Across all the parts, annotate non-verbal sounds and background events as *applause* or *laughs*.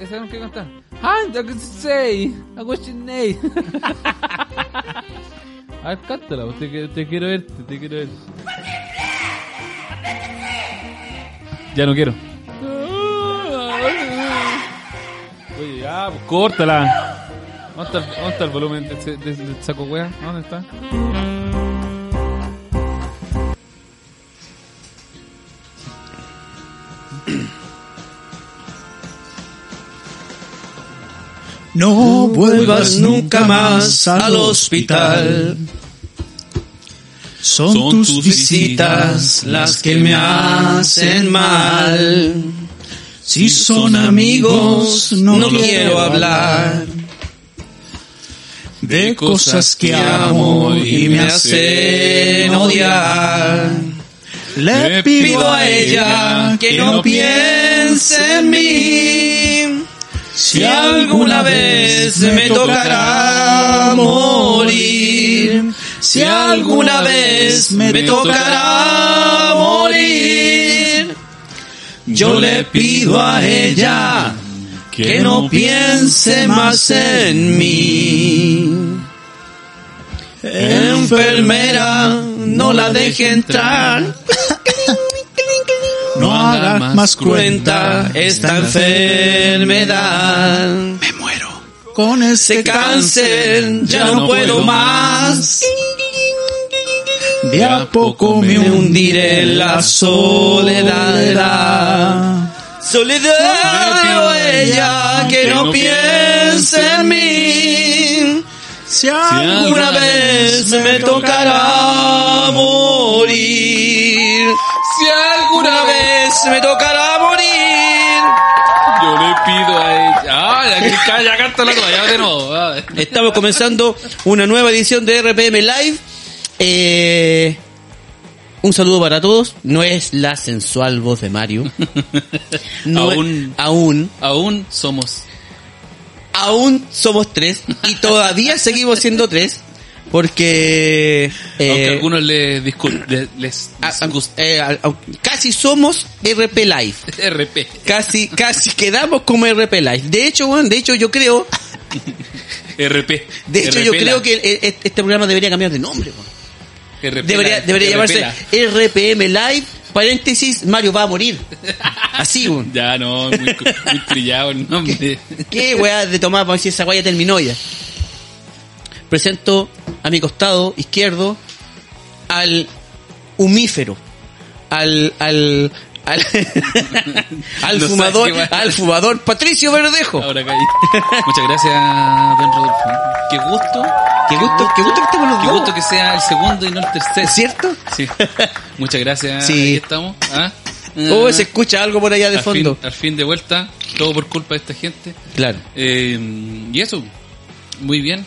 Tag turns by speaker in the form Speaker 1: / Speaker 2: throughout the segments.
Speaker 1: esa que canta. Hand, I can say, I wish your name. A ver, cántala, pues, te, que- te quiero verte, te quiero ver. Ya no quiero. Oye, ya, pues córtala. ¿Dónde está, el- dónde está el volumen de, ese- de, del saco wea? ¿Dónde está?
Speaker 2: No vuelvas nunca más al hospital. Son, tus visitas las que me hacen mal. Si son amigos, no, quiero hablar de cosas que amo y me hacen odiar. Le pido a ella que no piense en mí. Si alguna vez me tocará morir, si alguna vez me tocará morir, yo le pido a ella que no piense más en mí. Enfermera, no la deje *coughs* entrar. No haga más cruenta esta enfermedad. Me muero. Con ese cáncer ya no puedo más. De a poco me hundiré en la soledad. Soledad de ella que no piense en mí. Si alguna vez me tocará morir.
Speaker 1: Si alguna
Speaker 2: Una
Speaker 1: vez
Speaker 2: vez me tocará morir.
Speaker 1: yo le pido a ella. Ah, ya, que ca- ya cántala toda, ya de nuevo. a ver.
Speaker 2: Estamos comenzando una nueva edición de RPM Live. Eh, un saludo para todos. No es la sensual voz de *laughs* Mario. No es-
Speaker 3: Aún.
Speaker 2: aún.
Speaker 3: Aún somos.
Speaker 2: Aún somos tres. Y todavía
Speaker 3: *laughs*
Speaker 2: seguimos siendo tres. Porque... eh,
Speaker 3: aunque algunos les, discul- le- les
Speaker 2: a- a- eh, a- a- casi somos RP Live.
Speaker 3: RP.
Speaker 2: Casi, casi quedamos como RP Live. De hecho, Juan, de hecho yo creo
Speaker 3: RP.
Speaker 2: De hecho, yo creo que el- el- este programa debería cambiar de nombre. po. Debería, debería llamarse RPM Live, paréntesis, Mario va a morir.
Speaker 3: *laughs*
Speaker 2: Así, po.
Speaker 3: Ya, no, muy, muy trillado el nombre.
Speaker 2: ¿Qué weá de tomar para ver si esa weá ya terminó ya? Presento a mi costado izquierdo al humífero, al... al
Speaker 3: *laughs*
Speaker 2: al, al
Speaker 3: No sé
Speaker 2: fumador,
Speaker 3: qué weá.
Speaker 2: al fumador Patricio Verdejo.
Speaker 3: Ahora caí. Muchas gracias, Don Rodolfo. Qué gusto.
Speaker 2: Qué gusto, qué gusto que estemos los
Speaker 3: Ah, Qué
Speaker 2: dos.
Speaker 3: gusto que sea el segundo y no el tercero.
Speaker 2: ¿Es cierto?
Speaker 3: Sí. Muchas gracias.
Speaker 2: Sí.
Speaker 3: Aquí estamos. ¿Ah?
Speaker 2: Oh, se escucha algo por allá de
Speaker 3: al
Speaker 2: fondo.
Speaker 3: Fin, al fin de vuelta. Todo por culpa de esta gente.
Speaker 2: Claro.
Speaker 3: Eh, y eso, muy bien.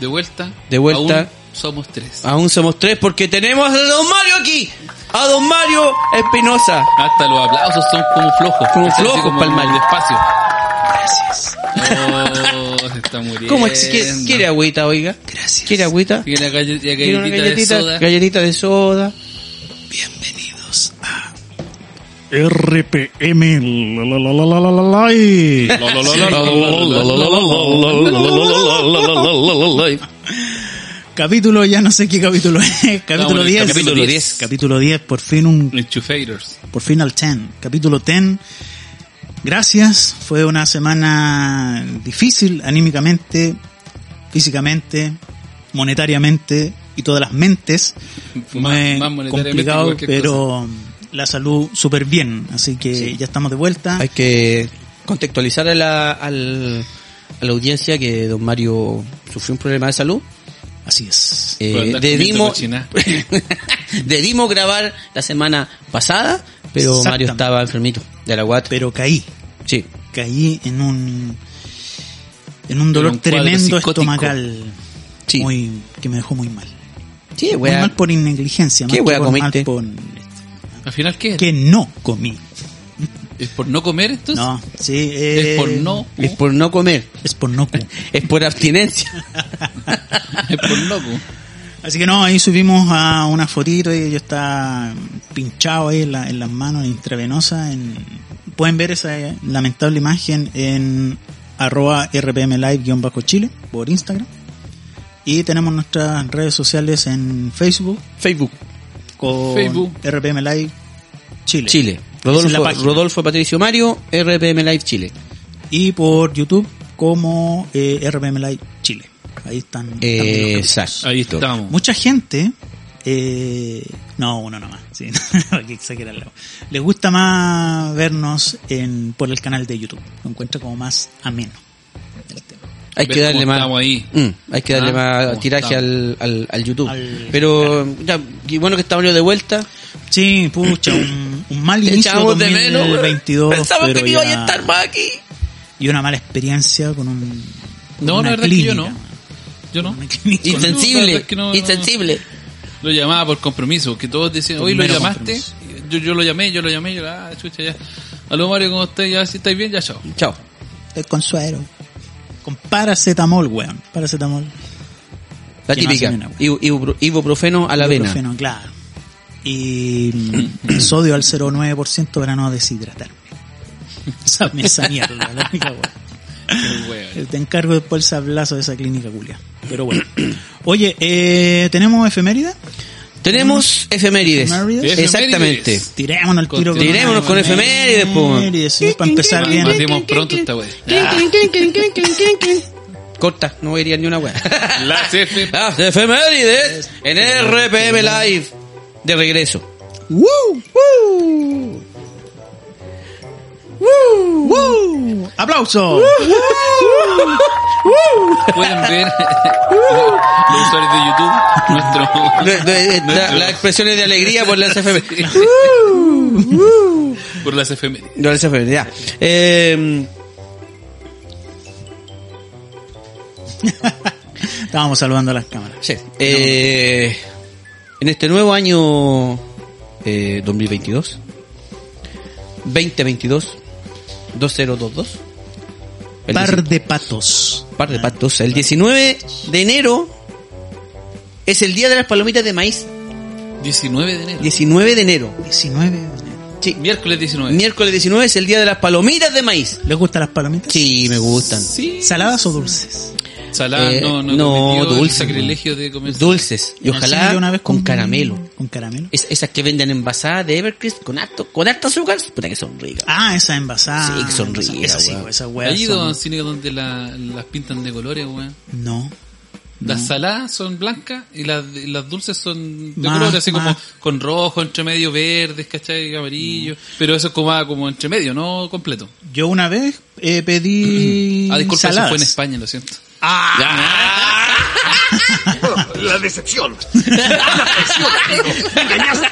Speaker 3: De vuelta.
Speaker 2: De vuelta.
Speaker 3: Aún somos tres.
Speaker 2: Aún somos tres porque tenemos a Don Mario aquí. A Don Mario Espinosa.
Speaker 3: Hasta los aplausos son como flojos.
Speaker 2: Como
Speaker 3: Es así
Speaker 2: flojos
Speaker 3: como
Speaker 2: pa'l Mario.
Speaker 3: Despacio. Gracias. Oh, se está muriendo.
Speaker 2: ¿Cómo es? ¿Quiere, quiere agüita, oiga? Gracias. ¿Quiere agüita?
Speaker 3: Tiene la galle- la
Speaker 2: ¿Quiere
Speaker 3: galletita,
Speaker 2: una
Speaker 3: de
Speaker 2: galletita?
Speaker 3: soda.
Speaker 2: Galletita de soda.
Speaker 4: Bienvenidos a RPM la, la, la, la, la, la, la, la, y- *laughs* Capítulo, ya no sé qué capítulo es. Capítulo
Speaker 3: Estamos en el
Speaker 4: 10.
Speaker 3: capítulo 10.
Speaker 4: Capítulo 10, por fin un,
Speaker 3: Enchufators.
Speaker 4: por fin al 10. Capítulo 10. Gracias. Fue una semana difícil anímicamente, físicamente, monetariamente y todas las mentes. Fue
Speaker 3: Más- más monetariamente que
Speaker 4: complicado,
Speaker 3: cualquier
Speaker 4: pero la salud súper bien. Así que ya estamos de vuelta.
Speaker 2: Hay que contextualizar a la, al- a la audiencia que Don Mario sufrió un problema de salud.
Speaker 4: Así es.
Speaker 2: Eh,
Speaker 3: Por andar comiendo
Speaker 2: debimos,
Speaker 3: cochina.
Speaker 2: *laughs* debimos grabar la semana pasada, pero Mario
Speaker 4: Exactamente.
Speaker 2: estaba enfermito de la guata.
Speaker 4: Pero caí.
Speaker 2: Sí,
Speaker 4: Caí en un en un dolor
Speaker 3: un cuadro
Speaker 4: tremendo
Speaker 3: psicótico.
Speaker 4: estomacal
Speaker 2: sí.
Speaker 4: muy que me dejó muy mal.
Speaker 2: sí,
Speaker 4: Muy
Speaker 2: wea.
Speaker 4: mal por negligencia, más
Speaker 2: ¿Qué
Speaker 4: que
Speaker 2: wea
Speaker 4: por mal
Speaker 2: comiste?
Speaker 4: por
Speaker 3: Al final, ¿qué?
Speaker 4: que no comí.
Speaker 3: ¿Es por no comer entonces?
Speaker 4: No, sí, eh,
Speaker 3: Es por no.
Speaker 2: Es por no comer,
Speaker 4: es por no comer.
Speaker 2: es por abstinencia.
Speaker 3: Es por loco.
Speaker 4: Así que no, ahí subimos a una fotito y yo estaba pinchado ahí en, la- en las manos, intravenosa, en Pueden ver esa eh, lamentable imagen en arroba rpmlive-chile por Instagram. Y tenemos nuestras redes sociales en *laughs* Facebook
Speaker 2: Facebook,
Speaker 4: con
Speaker 5: Facebook.
Speaker 4: RPM Live Chile.
Speaker 2: Chile.
Speaker 4: Esa es la
Speaker 2: Rodolfo,
Speaker 4: página.
Speaker 2: Rodolfo Patricio Mario, RPM Live Chile.
Speaker 4: Y por YouTube como eh, RPM Live Chile. Ahí están. también los
Speaker 2: Eh,
Speaker 4: capítulos.
Speaker 2: Exacto.
Speaker 1: Ahí estamos.
Speaker 4: Mucha gente, eh, no, uno nomás, sí, *laughs* hay que exagerarlo. Les gusta más vernos en, por el canal de YouTube. Lo encuentro como más ameno. el tema.
Speaker 2: Hay que
Speaker 1: Ves
Speaker 2: darle
Speaker 1: cómo
Speaker 2: más.
Speaker 1: estamos ahí.
Speaker 2: Mm, hay que darle
Speaker 1: Ah,
Speaker 2: más
Speaker 1: cómo
Speaker 2: tiraje al, al, al YouTube.
Speaker 4: Al-
Speaker 2: Pero, ya, qué bueno que estamos de vuelta.
Speaker 4: Sí, pucha, un, un
Speaker 1: *clears throat*
Speaker 4: mal inicio
Speaker 2: Echábamos de menos.
Speaker 4: 2022.
Speaker 2: Pensamos
Speaker 4: pero
Speaker 2: que iba
Speaker 4: ya-
Speaker 2: a estar más aquí.
Speaker 4: Y una mala experiencia con un. con
Speaker 1: No, la
Speaker 4: una
Speaker 1: verdad es que yo
Speaker 4: clínica,
Speaker 1: no. Yo no.
Speaker 4: una clínica.
Speaker 1: Y- No, la
Speaker 2: Insensible.
Speaker 1: verdad es que no-
Speaker 2: insensible.
Speaker 1: Lo llamaba por compromiso, que todos decían,
Speaker 4: Por
Speaker 1: hoy lo
Speaker 4: mero
Speaker 1: llamaste, yo, yo lo llamé, yo lo llamé, yo, ah, chucha, ya. Aló Mario, ¿cómo estás? Ya, si estáis bien, ya, chao.
Speaker 2: Chao.
Speaker 4: Estoy con suero. Con paracetamol, weón. Paracetamol.
Speaker 2: La
Speaker 4: Que no
Speaker 2: típica.
Speaker 4: hace ni una
Speaker 2: Ibu- ibupro- Ibuprofeno a la vena.
Speaker 4: Ibuprofeno, claro. Y mm, sodio al 0,9% para no deshidratarme. *laughs* Esa, esa mierda, la única hueá.
Speaker 1: Weón.
Speaker 4: El Te encargo después el sablazo de esa clínica culia. Pero bueno. Oye, eh, ¿tenemos efeméride?
Speaker 2: Tenemos efemérides.
Speaker 4: Efemérides.
Speaker 2: Exactamente.
Speaker 1: Efemérides.
Speaker 4: Tirémonos al tiro. con
Speaker 2: Tirémonos con efemérides, po.
Speaker 4: sí, para empezar bien.
Speaker 1: Matemos pronto esta wea.
Speaker 3: Ah.
Speaker 2: Corta, no voy a ir ni una wea.
Speaker 5: Las F.
Speaker 2: Las efemérides en RPM Live. De regreso.
Speaker 4: ¡Woo! ¡Woo! ¡Aplauso!
Speaker 2: Uh.
Speaker 1: Pueden ver los usuarios de YouTube, nuestro,
Speaker 2: De- de- de- eh, la- las expresiones de alegría por las efemérides.
Speaker 1: por las efemérides.
Speaker 2: No, las efemérides, ya. Eh,
Speaker 4: Estábamos salvando las cámaras.
Speaker 2: sí. Eh, en este nuevo año eh, 2022, 2022, 2022, el
Speaker 4: Par de Ah. patos.
Speaker 2: par de patos. El 19 de enero es el día de las palomitas de maíz.
Speaker 1: 19 de enero.
Speaker 2: 19 de enero.
Speaker 4: 19.
Speaker 2: Sí.
Speaker 1: Miércoles 19.
Speaker 2: Miércoles 19 es el día de las palomitas de maíz.
Speaker 4: ¿Les gustan las palomitas?
Speaker 2: Sí, me gustan.
Speaker 1: Sí.
Speaker 4: ¿Saladas o dulces?
Speaker 1: Salada,
Speaker 2: Eh,
Speaker 1: no, no,
Speaker 2: no,
Speaker 1: cometió el
Speaker 2: dulce,
Speaker 1: sacrilegio de comer.
Speaker 2: Dulces. Y
Speaker 4: En el cine
Speaker 2: ojalá
Speaker 4: yo una vez
Speaker 2: con, caramelo.
Speaker 4: Con caramelo.
Speaker 2: Es- esas que venden envasadas de Evercrisp con harto, con harto azúcar. Puta que son ricas.
Speaker 4: Ah, esa envasada.
Speaker 2: Sí, que son
Speaker 4: envasada.
Speaker 2: ricas,
Speaker 4: Esa sí,
Speaker 2: weón.
Speaker 4: esa weá.
Speaker 1: ¿Has ido a un
Speaker 4: son-
Speaker 1: cine donde la- las pintan de colores, weón?
Speaker 4: No. Mm.
Speaker 1: Las saladas son blancas y las, y las dulces son de
Speaker 4: Más,
Speaker 1: color así
Speaker 4: más.
Speaker 1: como con rojo, entre medio verdes, ¿cachai? Amarillo.
Speaker 4: Mm.
Speaker 1: Pero eso es como, ah, como entre medio, no completo.
Speaker 4: Yo una vez eh, pedí.
Speaker 1: *clears throat* Ah, disculpa, eso
Speaker 4: saladas.
Speaker 1: fue en España, lo siento.
Speaker 6: La decepción. La presión, amigo. Me engañaste.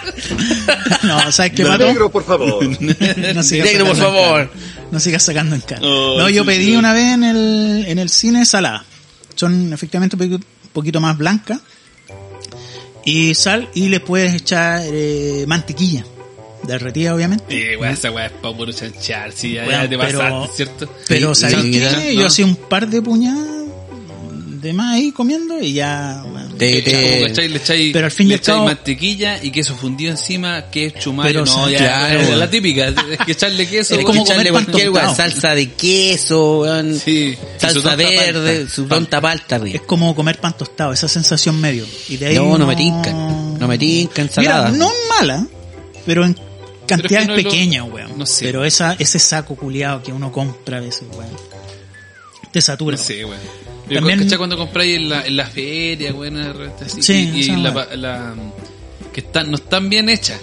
Speaker 4: *laughs* No, ¿sabes qué, Pato?
Speaker 6: Negro,
Speaker 4: *laughs*
Speaker 6: por favor.
Speaker 4: No sigas
Speaker 2: Negro, por
Speaker 4: sacando en
Speaker 2: favor.
Speaker 4: cara. No sigas sacando en cara.
Speaker 1: Oh,
Speaker 4: no, yo pedí una vez en el, en el cine salada. Son efectivamente un poquito- un poquito más blancas. Y sal, y le puedes echar eh, mantequilla. Derretida, obviamente.
Speaker 1: Eh, weón, esa weá es para puro chanchar, sí, ya,
Speaker 4: Weón,
Speaker 1: ya te
Speaker 4: pero-
Speaker 1: pasaste, ¿cierto?
Speaker 4: Pero
Speaker 2: Y-
Speaker 4: ¿sabes
Speaker 2: y-
Speaker 4: qué?
Speaker 1: ¿no?
Speaker 4: Yo hacía un par de puñadas de más ahí comiendo y ya... bueno,
Speaker 2: Te-
Speaker 1: Como,
Speaker 2: te-
Speaker 1: ¿cachai? Le echáis,
Speaker 4: Pero al fin y
Speaker 1: le
Speaker 4: al
Speaker 1: echáis
Speaker 4: cabo-
Speaker 1: mantequilla y queso fundido encima, que es chumayo,
Speaker 4: Pero,
Speaker 1: no,
Speaker 4: sí,
Speaker 1: ya,
Speaker 2: claro,
Speaker 1: es la
Speaker 2: weón.
Speaker 1: típica, es que echarle queso.
Speaker 2: Hay que
Speaker 4: Es como
Speaker 2: echarle
Speaker 4: comer pan
Speaker 2: cualquier weá,
Speaker 4: tostado.
Speaker 2: salsa de queso, weón,
Speaker 1: Sí. Y su
Speaker 2: salsa
Speaker 1: tonta
Speaker 2: verde,
Speaker 1: palta.
Speaker 2: su tonta palta
Speaker 4: Es
Speaker 2: rica.
Speaker 4: como comer pan tostado, esa sensación medio. Y de ahí
Speaker 2: No, no me tincan, no me tincan
Speaker 4: Mira,
Speaker 2: saladas.
Speaker 4: no es mala, pero en cantidades
Speaker 1: no es lo-
Speaker 4: pequeñas, weón.
Speaker 1: no sé.
Speaker 4: Pero esa, ese saco culiado que uno compra a veces, weón. Te satura.
Speaker 1: No
Speaker 4: weón.
Speaker 1: sé, weón. Pero
Speaker 4: También-
Speaker 1: ¿cachai cuando compráis en la, en la feria, weón, de repente así?
Speaker 4: Sí,
Speaker 1: y, y
Speaker 4: esa
Speaker 1: la,
Speaker 4: weá.
Speaker 1: pa- la- que están, no están bien hechas.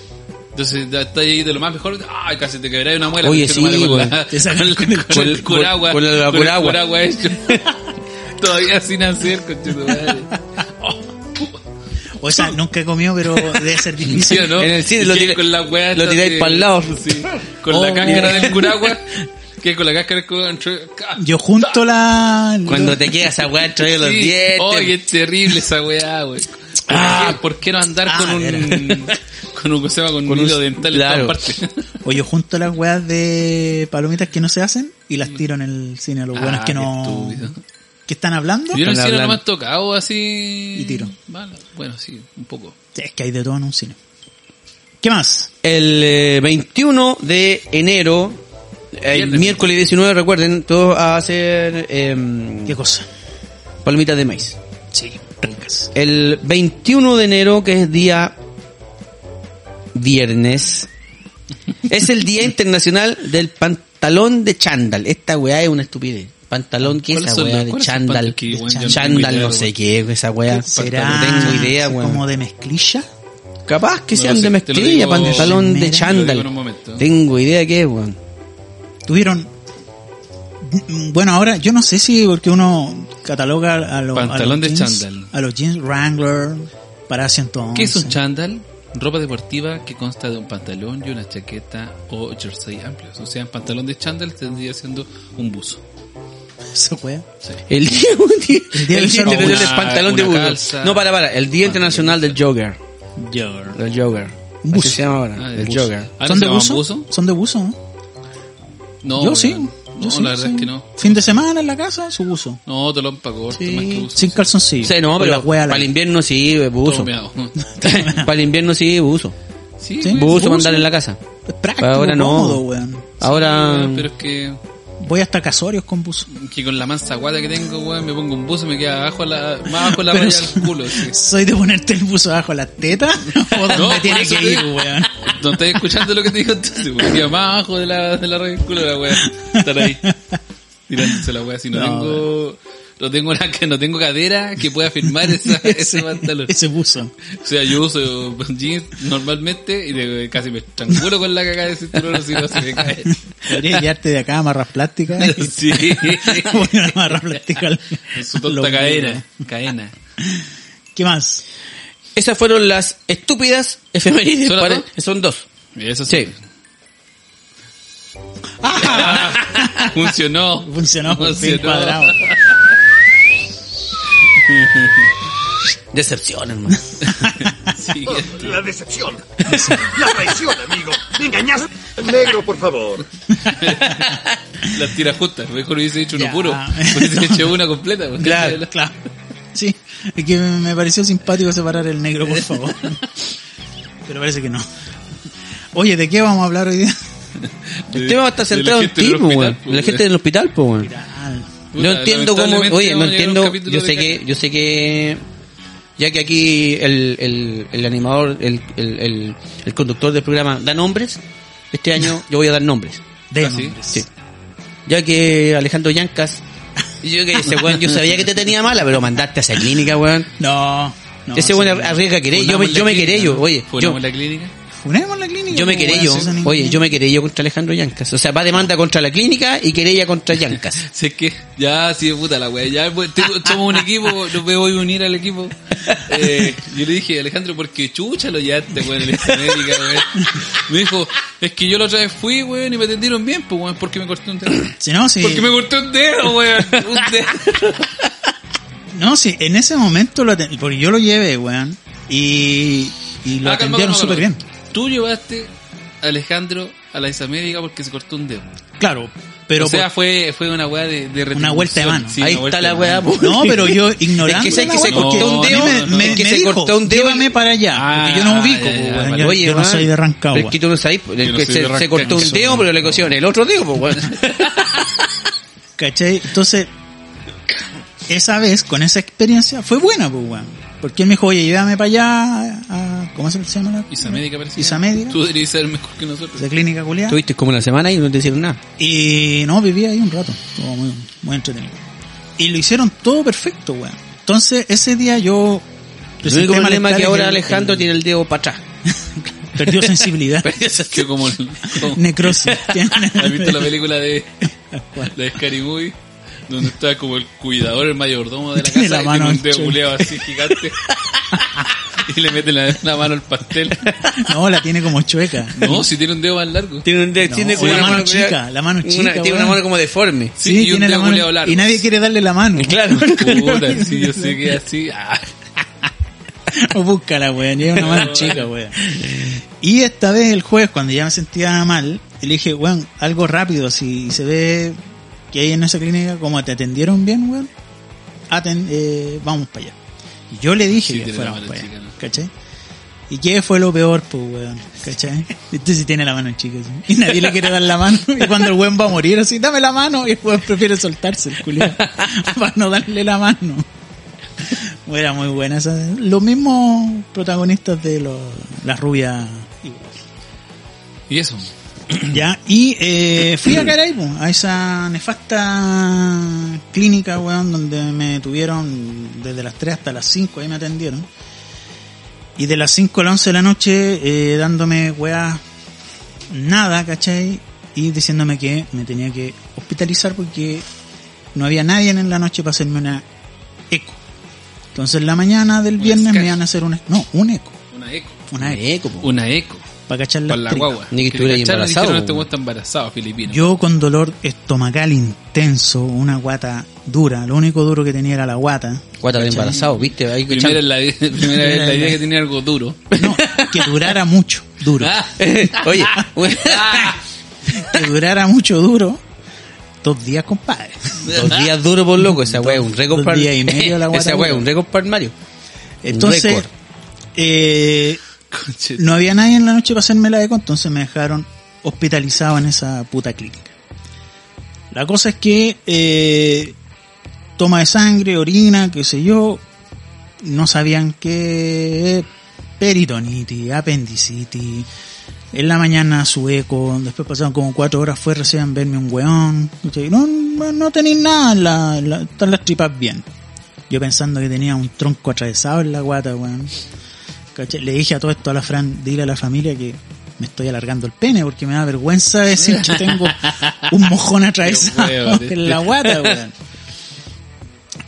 Speaker 1: Entonces, da- está ahí de lo más mejor. ¡Ay, casi te quebraré una muela!
Speaker 2: Oye,
Speaker 1: conche
Speaker 2: sí,
Speaker 1: tu madre, con,
Speaker 2: weón.
Speaker 1: la-
Speaker 4: Te sacan
Speaker 1: con el- con el
Speaker 2: con-
Speaker 1: curagua.
Speaker 2: con el curagua.
Speaker 1: curagua
Speaker 4: *laughs*
Speaker 1: hecho. Todavía sin hacer, conche tu madre. *laughs*
Speaker 4: O esa nunca he comido, pero debe ser
Speaker 1: ¿Sí
Speaker 4: difícil.
Speaker 1: o no?
Speaker 2: En el cine
Speaker 1: Y
Speaker 2: lo
Speaker 1: que
Speaker 2: tiré-
Speaker 1: con la weá
Speaker 2: lo
Speaker 1: esta
Speaker 2: tiráis
Speaker 1: de-
Speaker 2: pa'l lado.
Speaker 1: Sí, con la
Speaker 4: Oh,
Speaker 1: cáscara
Speaker 4: mira.
Speaker 1: del curagua.
Speaker 2: *laughs*
Speaker 1: Que con la cáscara del curagua. entre- ca-
Speaker 4: Yo junto la...
Speaker 2: Cuando te quedas a weá, trae los
Speaker 1: Sí.
Speaker 2: dientes.
Speaker 1: Oye, es terrible esa weá, wey. Ah, ¿por qué no andar
Speaker 4: Ah,
Speaker 1: con un *laughs* con un cosa con,
Speaker 2: Con
Speaker 1: un
Speaker 2: un-
Speaker 1: hilo dental
Speaker 2: claro.
Speaker 1: en todas partes?
Speaker 4: O yo junto las weas de palomitas que no se hacen y las tiro en el cine a los
Speaker 1: Ah,
Speaker 4: weones que
Speaker 1: qué
Speaker 4: no.
Speaker 1: estúpido.
Speaker 4: que están hablando.
Speaker 1: Yo no
Speaker 2: Están
Speaker 1: sé,
Speaker 2: hablando.
Speaker 1: nomás tocado así.
Speaker 4: Y tiro.
Speaker 1: Vale, bueno, sí, un poco.
Speaker 4: Es que hay de todo en un cine. ¿Qué más?
Speaker 2: El eh, 21 de enero El
Speaker 3: Viernes.
Speaker 2: miércoles 19, recuerden, todos a hacer em,
Speaker 4: ¿Qué cosa?
Speaker 2: palomitas de maíz.
Speaker 4: Sí, ricas.
Speaker 2: El 21 de enero, que es día
Speaker 3: *laughs*
Speaker 2: viernes, es el Día Internacional del Pantalón de Chándal. Esta weá es una estupidez. Pantalón, ¿qué es
Speaker 3: ¿Cuáles
Speaker 2: esa
Speaker 3: son
Speaker 2: weá
Speaker 3: los-
Speaker 2: de
Speaker 3: cuáles son
Speaker 2: chándal?
Speaker 3: pantal- que, weón, yo no tengo
Speaker 2: Chándal,
Speaker 3: idea,
Speaker 2: no
Speaker 3: weón.
Speaker 2: sé qué es esa weá.
Speaker 4: ¿Será
Speaker 2: No tengo idea,
Speaker 4: como
Speaker 2: weón.
Speaker 4: de mezclilla?
Speaker 2: Capaz que
Speaker 3: No
Speaker 2: sean
Speaker 3: lo sé,
Speaker 2: de
Speaker 3: te lo
Speaker 2: mezclilla,
Speaker 3: digo-
Speaker 2: pantalón
Speaker 4: Mira,
Speaker 2: de
Speaker 4: te lo
Speaker 3: digo
Speaker 2: chándal.
Speaker 3: en un momento.
Speaker 2: Tengo idea qué es, weón.
Speaker 4: Tuvieron... Bueno, ahora yo no sé si porque uno cataloga a los... a
Speaker 3: Pantalón
Speaker 4: los
Speaker 3: de
Speaker 4: jeans-
Speaker 3: chándal.
Speaker 4: A los jeans Wrangler para 111.
Speaker 3: ¿Qué es un chándal? Ropa deportiva que consta de un pantalón y una chaqueta o jersey amplios. O sea, un pantalón de chándal tendría siendo un buzo.
Speaker 4: Esa wea.
Speaker 3: Sí.
Speaker 2: El día, *laughs* el día,
Speaker 4: del Santo.
Speaker 2: internacional
Speaker 3: Una-
Speaker 2: del pantalón de
Speaker 3: Ah, una
Speaker 2: burro.
Speaker 3: calza. Ah,
Speaker 2: No, para, para. El día internacional del jogger. Del jogger.
Speaker 4: Un
Speaker 2: Así
Speaker 4: buzo.
Speaker 2: se llama ahora.
Speaker 3: Ah,
Speaker 2: el
Speaker 3: buzo.
Speaker 2: jogger.
Speaker 3: Ah, ¿no
Speaker 4: ¿Son
Speaker 3: se
Speaker 4: de
Speaker 3: llaman
Speaker 4: buzo? ¿Son de buzo? ¿no?
Speaker 3: No,
Speaker 4: yo
Speaker 3: weón.
Speaker 4: sí.
Speaker 3: No,
Speaker 4: Yo sí,
Speaker 3: la verdad
Speaker 4: sí.
Speaker 3: es que no.
Speaker 4: Fin de semana en la casa, su buzo.
Speaker 3: No, talón para corto, más que buzo.
Speaker 4: Sin calzoncillo.
Speaker 2: Sí, no,
Speaker 4: Con
Speaker 2: pero
Speaker 4: la wea a la-
Speaker 2: para el invierno sí, buzo.
Speaker 3: Todo meado.
Speaker 2: *laughs*
Speaker 3: *laughs*
Speaker 2: para el invierno sí, buzo.
Speaker 3: Sí,
Speaker 4: Sí.
Speaker 3: weón.
Speaker 4: Bu-
Speaker 2: Buzo
Speaker 4: Buzo.
Speaker 2: para andar en la casa.
Speaker 4: Es práctico,
Speaker 2: Ahora no.
Speaker 4: cómodo, weón. Ah.
Speaker 2: Ahora,
Speaker 3: Pero es que,
Speaker 4: Voy hasta Casorios con buzo.
Speaker 3: que con la mansa guata que tengo, weón, me pongo un buzo y me queda abajo la, más abajo la raya del culo. sí.
Speaker 4: ¿Soy de ponerte el buzo abajo las
Speaker 3: *laughs*
Speaker 4: tetas? ¿O dónde
Speaker 3: No, por
Speaker 4: tiene
Speaker 3: eso
Speaker 4: que
Speaker 3: te
Speaker 4: ir,
Speaker 3: digo.
Speaker 4: weón?
Speaker 3: No estás escuchando lo que te digo entonces, weón. Queda más abajo de la, de la raya del culo la weá. Estar ahí. Tirándose la weá. Si no,
Speaker 4: No,
Speaker 3: tengo. No tengo, la, no tengo cadera que pueda firmar esa, ese pantalón.
Speaker 4: Ese buzo.
Speaker 3: O sea, yo uso jeans normalmente y de- casi me estrangulo con la cagada de cinturón si no se me cae.
Speaker 4: Podrías llevarte de acá a amarras plásticas. *laughs*
Speaker 3: Sí.
Speaker 4: Voy a amarrar plástica al-
Speaker 3: En su
Speaker 4: lo
Speaker 3: tonta
Speaker 4: mismo.
Speaker 3: cadena. Cadena.
Speaker 4: ¿Qué más?
Speaker 2: esas fueron las estúpidas efemérides.
Speaker 3: ¿Son las
Speaker 2: para-
Speaker 3: dos?
Speaker 2: son dos.
Speaker 3: Eso sí.
Speaker 2: Sí.
Speaker 3: Funcionó.
Speaker 4: Funcionó por fin
Speaker 3: *laughs*
Speaker 4: cuadrado.
Speaker 2: Decepción,
Speaker 3: *laughs*
Speaker 2: hermano.
Speaker 3: Siguiente.
Speaker 6: La decepción. La traición, amigo. Me engañaste. Negro, por favor.
Speaker 3: Las tiras justas. Mejor hubiese hecho uno
Speaker 4: Ya.
Speaker 3: puro. Hubiese hecho una completa. porque- *laughs*
Speaker 4: Claro, claro. Sí, es que me pareció simpático separar el negro, por favor. Pero parece que no. Oye, ¿de qué vamos a hablar hoy día?
Speaker 2: El tema está
Speaker 3: de la
Speaker 2: centrado en
Speaker 3: gente
Speaker 2: ti,
Speaker 3: del
Speaker 2: po,
Speaker 3: hospital,
Speaker 2: weón.
Speaker 3: po,
Speaker 2: La
Speaker 3: weón.
Speaker 2: gente del hospital, po, weón.
Speaker 3: Puta,
Speaker 2: No entiendo cómo,
Speaker 3: lamentablemente
Speaker 2: oye, no
Speaker 3: vamos a llegar a un
Speaker 2: entiendo,
Speaker 3: capítulo
Speaker 2: yo
Speaker 3: de
Speaker 2: sé
Speaker 3: caca.
Speaker 2: que, yo sé que, ya que aquí el, el, el animador, el, el, el, el conductor del programa da nombres, este
Speaker 3: *laughs*
Speaker 2: año yo voy a dar nombres.
Speaker 4: De
Speaker 3: Ah, sí.
Speaker 4: nombres.
Speaker 2: Sí. Ya que Alejandro Yancas, *laughs* yo que ese weón, yo sabía que te tenía mala, pero mandaste a esa clínica, weón.
Speaker 4: No, no.
Speaker 2: ese
Speaker 4: sí.
Speaker 2: weón arriesga querello, yo me, yo me querello, oye, yo,
Speaker 3: Funamos la clínica.
Speaker 4: Funemos la clínica.
Speaker 2: yo me
Speaker 4: po,
Speaker 2: querello,
Speaker 4: weón, si eso ni-
Speaker 2: oye, yo me querello contra Alejandro Yancas, o sea, va demanda contra la clínica y querella contra
Speaker 3: *laughs*
Speaker 2: Yancas.
Speaker 3: Si es que ya, sí, puta la wea. Ya pues, tengo- somos un equipo, nos voy a unir al equipo. Eh, yo le dije, Alejandro, porque chucha lo llevaste, weón, en esta médica, weón. Me dijo, es que yo la otra vez fui, weón, y me atendieron bien, pues, weón, porque me corté un dedo.
Speaker 4: Si no, si...
Speaker 3: Porque me corté un dedo, weón. Un dedo.
Speaker 4: No, sí, en ese momento lo aten- porque yo lo llevé, weón, y, y lo
Speaker 3: Ah, calma,
Speaker 4: atendieron
Speaker 3: calma,
Speaker 4: súper bien.
Speaker 3: calma. Tú llevaste a Alejandro a la médica porque se cortó un dedo.
Speaker 4: Claro, pero
Speaker 3: o sea,
Speaker 4: por-
Speaker 3: fue, fue una weá de, de
Speaker 4: Una vuelta de
Speaker 3: retribución.
Speaker 4: mano.
Speaker 3: Sí,
Speaker 2: Ahí
Speaker 3: una vuelta
Speaker 2: está la
Speaker 3: de
Speaker 2: weá,
Speaker 3: mano.
Speaker 2: po. *laughs*
Speaker 4: no, pero yo ignorando.
Speaker 2: Es que sé
Speaker 4: la
Speaker 2: que se
Speaker 4: weá, porque
Speaker 2: cortó un
Speaker 4: a mí
Speaker 2: dedo,
Speaker 4: me, me-
Speaker 2: es que
Speaker 4: me
Speaker 2: se
Speaker 4: dijo,
Speaker 2: cortó un dedo
Speaker 4: Llévame
Speaker 2: y-
Speaker 4: para allá, porque yo no
Speaker 3: Ah,
Speaker 4: me
Speaker 3: ya,
Speaker 4: ubico,
Speaker 2: pues,
Speaker 3: ya,
Speaker 4: po, weón,
Speaker 3: vale.
Speaker 4: yo, yo no
Speaker 2: man,
Speaker 4: soy de Rancagua.
Speaker 2: Pero es que tú no sabes, el
Speaker 3: Yo no
Speaker 2: que
Speaker 3: soy
Speaker 2: se,
Speaker 3: de
Speaker 2: se
Speaker 3: Rancagua.
Speaker 2: cortó un dedo, pero le cosieron el otro dedo, pues, weón. *laughs*
Speaker 4: ¿Cachai? Entonces, esa vez, con esa experiencia, fue buena, pues, weón. Porque él me dijo, oye, llévame para allá, a, ¿cómo se llama la?
Speaker 3: Isamédica parece.
Speaker 4: Isamédica.
Speaker 3: Tú deberías ser mejor que nosotros.
Speaker 4: La clínica culiada.
Speaker 2: Tuviste como una semana y no te hicieron nada.
Speaker 4: Y no, viví ahí un rato. Estuvo muy, muy entretenido. Y lo hicieron todo perfecto, weón. Entonces, ese día yo...
Speaker 2: El único
Speaker 4: presenté
Speaker 2: problema es que
Speaker 4: malestares
Speaker 2: ahora
Speaker 4: el-
Speaker 2: Alejandro
Speaker 4: el-
Speaker 2: tiene el dedo para atrás. *laughs*
Speaker 4: Perdió sensibilidad.
Speaker 3: Que como, el- como-
Speaker 4: Necrosis.
Speaker 3: ¿Has visto la película de la de Scary Movie? Donde está como el cuidador, el mayordomo de la casa
Speaker 4: Tiene la
Speaker 3: y
Speaker 4: mano
Speaker 3: tiene un dedo
Speaker 4: ancha.
Speaker 3: culeado así gigante. *laughs* y le mete la, la mano al pastel.
Speaker 4: *laughs* No, la tiene como chueca.
Speaker 3: No, si tiene un dedo más largo.
Speaker 2: Tiene, un dedo,
Speaker 4: No, o la mano chica, la mano chica,
Speaker 2: una- tiene una
Speaker 4: weón.
Speaker 2: mano como deforme.
Speaker 3: Sí, y un
Speaker 4: tiene
Speaker 3: dedo
Speaker 4: la mano.
Speaker 3: culiao largo.
Speaker 4: Y nadie quiere darle la mano.
Speaker 2: Claro.
Speaker 3: Puta, si yo sé que es así. Ah,
Speaker 4: *laughs* O búscala, weón. Lleva una mano chica, weón. Y esta vez el jueves, cuando ya me sentía mal, le dije, weón, algo rápido, si se ve que hay en esa clínica, como te atendieron bien, weón, aten- eh, vamos para allá. Y yo le dije
Speaker 3: Sí,
Speaker 4: que
Speaker 3: tiene la
Speaker 4: fuéramos
Speaker 3: mano
Speaker 4: para allá,
Speaker 3: chica, ¿no?
Speaker 4: ¿cachai? ¿Y qué fue lo peor, pues, weón? ¿Cachai? Este sí tiene la mano chica, sí. Y nadie le quiere dar la mano. Y cuando el weón va a morir, así, dame la mano. Y el weón prefiere soltarse, el culiao. *laughs* Para no darle la mano. Era muy buena esa. Los mismos protagonistas de los, las rubias.
Speaker 3: Y eso.
Speaker 4: Ya, y eh, fui a Caraibo, a esa nefasta clínica, weón, donde me tuvieron desde las 3 hasta las 5, ahí me atendieron. Y de las 5 a las 11 de la noche, eh, dándome, weá, nada, ¿cachai? Y diciéndome que me tenía que hospitalizar porque no había nadie en la noche para hacerme una eco. Entonces en la mañana del viernes me
Speaker 3: escáner.
Speaker 4: iban a hacer una... No, un eco.
Speaker 3: Una eco.
Speaker 4: Una eco.
Speaker 2: Eco, po.
Speaker 3: Una eco.
Speaker 4: Para cachar las
Speaker 3: Para la
Speaker 4: tripas.
Speaker 3: guagua.
Speaker 2: Ni que
Speaker 3: Que
Speaker 2: estuviera
Speaker 3: le cacharon y
Speaker 2: embarazado,
Speaker 3: dijeron, Este
Speaker 2: weón.
Speaker 3: weón está embarazado, filipino.
Speaker 4: Yo con dolor estomacal intenso, una guata dura. Lo único duro que tenía era la guata.
Speaker 2: Cuata de embarazado, viste. Ahí que
Speaker 3: primera, la, primera vez la idea que tenía algo duro.
Speaker 4: No, que durara mucho, duro.
Speaker 3: Ah,
Speaker 2: echan- *laughs* Oye, weón.
Speaker 4: Que durara mucho, duro. Dos días, compadre.
Speaker 2: dos días duros por loco. Esa weá es un récord
Speaker 4: dos
Speaker 2: para
Speaker 4: días y
Speaker 2: *laughs*
Speaker 4: medio la guata
Speaker 2: Esa weá es
Speaker 4: dura.
Speaker 2: un récord para Mario.
Speaker 4: Entonces,
Speaker 2: récord.
Speaker 4: eh,
Speaker 3: conche-
Speaker 4: no había nadie en la noche para hacerme la eco, entonces me dejaron hospitalizado en esa puta clínica. La cosa es que eh, toma de sangre, orina, qué sé yo, no sabían qué peritonitis, apendicitis. En la mañana su eco, después pasaron como cuatro horas, fue recién verme un weón. ¿cachai? No, no, no tenéis nada, en la, la- están las tripas bien. Yo pensando que tenía un tronco atravesado en la guata, weón. ¿Cachai? Le dije a todo esto a la Fran, dile a la familia que me estoy alargando el pene porque me da vergüenza decir que tengo un mojón atravesado
Speaker 3: Qué hueva,
Speaker 4: en la guata, weón.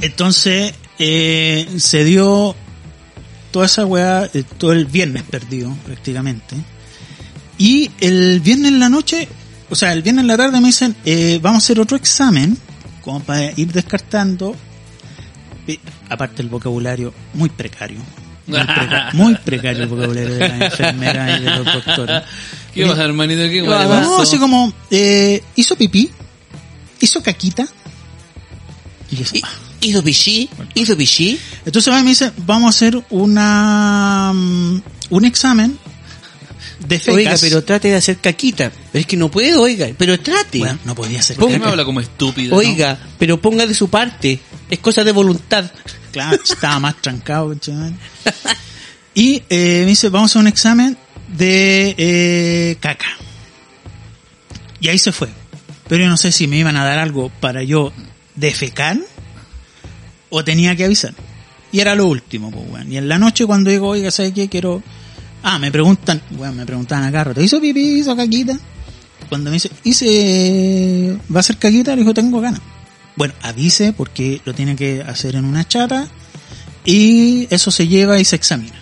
Speaker 4: Entonces, eh, se dio toda esa weá, eh, todo el viernes perdido prácticamente. Y el viernes en la noche, o sea, el viernes en la tarde me dicen, eh, vamos a hacer otro examen, como para ir descartando, eh, aparte el vocabulario muy precario.
Speaker 2: *laughs*
Speaker 4: Muy, preca- muy precario el vocabulario de las enfermeras y de
Speaker 2: *laughs*
Speaker 4: los doctores.
Speaker 3: ¿Qué pasa, hermanito? ¿Qué
Speaker 4: No,
Speaker 3: weón le pasó?
Speaker 4: así como, eh, hizo pipí, hizo caquita. Y yo,
Speaker 2: Y- Hizo pichí, hizo pichí.
Speaker 4: entonces va y me dice, vamos a hacer una mm, un examen de fecas.
Speaker 2: Oiga, pero trate de hacer caquita. Pero es que no puedo, oiga. Pero trate.
Speaker 4: Bueno, no podía ser.
Speaker 3: ¿Por qué me
Speaker 4: caca.
Speaker 3: habla como estúpido?
Speaker 2: oiga, pero ponga de su parte. Es cosa de voluntad.
Speaker 4: Claro, estaba más trancado. chaval. Y eh, me dice, vamos a hacer un examen de eh, caca. Y ahí se fue. Pero yo no sé si me iban a dar algo para yo defecar o tenía que avisar. Y era lo último, pues, weón. Y en la noche cuando digo, oiga, ¿sabes qué? Quiero... Ah, me preguntan, weón, me preguntaban a carro, ¿te hizo pipí, hizo caquita? Cuando me dice, hice... ¿Va a ser caquita? Le dijo, tengo ganas. Bueno, avise porque lo tiene que hacer en una chata y eso se lleva y se examina.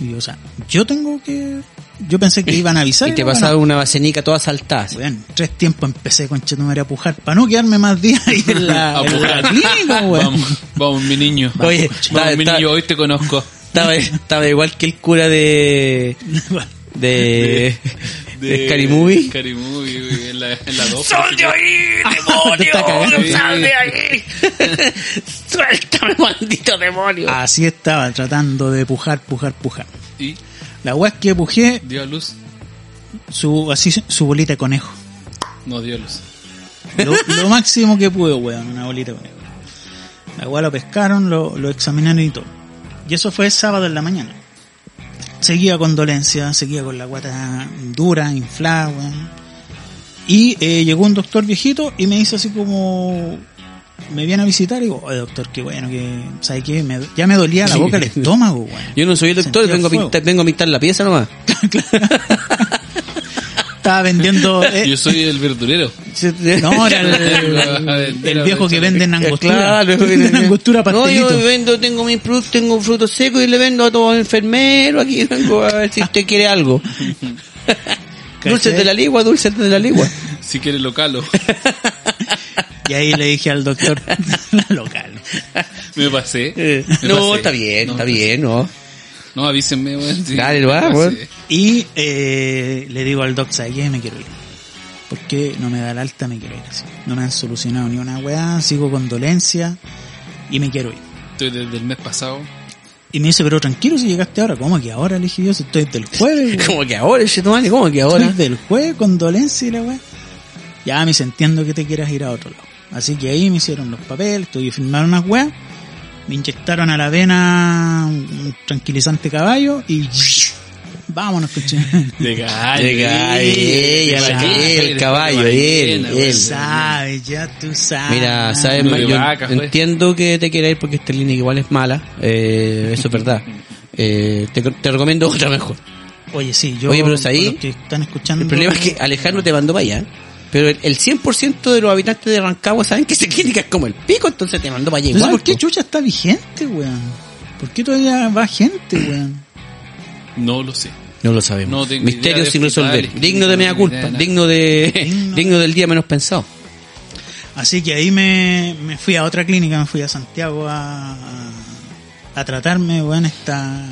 Speaker 4: Y yo, o sea, yo tengo que... Yo pensé que iban a
Speaker 2: *laughs*
Speaker 4: avisar.
Speaker 2: Y te
Speaker 4: no, bueno,
Speaker 2: pasaron una basenica toda saltada. así.
Speaker 4: Weón, tres tiempos empecé con Chetumare a pujar para no quedarme más días ahí en
Speaker 2: Ah, *laughs*
Speaker 4: la,
Speaker 3: A
Speaker 4: en la
Speaker 3: pujar.
Speaker 4: clínica,
Speaker 3: *laughs*
Speaker 4: weón.
Speaker 3: Vamos, vamos, mi niño.
Speaker 2: Oye,
Speaker 3: vamos,
Speaker 2: está-
Speaker 3: mi
Speaker 2: está-
Speaker 3: niño, hoy te conozco.
Speaker 2: Estaba, estaba igual que el cura
Speaker 4: *laughs*
Speaker 2: de...
Speaker 3: *laughs*
Speaker 2: De... De Scary Movie.
Speaker 3: Scarimubi, güey, en la, en la dos.
Speaker 2: ¡Sal *laughs* de ahí,
Speaker 4: Está cagando.
Speaker 2: demonio! ¡Sal de ahí! ¡Suéltame, maldito demonio!
Speaker 3: Ah.
Speaker 4: Así estaba, tratando de pujar, pujar, pujar.
Speaker 3: Y
Speaker 4: La weá es que pujé
Speaker 3: dio a luz.
Speaker 4: su, así, su bolita de conejo.
Speaker 3: No dio a luz.
Speaker 4: Lo, lo máximo que pude, weón, una bolita de conejo. La weá lo pescaron, lo, lo examinaron y todo. Y eso fue sábado en la mañana. Seguía con dolencia, seguía con la guata dura, inflada, weón. Y eh, llegó un doctor viejito y me dice así como... Me viene a visitar y digo, oye doctor, qué bueno, que... ¿Sabes qué? Me- ya me dolía la *laughs* boca, el estómago, weón.
Speaker 2: Yo no soy el doctor,
Speaker 4: Sentía
Speaker 2: vengo a,
Speaker 4: fuego.
Speaker 2: pintar, vengo a pintar la pieza nomás.
Speaker 4: Estaba *laughs* vendiendo... eh,
Speaker 3: Yo soy el verdurero.
Speaker 4: No, *laughs* era el, el viejo que *laughs* vende en angostura.
Speaker 2: Eh, Claro,
Speaker 4: *laughs* Vende en angostura
Speaker 2: no, yo
Speaker 4: pastelito.
Speaker 2: vendo, tengo mis frutos, tengo frutos secos y le vendo a todos los enfermeros aquí, *laughs* vengo a ver si usted quiere
Speaker 4: *laughs*
Speaker 2: algo. dulces de la ligua, dulces de la
Speaker 3: *laughs*
Speaker 2: ligua.
Speaker 3: Si quieres lo calo. *laughs*
Speaker 4: Y ahí le dije al doctor, *laughs* local.
Speaker 3: Me pasé.
Speaker 2: Eh,
Speaker 3: Me
Speaker 2: no,
Speaker 3: pasé.
Speaker 2: está bien,
Speaker 3: No,
Speaker 2: está bien, no.
Speaker 3: No, avísenme, güey. sí.
Speaker 2: Dale, va,
Speaker 3: Me pasé.
Speaker 2: güey.
Speaker 4: Y eh, le digo al doc, ¿sabes qué? Me quiero ir. Porque no me da el alta, me quiero ir. así. No me han solucionado ni una weá, sigo con dolencia y me quiero ir.
Speaker 3: Estoy desde el mes pasado.
Speaker 4: Y me dice, pero tranquilo si llegaste ahora. ¿Cómo que ahora? Le dije yo, si estoy del jueves. güey.
Speaker 2: *laughs* Como que ahora, Chetumani, como que ahora.
Speaker 4: Estoy del jueves, condolencia y la weá. Ya me dice, entiendo que te quieras ir a otro lado. Así que ahí me hicieron los papeles, tuve que firmar unas weas. Me inyectaron a la vena un tranquilizante caballo y... *laughs* Vámonos, coche.
Speaker 3: Legal.
Speaker 2: Llega ahí, ella, la que- el caballo, él, él.
Speaker 4: Sabes, ya tú sabes.
Speaker 2: Mira, sabes,
Speaker 3: Lo
Speaker 2: Mike,
Speaker 3: de
Speaker 2: yo
Speaker 3: vaca, fue.
Speaker 2: entiendo que te quieras ir porque esta línea igual es mala. eh, eso es verdad. Eh, te, te recomiendo otra mejor.
Speaker 4: Oye, sí, yo...
Speaker 2: Oye, pero es ahí.
Speaker 4: por los que están escuchando...
Speaker 2: El problema es que Alejandro te mandó para allá. Pero el, el 100% de los habitantes de Rancagua saben que se crítica es como el pico, entonces te mandó para allá
Speaker 4: Entonces,
Speaker 2: igual.
Speaker 4: ¿por qué
Speaker 2: po.
Speaker 4: Chucha está vigente, weón? ¿Por qué todavía va gente, weón?
Speaker 3: No lo sé.
Speaker 2: No lo sabemos.
Speaker 3: No tengo idea
Speaker 2: Misterio
Speaker 3: de
Speaker 2: sin resolver.
Speaker 3: hospitales,
Speaker 2: digno de
Speaker 3: no
Speaker 2: media
Speaker 3: tengo idea
Speaker 2: culpa.
Speaker 3: de nada.
Speaker 2: Digno de
Speaker 4: Digno.
Speaker 2: digno del día menos pensado.
Speaker 4: Así que ahí me, me fui a otra clínica, me fui a Santiago a, a- a tratarme, weón, esta,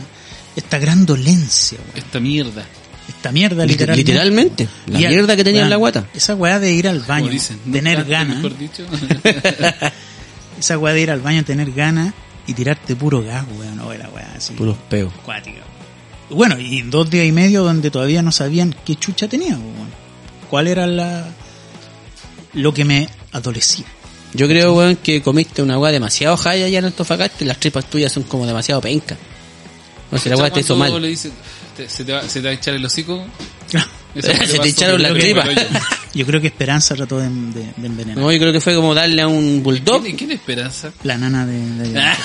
Speaker 4: esta gran dolencia, weón.
Speaker 3: Esta mierda.
Speaker 4: Esta mierda,
Speaker 2: Literalmente.
Speaker 4: literalmente.
Speaker 2: La
Speaker 4: Y al-
Speaker 2: mierda que tenía en
Speaker 4: weón,
Speaker 2: la guata.
Speaker 4: Esa weá de ir al baño,
Speaker 3: Como dicen.
Speaker 4: tener
Speaker 3: Nunca,
Speaker 4: ganas.
Speaker 3: Mejor dicho.
Speaker 4: Esa weá de ir al baño, tener ganas y tirarte puro gas, weón. O la weá así.
Speaker 2: Puros peos.
Speaker 4: acuática. Bueno, y dos días y medio donde todavía no sabían qué chucha tenía, weón. cuál era la lo que me
Speaker 3: *laughs*
Speaker 4: adolecía.
Speaker 2: Yo creo, weón, que comiste una weá demasiado jaya allá en Antofagasta y las tripas tuyas son como demasiado pencas. No
Speaker 3: *laughs*
Speaker 2: sé, la weá te hizo
Speaker 3: Cuando
Speaker 2: *laughs*
Speaker 3: le
Speaker 2: mal.
Speaker 3: dicen, te- se, te va, se te va a echar
Speaker 2: *laughs*
Speaker 3: el hocico. Eso
Speaker 2: Se
Speaker 3: pasó
Speaker 2: te
Speaker 3: con
Speaker 2: echaron
Speaker 3: el
Speaker 2: las
Speaker 3: hoyo,
Speaker 2: tripas. *laughs*
Speaker 3: con el hoyo.
Speaker 4: Yo creo que Esperanza trató de, de- de envenenar.
Speaker 2: No, yo creo que fue como darle a un bulldog.
Speaker 3: ¿Quién, quién es Esperanza?
Speaker 4: La nana de... de-
Speaker 2: Ah.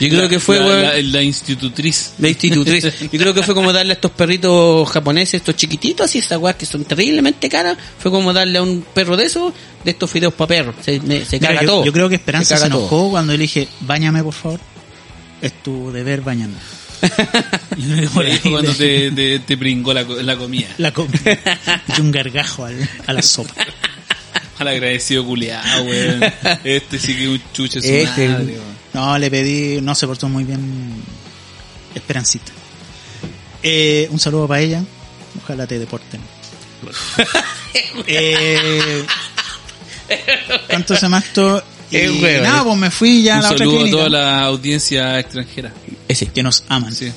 Speaker 2: Yo creo que fue,
Speaker 3: la,
Speaker 2: weón,
Speaker 3: la- la institutriz.
Speaker 2: de institutriz. Yo creo que fue como darle a estos perritos japoneses, estos chiquititos, y esas weas que son terriblemente caras. Fue como darle a un perro de esos, de estos fideos para perros. Se, me- se
Speaker 4: Mira,
Speaker 2: caga
Speaker 4: yo,
Speaker 2: todo.
Speaker 4: yo creo que Esperanza se,
Speaker 2: caga todo.
Speaker 4: enojó cuando yo le dije, bañame por favor. Es tu
Speaker 2: *laughs*
Speaker 4: deber bañarme. Y yo le
Speaker 3: *laughs*
Speaker 4: digo,
Speaker 3: Ahí fue cuando te, te, te pringó la, co- la comida.
Speaker 4: La comí. Y un gargajo al- a la sopa.
Speaker 3: Al agradecido culiado, weón. Este sí que es un chuche su
Speaker 2: Este-
Speaker 3: madre, weón.
Speaker 4: No, le pedí, no se portó muy bien Esperancita. Eh, un saludo para ella. Ojalá
Speaker 3: *laughs*
Speaker 4: te deporten. eh, ¿Cuánto
Speaker 3: *laughs*
Speaker 4: se mastó? Y
Speaker 2: Es huevo,
Speaker 4: nada,
Speaker 2: eh.
Speaker 4: pues me fui ya a
Speaker 3: Un
Speaker 4: la otra
Speaker 3: saludo a
Speaker 4: clínica.
Speaker 3: toda la audiencia extranjera.
Speaker 2: Ese.
Speaker 4: Que nos aman.
Speaker 3: Sí.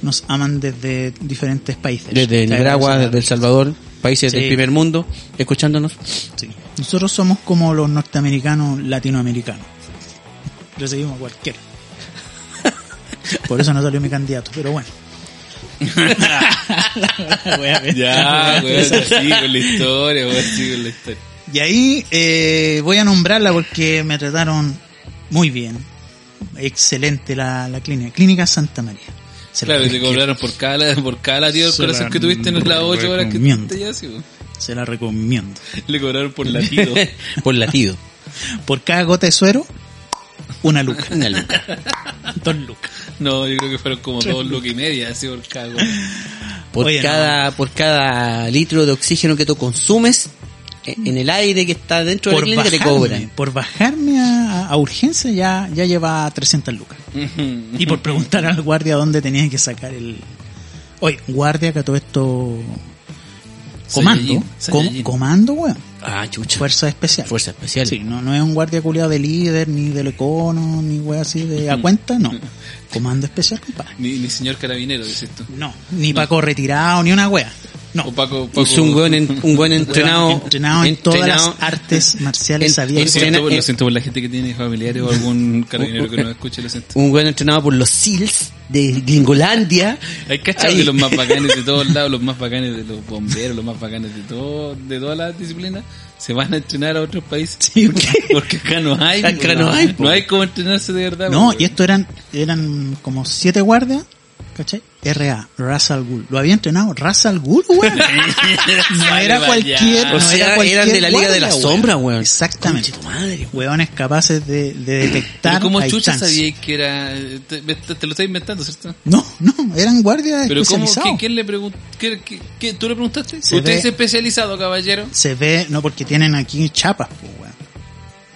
Speaker 4: Nos aman desde diferentes países.
Speaker 2: Desde
Speaker 4: O sea,
Speaker 2: Nicaragua,
Speaker 4: o sea,
Speaker 2: desde El Salvador, países
Speaker 4: Sí.
Speaker 2: del primer mundo, escuchándonos.
Speaker 4: sí. Nosotros somos como los norteamericanos latinoamericanos. Recibimos a cualquiera. *laughs* Por eso no salió mi candidato, pero bueno. *laughs* Voy a ver.
Speaker 3: Ya, *laughs* weón, sí, con la historia, weón, sí, con la historia.
Speaker 4: Y ahí eh, voy a nombrarla porque me trataron muy bien. Excelente la, la clínica. Clínica Santa María. Se la
Speaker 3: Claro, te
Speaker 4: requiero.
Speaker 3: cobraron por cada, por cada latido del
Speaker 4: Se la
Speaker 3: corazón que tuviste en las 8 horas que
Speaker 4: recomiendo.
Speaker 3: estuviste ya, sí, weón.
Speaker 4: Se la recomiendo.
Speaker 3: Le cobraron por latido.
Speaker 2: Por latido.
Speaker 4: Por cada gota de suero,
Speaker 3: *laughs*
Speaker 4: una luca.
Speaker 2: Una luca.
Speaker 4: Dos lucas.
Speaker 3: No, yo creo que fueron como dos lucas y media, así por cada weón.
Speaker 2: Por
Speaker 4: Oye, no.
Speaker 2: cada, por cada litro de oxígeno que tú consumes eh, en el aire que está dentro de la
Speaker 4: Por
Speaker 2: clínica te
Speaker 4: bajarme,
Speaker 2: cobran.
Speaker 4: por bajarme a, a urgencia ya, ya lleva 300 lucas. Y por preguntar al guardia dónde tenía que sacar el... Oye, guardia que a todo esto... Comando.
Speaker 3: Saiyajin,
Speaker 4: com-
Speaker 3: Saiyajin.
Speaker 4: comando, weón.
Speaker 2: Ah, chucha. Fuerza,
Speaker 4: Fuerza especial.
Speaker 2: especial.
Speaker 4: Sí, no, no es un guardia culiado de líder, ni del econo, ni wea así de a
Speaker 2: *laughs*
Speaker 4: cuenta, no. Comando especial, compadre.
Speaker 3: Ni, ni señor carabinero, dices tú.
Speaker 4: No, ni Paco retirado, ni una wea. No.
Speaker 3: O Paco, Paco.
Speaker 2: Es un buen, un *laughs* buen entrenado.
Speaker 4: entrenado en todas
Speaker 2: entrenado-
Speaker 4: las artes
Speaker 2: en-
Speaker 4: marciales
Speaker 3: Lo
Speaker 2: en-
Speaker 4: abiertas.
Speaker 3: siento, por-
Speaker 2: eh,
Speaker 3: lo siento por la gente que tiene familiares o
Speaker 4: *laughs*
Speaker 3: algún carabinero que no escuche, lo siento.
Speaker 2: Un buen entrenado por los SEALs de Gringolandia.
Speaker 3: Hay cachado
Speaker 2: Ahí.
Speaker 3: de los más bacanes de todos lados, los más bacanes de los bomberos, los más bacanes de todo, de todas las disciplinas, se van a entrenar a otros países. porque, porque acá no hay.
Speaker 2: Acá no
Speaker 3: weón.
Speaker 2: hay, po.
Speaker 3: No hay como entrenarse de verdad.
Speaker 4: pues.
Speaker 3: pues.
Speaker 4: No,
Speaker 3: weón.
Speaker 4: y esto eran, eran como siete guardias, ¿cachai? RA, Ra's al Ghul. Lo había entrenado Ra's al Ghul,
Speaker 3: *laughs*
Speaker 4: weón. No
Speaker 3: Sale
Speaker 4: era
Speaker 3: pa'
Speaker 4: cualquier.
Speaker 3: allá.
Speaker 4: no
Speaker 2: O sea,
Speaker 4: era cualquier
Speaker 2: eran de la Liga de
Speaker 4: guardia,
Speaker 2: la
Speaker 4: weón.
Speaker 2: Sombra, weón.
Speaker 4: Exactamente.
Speaker 2: Conche tu madre,
Speaker 4: Weones capaces
Speaker 3: *coughs*
Speaker 4: de, de detectar.
Speaker 3: Pero como
Speaker 4: a
Speaker 3: chucha
Speaker 4: distancia.
Speaker 3: sabía que era. Te, te- te lo estás inventando, ¿cierto?
Speaker 4: No, no, eran guardias
Speaker 3: Pero ¿cómo?
Speaker 4: especializados.
Speaker 3: ¿qué- ¿Quién le preguntó? ¿Qué, qué- qué- tú le preguntaste?
Speaker 4: Se
Speaker 3: Usted
Speaker 4: ve-
Speaker 3: es especializado, caballero.
Speaker 4: se ve, no, porque tienen aquí chapas, pues, weón.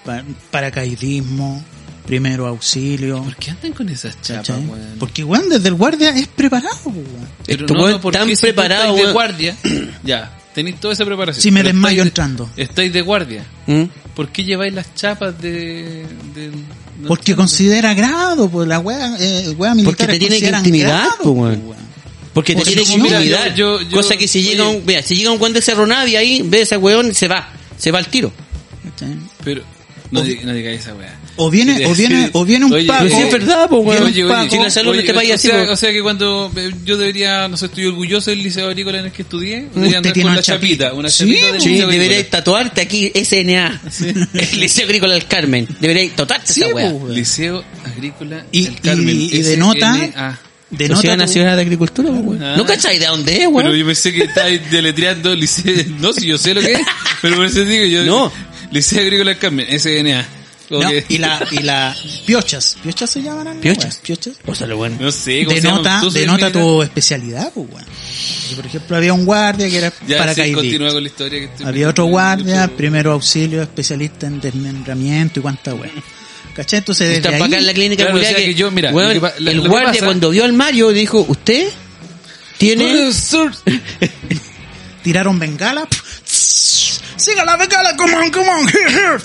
Speaker 4: Pa- paracaidismo, primero auxilio.
Speaker 3: ¿Por qué andan con esas chapas,
Speaker 4: ¿cachai?
Speaker 3: weón?
Speaker 4: Porque, weón, desde el guardia es preparado, pues, weón.
Speaker 3: Pero
Speaker 2: Este weón
Speaker 3: ¿por
Speaker 2: tan
Speaker 3: qué si tú
Speaker 2: preparado,
Speaker 3: estáis de
Speaker 2: weón.
Speaker 3: *clears throat* guardia, ya, tenéis toda esa preparación.
Speaker 4: Si me
Speaker 3: Pero
Speaker 4: desmayo
Speaker 3: estáis de-
Speaker 4: entrando.
Speaker 3: Estáis de guardia.
Speaker 2: ¿Mm?
Speaker 3: ¿Por qué lleváis las chapas de, del-
Speaker 4: Porque considera grado, pues la wea, eh, wea militar.
Speaker 2: Porque te tiene que intimidar, pues, weón. Porque te
Speaker 4: Pues
Speaker 2: tiene
Speaker 4: sí,
Speaker 2: que
Speaker 4: mira,
Speaker 2: intimidar.
Speaker 3: yo- yo- yo-
Speaker 2: cosa que si llega
Speaker 3: oye.
Speaker 2: un, mira, si llega un guante cerronavi ahí, ve ese weón y se va. Se va al tiro.
Speaker 3: Pero no, diga- no digáis esa weá.
Speaker 4: O viene, o viene, o viene un
Speaker 3: Oye,
Speaker 4: pago.
Speaker 2: Pero si es verdad, pues, weón.
Speaker 3: Oye, oye,
Speaker 2: Si la salud de este país
Speaker 3: o,
Speaker 2: así,
Speaker 3: sea,
Speaker 2: pues.
Speaker 3: o sea que cuando eh, yo debería, no sé, estoy orgulloso del liceo agrícola en el que estudié, debería andar
Speaker 4: tiene
Speaker 3: con
Speaker 4: una
Speaker 3: la chapita,
Speaker 4: chapita.
Speaker 3: una
Speaker 4: Sí,
Speaker 3: chapita del
Speaker 2: Sí,
Speaker 3: liceo agrícola.
Speaker 2: deberéis tatuarte aquí SNA. El Liceo Agrícola del Carmen. Deberéis tatuarte
Speaker 4: Sí,
Speaker 2: esa weá.
Speaker 4: pues, weón.
Speaker 3: Liceo Agrícola
Speaker 4: Y-
Speaker 3: del Carmen.
Speaker 4: y- y
Speaker 3: SNA.
Speaker 4: denota- De
Speaker 2: Sociedad
Speaker 4: nota,
Speaker 2: Nacional de Agricultura, pues, weón.
Speaker 3: Ah.
Speaker 2: ¿No cacháis de dónde es,
Speaker 3: Pero
Speaker 2: weón?
Speaker 3: yo pensé que estáis deletreando Liceo. No, si yo sé lo que es, pero por eso digo yo.
Speaker 2: No.
Speaker 3: Liceo Agrícola del Carmen, SNA. Como
Speaker 4: No,
Speaker 3: que-
Speaker 4: y la, y la, piochas. ¿Piochas se llaman? alguna
Speaker 2: Piochas.
Speaker 4: wea? Piochas.
Speaker 2: O sea, lo bueno.
Speaker 3: no sé, ¿cómo se llama?
Speaker 4: Denota,
Speaker 3: ¿Tú soy
Speaker 4: denota
Speaker 3: militar?
Speaker 4: tu especialidad, pues, weón. Porque, Por ejemplo, había un guardia que era
Speaker 3: Ya, sí, continúa
Speaker 4: paracaidista.
Speaker 3: con la historia que estoy
Speaker 4: Había
Speaker 3: metiendo
Speaker 4: otro
Speaker 3: en
Speaker 4: guardia,
Speaker 3: YouTube.
Speaker 4: primero auxilio, especialista en desmembramiento y cuánta weá. ¿Cachai? Entonces,
Speaker 2: Está
Speaker 4: desde
Speaker 2: para acá en
Speaker 4: ahí,
Speaker 2: la clínica
Speaker 3: Claro, o
Speaker 2: culiá
Speaker 3: sea que yo, mira,
Speaker 2: weón,
Speaker 3: lo que pa- lo-
Speaker 2: el
Speaker 3: lo que
Speaker 2: guardia
Speaker 3: pasa-
Speaker 2: cuando vio al Mario dijo, ¿usted tiene...?
Speaker 4: tiraron bengala. pf, ¡Siga la bengala! ¡Come on, come on! *laughs*
Speaker 2: ¡El tren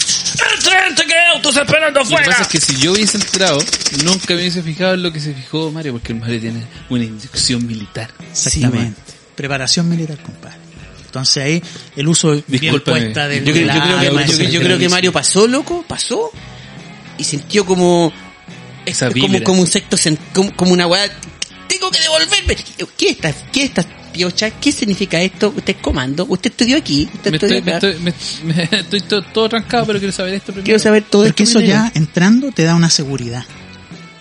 Speaker 2: se quedó! ¡Estás esperando
Speaker 3: Lo que pasa es que si yo hubiese entrado, nunca me hubiese fijado en lo que se fijó Mario, porque el Mario tiene una inducción militar.
Speaker 4: Exactamente. Preparación militar, compadre. Entonces ahí el uso bien
Speaker 3: Discúlpame.
Speaker 4: puesta del
Speaker 2: Yo creo, yo
Speaker 4: del
Speaker 3: Ah,
Speaker 2: creo que,
Speaker 4: arma,
Speaker 2: yo creo- yo
Speaker 4: etcétera.
Speaker 2: creo que Mario pasó, loco, pasó, y sintió como...
Speaker 3: Esa
Speaker 2: como,
Speaker 3: vibra.
Speaker 2: como un sexto, sen- como, como una weá. Tengo que devolverme. ¿Qué es esta, qué es esta piocha? ¿Qué significa esto? ¿Usted es comando? ¿Usted estudió aquí? ¿Usted
Speaker 3: Me
Speaker 2: estudió
Speaker 3: estoy, me
Speaker 2: acá?
Speaker 3: estoy, me-
Speaker 1: *laughs*
Speaker 3: me- estoy to- todo, trancado, pero quiero saber esto primero.
Speaker 2: Quiero saber todo
Speaker 4: Porque
Speaker 2: esto
Speaker 4: eso
Speaker 2: primero.
Speaker 4: ya entrando te da una seguridad.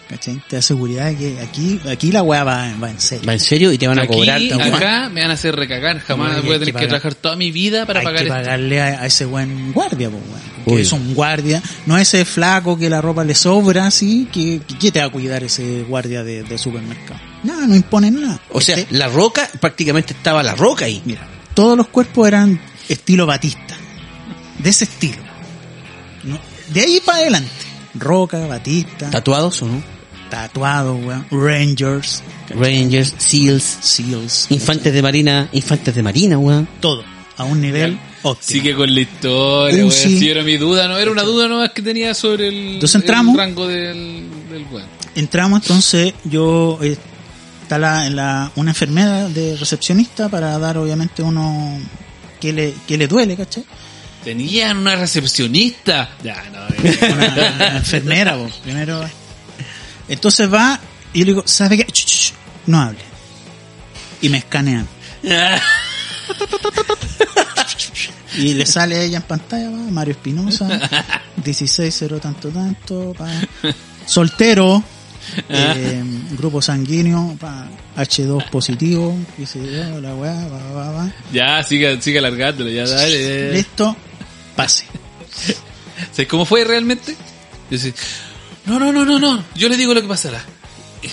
Speaker 4: ¿Cachai? Te da seguridad de que aquí, aquí la weá va, va en serio.
Speaker 2: Va en serio y te van a
Speaker 3: Aquí,
Speaker 2: cobrar. te van a-
Speaker 3: acá me van a hacer recagar.
Speaker 4: Hay
Speaker 3: Jamás voy a
Speaker 4: que
Speaker 3: tener que,
Speaker 4: pagar.
Speaker 3: trabajar toda mi vida para
Speaker 4: Hay
Speaker 3: pagar
Speaker 4: que
Speaker 3: esto.
Speaker 4: pagarle a, a ese buen guardia, po, weón. Que
Speaker 2: Obvio.
Speaker 4: es un guardia, no ese flaco que la ropa le sobra, así, que, que, ¿qué te va a cuidar ese guardia de, de supermercado. Nada, no impone nada.
Speaker 2: O sea,
Speaker 4: ¿Cachai?
Speaker 2: la roca, prácticamente estaba la roca ahí.
Speaker 4: Mira, todos los cuerpos eran estilo Batista. De ese estilo. No, de ahí para adelante. Roca, Batista,
Speaker 2: ¿Tatuados o no?
Speaker 4: tatuado, weón. Rangers,
Speaker 2: Rangers, Seals,
Speaker 4: Seals,
Speaker 2: infantes de marina, infantes de marina, weón.
Speaker 4: todo. A un nivel óptimo.
Speaker 3: Sigue con la historia,
Speaker 4: Uh,
Speaker 3: weón.
Speaker 4: sí.
Speaker 3: Si era mi duda, no era una duda nomás que tenía sobre el,
Speaker 4: Entonces
Speaker 3: el
Speaker 4: entramos.
Speaker 3: rango del, del weón.
Speaker 4: Entramos, entonces yo eh, está la, la- una enfermera de recepcionista para dar obviamente uno que le, que le duele, ¿cachai?
Speaker 3: Tenían una recepcionista. Ya, no, eh.
Speaker 4: Una enfermera, vos, primero. Entonces va y yo le digo, ¿sabe qué? Ch, ch, ch, no hable. Y me escanean. *laughs* Y le sale a ella en pantalla, va,
Speaker 3: *laughs*
Speaker 4: Mario Espinosa, 16-0 tanto tanto, pa,
Speaker 3: *laughs*
Speaker 4: soltero, eh, grupo sanguíneo, pa, H2 positivo, y se dio la weá, va, va, va.
Speaker 3: ya, siga, siga alargándolo, ya dale.
Speaker 2: ¿Eh?
Speaker 4: Listo, pase.
Speaker 3: ¿Sabes cómo fue realmente? Yo decía, no, no, no, no, no, yo le digo lo que pasará.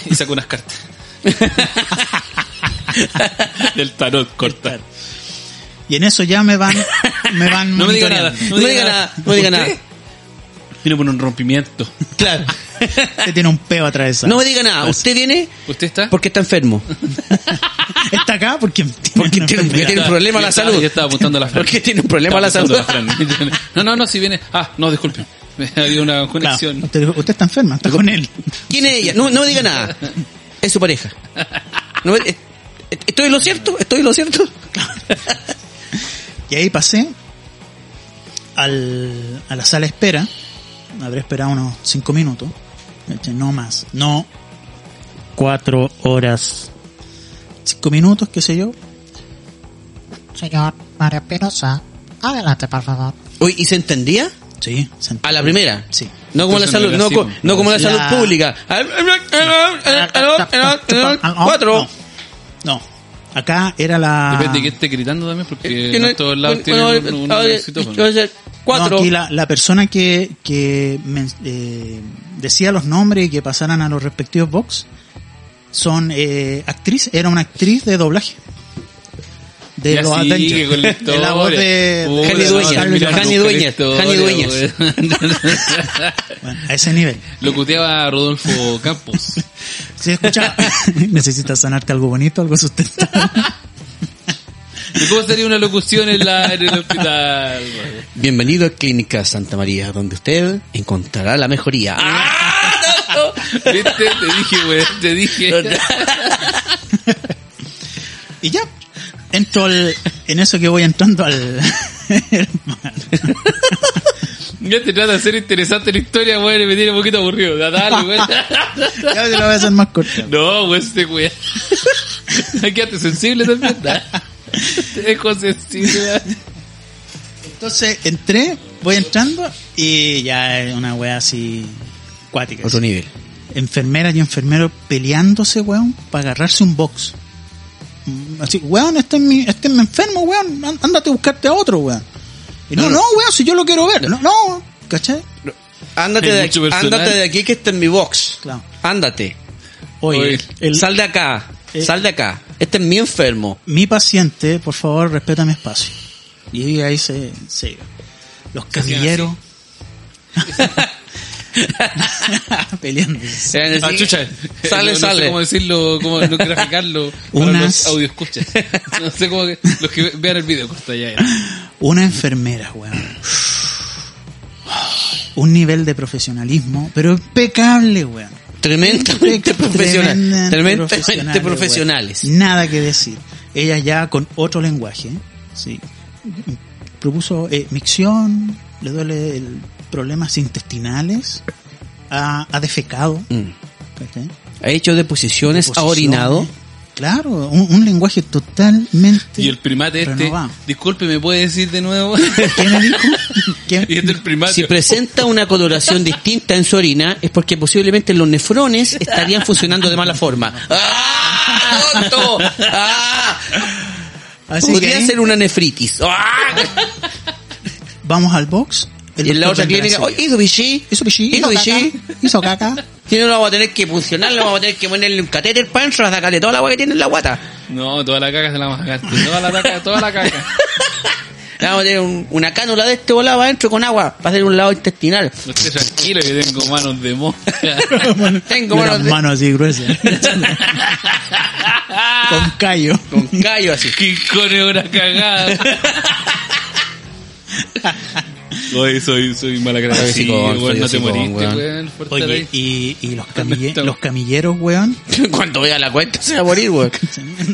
Speaker 3: Y saco
Speaker 2: *laughs*
Speaker 3: unas cartas. Del tarot, corta.
Speaker 4: Y en eso ya me van,
Speaker 3: *laughs*
Speaker 4: me van
Speaker 3: No me diga
Speaker 4: monitoreando.
Speaker 3: nada,
Speaker 2: No diga nada, no diga
Speaker 3: ¿Por
Speaker 2: nada.
Speaker 3: qué? Vino por un rompimiento.
Speaker 2: Claro.
Speaker 4: Usted tiene un peo atravesado.
Speaker 2: No me diga nada. Usted viene
Speaker 3: ¿Usted está?
Speaker 2: porque está enfermo.
Speaker 4: Está acá porque tiene
Speaker 2: Porque tiene,
Speaker 4: una
Speaker 2: porque
Speaker 4: enfermedad.
Speaker 2: tiene un problema a
Speaker 3: Ah, Yo
Speaker 2: la
Speaker 3: estaba-
Speaker 2: salud.
Speaker 3: Yo estaba
Speaker 2: *laughs*
Speaker 3: apuntando a la Fran.
Speaker 2: Porque tiene un problema a la
Speaker 3: Estaba
Speaker 2: salud. *laughs*
Speaker 3: apuntando a la Fran. No, no, no, si viene. Ah, no, disculpe. *laughs* Había una
Speaker 4: Claro,
Speaker 3: conexión.
Speaker 4: usted, usted está enferma, está con él.
Speaker 2: ¿Quién es ella? No, no me diga nada. Es su pareja. No me- eh, ¿Estoy en lo cierto? ¿Estoy en lo cierto?
Speaker 4: Y ahí pasé al, a la sala de espera. Habré esperado unos 5 minutos. ¿cachai? No más. No. 4 horas. 5 minutos, qué sé yo.
Speaker 7: Señor Mario Pinoza, adelante por favor.
Speaker 2: Uy, ¿Y se entendía?
Speaker 4: Sí. sent-
Speaker 2: A la primera.
Speaker 4: Sí.
Speaker 2: No como la
Speaker 3: Entonces
Speaker 2: salud,
Speaker 3: no
Speaker 2: no,
Speaker 3: era
Speaker 2: co-
Speaker 3: así, pues.
Speaker 2: no como la
Speaker 4: La-
Speaker 2: salud pública. Eh, Cuatro.
Speaker 4: ah, oh, No. Acá era la.
Speaker 3: Depende de que esté gritando también, porque
Speaker 2: Ah. Eh, Que
Speaker 3: no
Speaker 2: no-
Speaker 3: en todos lados
Speaker 2: bueno,
Speaker 3: tienen
Speaker 2: bueno,
Speaker 3: un, pues, un,
Speaker 2: a ver, yo voy
Speaker 3: citófono.
Speaker 2: a hacer
Speaker 4: No,
Speaker 2: Cuatro.
Speaker 4: aquí la, la persona que, que men- eh, decía los nombres y que pasaran a los respectivos box son eh, actriz, era una actriz de doblaje.
Speaker 2: Eh,
Speaker 4: De
Speaker 3: Ya
Speaker 4: los
Speaker 3: sigue
Speaker 4: Avengers.
Speaker 2: *laughs*
Speaker 3: con la
Speaker 4: *laughs* de la voz de,
Speaker 3: historia.
Speaker 4: de-
Speaker 3: Puta,
Speaker 2: Jani
Speaker 4: de-
Speaker 3: no,
Speaker 2: Dueñas, Jani
Speaker 3: terminamos
Speaker 4: Carlos
Speaker 3: con
Speaker 4: Alejandro.
Speaker 2: Dueñas,
Speaker 3: la
Speaker 2: Jani
Speaker 3: historia,
Speaker 2: Dueñas. *laughs*
Speaker 3: weón.
Speaker 4: Bueno, a ese nivel.
Speaker 3: Lo cuteaba a Rodolfo Campos.
Speaker 4: *laughs* Si escucha, necesitas sanarte algo bonito, algo sustentable.
Speaker 3: ¿Y cómo sería una locución en, la, en el hospital? güey?
Speaker 2: Bienvenido a Clínica Santa María, donde usted encontrará la mejoría.
Speaker 3: ¿Viste? Te dije, güey, te dije.
Speaker 4: Y ya. Entro al, en eso que voy entrando al. *laughs* el mar.
Speaker 3: Ya te trata de hacer interesante la historia, güey, y me tiene un poquito aburrido. Ya,
Speaker 2: *laughs*
Speaker 3: Dale, güey.
Speaker 4: ya se lo voy a hacer más corto.
Speaker 3: No, güey,
Speaker 2: *laughs*
Speaker 3: este güey. Ay, Quédate sensible también. ¿no? Te dejo sensible. ¿no?
Speaker 4: Entonces entré, voy entrando y ya es una wea así.
Speaker 2: *laughs*
Speaker 4: cuática.
Speaker 2: Otro nivel.
Speaker 4: enfermeras y enfermeros peleándose, weón, para agarrarse un box. Mm, Así, weón, este es mi, este es mi enfermo, weón, án- ándate a buscarte a otro, weón. Y no,
Speaker 2: No,
Speaker 4: no,
Speaker 2: no.
Speaker 4: weón, si yo lo quiero ver. No, no, ¿cachai?
Speaker 2: Ándate
Speaker 3: Hay
Speaker 2: de,
Speaker 3: mucho
Speaker 2: aquí,
Speaker 3: personal.
Speaker 2: ándate de aquí que está en mi box.
Speaker 4: Claro.
Speaker 2: Ándate.
Speaker 4: Oye,
Speaker 3: Oye,
Speaker 4: el-
Speaker 2: Sal de acá.
Speaker 4: el-
Speaker 2: Sal de acá. Este es mi enfermo.
Speaker 4: mi paciente, por favor, respeta mi espacio. Y ahí se, se los camilleros *laughs* peleando.
Speaker 2: Sale,
Speaker 3: Ah, chucha.
Speaker 2: Sale,
Speaker 3: *laughs* no, No sé
Speaker 2: sale.
Speaker 3: cómo decirlo, cómo
Speaker 2: *laughs*
Speaker 3: no graficarlo para
Speaker 4: Unas-
Speaker 3: los audio escuchas. No sé cómo que, los que vean el video corta ya. ya.
Speaker 4: Una enfermera, weón. Un nivel de profesionalismo, pero impecable, weón.
Speaker 2: *laughs* Tremendamente profesional.
Speaker 4: Tremendamente
Speaker 2: Tremendamente
Speaker 4: profesionales,
Speaker 2: profesionales.
Speaker 4: güey. Nada que decir. Ella ya con otro lenguaje, sí. Propuso eh, micción, le duele el- problemas intestinales, ha, ha defecado.
Speaker 2: Mm.
Speaker 4: ¿cachai?
Speaker 2: Ha hecho deposiciones, ha
Speaker 4: Posiciones.
Speaker 2: orinado.
Speaker 4: Claro, un, un lenguaje totalmente.
Speaker 3: Y el primate este,
Speaker 4: renovado.
Speaker 3: disculpe, ¿me puede decir de nuevo? *laughs*
Speaker 4: ¿Quién le dijo? ¿Quién?
Speaker 3: y este es el primate.
Speaker 2: Si presenta una coloración distinta en su orina es porque posiblemente los nefrones estarían funcionando de mala forma. *laughs* ¡Ah! ¡Tonto! ¡Ah!
Speaker 4: Así que
Speaker 2: Podría
Speaker 4: ahí
Speaker 2: ser una nefritis. ¡Ah!
Speaker 4: vamos al box. el
Speaker 2: Y en la
Speaker 4: doctor
Speaker 2: otra
Speaker 4: vendrá
Speaker 2: clínica,
Speaker 4: enseguida.
Speaker 2: ¡oye, hizo pichí!
Speaker 4: Hizo pichí,
Speaker 2: ¡Hizo
Speaker 4: hizo
Speaker 2: pichí!
Speaker 4: caca, hizo caca.
Speaker 2: Si no lo vamos a tener que funcionar, lo vamos a tener que ponerle un catéter para adentro, a sacarle toda la agua que tiene en la guata.
Speaker 3: No, toda la caca se la vamos a sacar. Toda la caca, toda la caca.
Speaker 2: Le vamos a tener un- una cánula de este volado adentro con agua para hacer un lado intestinal.
Speaker 3: No esté tranquilo que tengo manos de mosca.
Speaker 2: *laughs* Tengo
Speaker 4: Con las
Speaker 2: manos de-
Speaker 4: manos así gruesas. Con callo.
Speaker 2: *laughs* con callo así.
Speaker 3: Qué cone una
Speaker 2: *laughs*
Speaker 3: cagada. Oye, soy, soy mala cara.
Speaker 2: Soy
Speaker 3: Sí,
Speaker 2: psicón,
Speaker 3: weón,
Speaker 2: soy
Speaker 3: no te
Speaker 2: psicón,
Speaker 3: moriste,
Speaker 2: weón. *laughs*
Speaker 3: weón. fuerte
Speaker 4: Oye,
Speaker 3: ahí.
Speaker 4: y, y los, camille-
Speaker 3: Estamos.
Speaker 4: los camilleros, weón.
Speaker 2: Cuando vea la cuenta se va a morir, weón.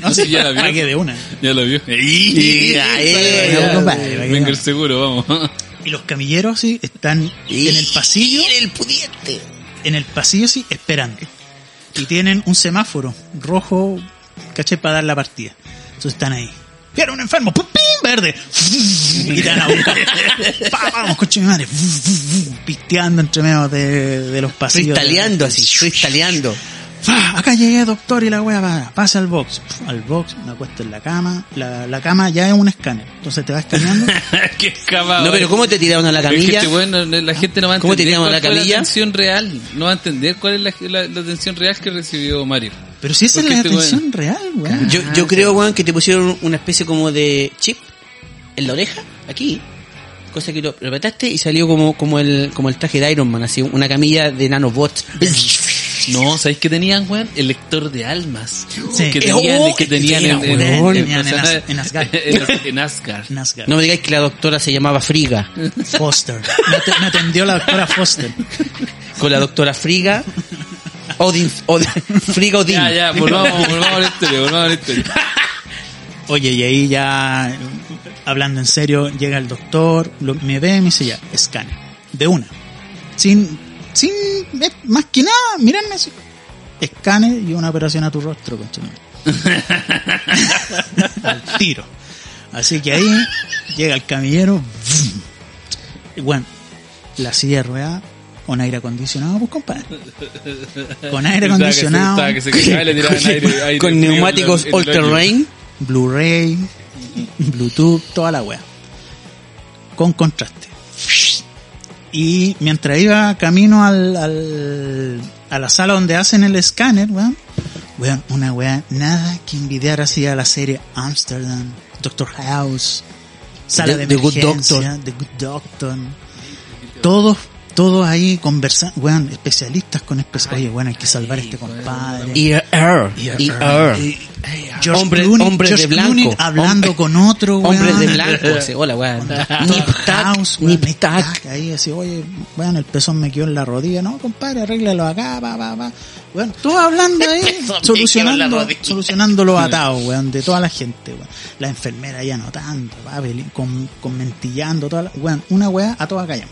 Speaker 4: No
Speaker 3: Sí,
Speaker 4: sé,
Speaker 3: ya la vi.
Speaker 4: pagué de una.
Speaker 3: Ya lo vio.
Speaker 2: ahí,
Speaker 4: Pagué de una, compadre, pagué de
Speaker 3: Venga el
Speaker 4: una.
Speaker 3: seguro, vamos. *laughs*
Speaker 4: Y los camilleros, sí, están en el pasillo,
Speaker 2: el pudiente.
Speaker 4: en el pasillo, sí, esperando. Y tienen un semáforo rojo, caché, para dar la partida. Entonces están ahí. Viene un enfermo, ¡pum, pim! verde. *laughs* Y te van
Speaker 2: *laughs*
Speaker 4: a buscar. Pa, Vamos, coche de madre. Pisteando entre medio de, de los pasillos.
Speaker 2: Cristaleando así, cristaleando.
Speaker 4: ¡Fa! Acá llegué, doctor, y la wea va. Pasa al box. Pf, Al box, me acuesto en la cama. La, la cama ya es un escáner. Entonces te
Speaker 2: *laughs*
Speaker 4: va escaneando.
Speaker 3: Qué escamado.
Speaker 2: No, pero ¿cómo te tiraron a la
Speaker 3: Es que
Speaker 2: camilla?
Speaker 3: este weón no- no- la gente no va a
Speaker 2: ¿Cómo
Speaker 3: entender
Speaker 2: te llaman,
Speaker 3: cuál
Speaker 2: la
Speaker 3: fue
Speaker 2: camilla?
Speaker 3: la atención real. No va a entender cuál es la, la, la atención real que recibió Mario.
Speaker 4: Pero si esa es
Speaker 3: Porque
Speaker 4: la
Speaker 3: este weón-
Speaker 4: atención real, weón.
Speaker 2: Yo,
Speaker 3: Ah,
Speaker 2: yo creo, weón, que te pusieron una especie como de chip en la oreja, aquí. Cosa que lo lo apretaste y salió como, como el, como el traje de Iron Man, así, una camilla de
Speaker 3: *laughs*
Speaker 2: nanobots.
Speaker 3: No, ¿sabéis qué tenían, weón? El lector de almas.
Speaker 4: Sí.
Speaker 3: Que
Speaker 4: Eh,
Speaker 3: tenían,
Speaker 2: oh,
Speaker 3: que
Speaker 2: que
Speaker 3: tenían,
Speaker 2: tenían,
Speaker 3: en, en-
Speaker 4: weón.
Speaker 3: en-
Speaker 4: Tenían en As- en Asgard.
Speaker 3: en- en Asgard.
Speaker 4: Nazgar.
Speaker 2: No me digáis que la doctora se llamaba Friga.
Speaker 4: Foster. Me, at- me atendió la doctora Foster.
Speaker 2: Con la doctora Friga. Odin, Odin- Friga Odin.
Speaker 3: Ya, *laughs* ya, volvamos, volvamos a la historia, volvamos a la historia.
Speaker 4: Oye, y ahí ya, eh, hablando en serio, llega el doctor, lo- me ve y me dice ya, escáner. De una. Sin, sin, eh, más que nada, mirarme así. Escáner y una operación a tu rostro, conchetumare. *laughs* Al tiro. Así que ahí llega el camillero. Y bueno, la silla de ruedas con aire acondicionado, pues compadre. Con aire
Speaker 3: Estaba que se-
Speaker 4: acondicionado.
Speaker 3: estaba que se quejaba y le
Speaker 4: *laughs*
Speaker 3: tiraban aire- aire
Speaker 2: Con
Speaker 3: frío en la-
Speaker 2: neumáticos
Speaker 3: en el
Speaker 2: all terrain.
Speaker 4: Blu-ray, Bluetooth, toda la wea. Con contraste. Y mientras iba camino al, al- a la sala donde hacen el escáner, weón, weón, una wea nada que envidiar así a la serie Amsterdam, Doctor House, Sala
Speaker 2: The-
Speaker 4: de
Speaker 2: The Good
Speaker 4: emergencia, The Good Doctor. Todos todos ahí conversando, weón, especialistas con especialistas. Oye, weón, hay que salvar a este compadre.
Speaker 2: Y er, y er.
Speaker 4: George
Speaker 2: Hombres-
Speaker 4: Clooney-
Speaker 2: hombres de
Speaker 4: George
Speaker 2: blanco.
Speaker 4: Clooney hablando
Speaker 2: Hombre-
Speaker 4: con otro, weón.
Speaker 2: Hombres de blanco, sí, hola, weón. Nip tac,
Speaker 4: House, weón,
Speaker 2: nip tac.
Speaker 4: Ahí así, oye, bueno, el pezón me quedó en la rodilla. No, compadre, arréglalo acá, va, va, va. Bueno, todo
Speaker 2: *laughs*
Speaker 4: hablando ahí,
Speaker 2: pezón me quedó en la
Speaker 4: solucionando,
Speaker 2: rodilla.
Speaker 4: solucionando los atados, weón, de toda la gente, weón. La enfermera ahí anotando, va, peli- con, con mentillando, toda la, weón, una weá a toda callan.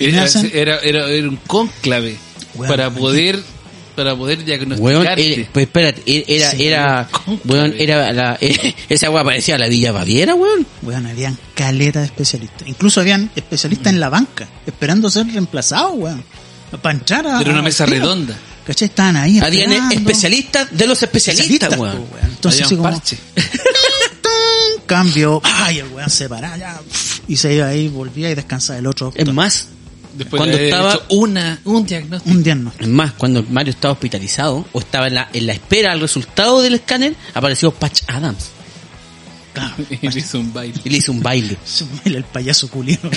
Speaker 3: Era,
Speaker 4: hacen-
Speaker 3: era, era, era un cónclave
Speaker 4: Weón,
Speaker 3: para
Speaker 4: aquí.
Speaker 3: poder para poder
Speaker 2: Weón,
Speaker 3: diagnosticarte.
Speaker 2: era- pues espérate, era,
Speaker 4: Sí,
Speaker 2: era,
Speaker 3: weón.
Speaker 2: weón, era la, eh, *laughs* esa weá parecía la Villa Baviera, weón.
Speaker 4: Weón, habían caleta de especialistas. Incluso habían especialistas en la banca, esperando ser reemplazados, weón. Para entrar a.
Speaker 3: Era una
Speaker 4: a-
Speaker 3: mesa redonda.
Speaker 4: ¿Cachai? Estaban ahí.
Speaker 2: Habían
Speaker 4: esperando.
Speaker 2: especialistas de los especialistas,
Speaker 4: Especialistas,
Speaker 2: weón.
Speaker 4: po, pues, weón. Entonces,
Speaker 3: Había
Speaker 4: así
Speaker 3: un
Speaker 4: como.
Speaker 3: parche.
Speaker 4: *laughs* ¡tum! Cambio. Ay, el weón se paraba ya. pf, Y se iba ahí, volvía y descansaba el otro.
Speaker 2: Es más,
Speaker 3: Después
Speaker 2: Cuando
Speaker 3: de haber
Speaker 2: estaba-
Speaker 3: hecho una, un diagnóstico.
Speaker 4: Un día no.
Speaker 2: es más, cuando Mario estaba hospitalizado o estaba en la, en la espera al resultado del escáner, apareció Patch Adams
Speaker 4: Claro.
Speaker 3: Y le *laughs* hizo un baile.
Speaker 2: y le hizo un baile.
Speaker 4: Se muere el payaso culino.
Speaker 3: *laughs*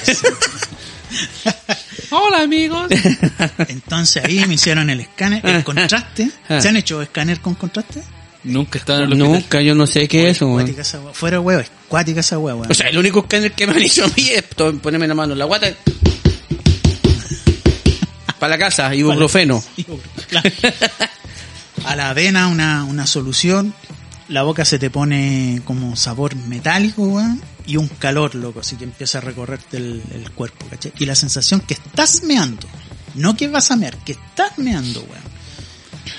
Speaker 3: Hola amigos.
Speaker 4: *laughs* Entonces ahí me hicieron el escáner,
Speaker 3: *laughs*
Speaker 4: el contraste. ¿Se han hecho escáner con contraste?
Speaker 3: Nunca estaban en los
Speaker 2: Nunca, yo no sé qué es eso, weón.
Speaker 4: Cuática esa weá. Fuera huevo, es cuática esa hueá, weón.
Speaker 2: O sea, el único escáner que me han hecho a mí es to- ponerme la mano en la guata. *laughs* Para la casa, ibuprofeno.
Speaker 4: A la avena una, una solución, la boca se te pone como sabor metálico, weón, y un calor, loco, así que empieza a recorrerte el, el cuerpo, ¿cachai? Y la sensación que estás meando, no que vas a mear, que estás meando, weón.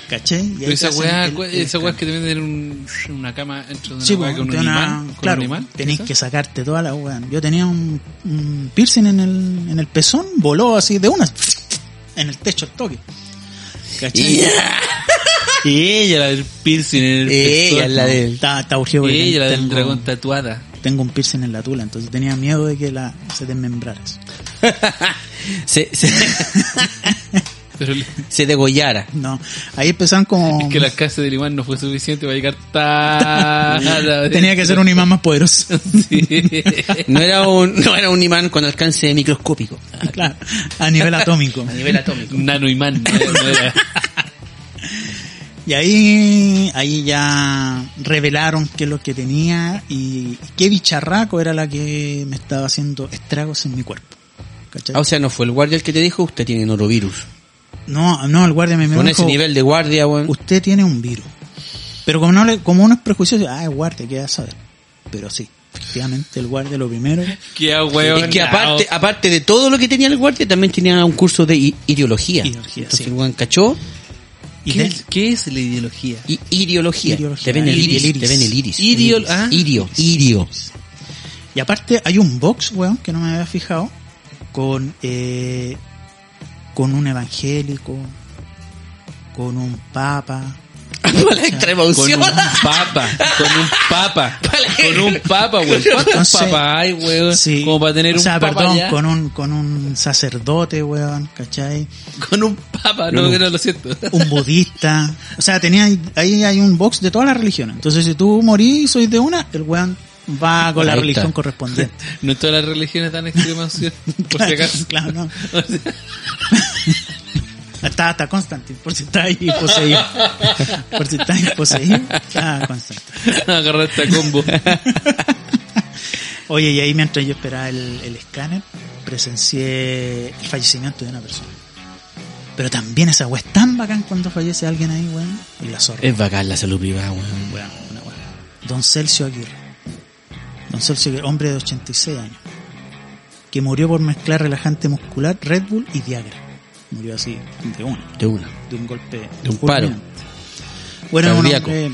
Speaker 4: ¿Cachai? Y ahí
Speaker 3: Pero
Speaker 4: te
Speaker 3: esa
Speaker 4: hacen
Speaker 3: weá,
Speaker 4: el- el
Speaker 3: esa weá es
Speaker 4: cambio.
Speaker 3: que te venden en un- en una cama dentro de una
Speaker 4: Sí,
Speaker 3: weá
Speaker 4: pues,
Speaker 3: con un
Speaker 4: de una-
Speaker 3: imán, con
Speaker 4: claro,
Speaker 3: un imán.
Speaker 4: tenés que sacarte toda la weón. Yo tenía un, un piercing en el, en el pezón, voló así de una, en el techo al toque. ¿Cachai?
Speaker 3: Ella, la del piercing en el
Speaker 2: Ella, Eh, la del...
Speaker 4: Está, está urgido porque
Speaker 3: Ella, la del
Speaker 4: tengo-
Speaker 3: dragón tatuada.
Speaker 4: tengo un piercing en la tula, entonces tenía miedo de que la se desmembrara. eso.
Speaker 2: Se, se,
Speaker 3: Pero le-
Speaker 2: se degollara.
Speaker 4: No, ahí
Speaker 2: *laughs*
Speaker 4: empezaban como
Speaker 3: es que la casa del imán no fue suficiente para llegar tan...
Speaker 4: *laughs* tenía que ser un imán más poderoso. *laughs*
Speaker 2: No era un, no era un imán con alcance microscópico.
Speaker 4: claro,
Speaker 2: *laughs*
Speaker 4: a nivel atómico.
Speaker 2: A nivel atómico.
Speaker 3: Nano imán. no era- no
Speaker 4: *laughs*
Speaker 3: era-
Speaker 4: Y ahí ahí ya revelaron qué es lo que tenía y qué bicharraco era la que me estaba haciendo estragos en mi cuerpo. ¿Cachai?
Speaker 2: Ah, o sea, no fue el guardia el que te dijo, usted tiene norovirus.
Speaker 4: no, no, el guardia me, me
Speaker 2: Con
Speaker 4: dijo,
Speaker 2: ese nivel de guardia, weón.
Speaker 4: usted tiene un virus. Pero como no le, como uno es prejuicioso, ah, el guardia, ¿qué va a saber? Pero sí, efectivamente el guardia lo primero
Speaker 3: Qué ah, weón.
Speaker 2: Es que aparte, aparte de todo lo que tenía el guardia, también tenía un curso de i- ideología.
Speaker 4: Ideología,
Speaker 2: Entonces,
Speaker 4: sí.
Speaker 2: weón, cachó.
Speaker 4: y
Speaker 3: ¿Qué,
Speaker 4: de-
Speaker 3: es- qué es la ideología?
Speaker 2: Y ideología.
Speaker 4: Ideología.
Speaker 2: Te ven el
Speaker 4: Iris,
Speaker 2: iris,
Speaker 4: iris.
Speaker 2: te ven el iris.
Speaker 3: Idio-
Speaker 2: Iris.
Speaker 3: ah.
Speaker 2: Irio, irio.
Speaker 4: Y aparte hay un box, weón, que no me había fijado, con, eh, con un evangélico, con un papa.
Speaker 2: Para la extrema
Speaker 3: Con un
Speaker 2: unción.
Speaker 3: papa, con un
Speaker 4: *laughs*
Speaker 3: papa, con un papa, weón.
Speaker 4: No
Speaker 3: ¿Cuántos
Speaker 4: sé.
Speaker 3: papas hay, weón?
Speaker 4: Sí.
Speaker 3: Como para tener
Speaker 4: o sea,
Speaker 3: un papa
Speaker 4: perdón,
Speaker 3: ya.
Speaker 4: con un, con un sacerdote, weón, ¿cachai?
Speaker 3: Con un papa, no, que no lo siento.
Speaker 4: Un budista. O sea, tenía ahí hay un box de todas las religiones. Entonces, si tú morís y sois de una, el weón va con la
Speaker 2: Ahí está.
Speaker 4: religión correspondiente.
Speaker 3: No en todas las religiones tan extremas, ¿sí? *laughs* por si acaso.
Speaker 4: Claro,
Speaker 3: *laughs*
Speaker 4: no. Está hasta Constantine, por si está ahí poseído. Por si está ahí poseído, está Constantine.
Speaker 3: Agarrar esta combo.
Speaker 4: Oye, y ahí mientras yo esperaba el, el escáner, presencié el fallecimiento de una persona. Pero también esa weá es tan bacán cuando fallece alguien ahí, weón. Y la zorra.
Speaker 2: Es bacán la salud privada, weón.
Speaker 4: Weón, una weá. Don Celcio Aguirre. Don Celcio Aguirre, hombre de 86 años. Que murió por mezclar relajante muscular, Red Bull y Viagra. Murió así, de una
Speaker 2: De una.
Speaker 4: de un golpe
Speaker 2: De un paro.
Speaker 4: fulminante. Bueno, era un
Speaker 2: Cardíaco.
Speaker 4: hombre-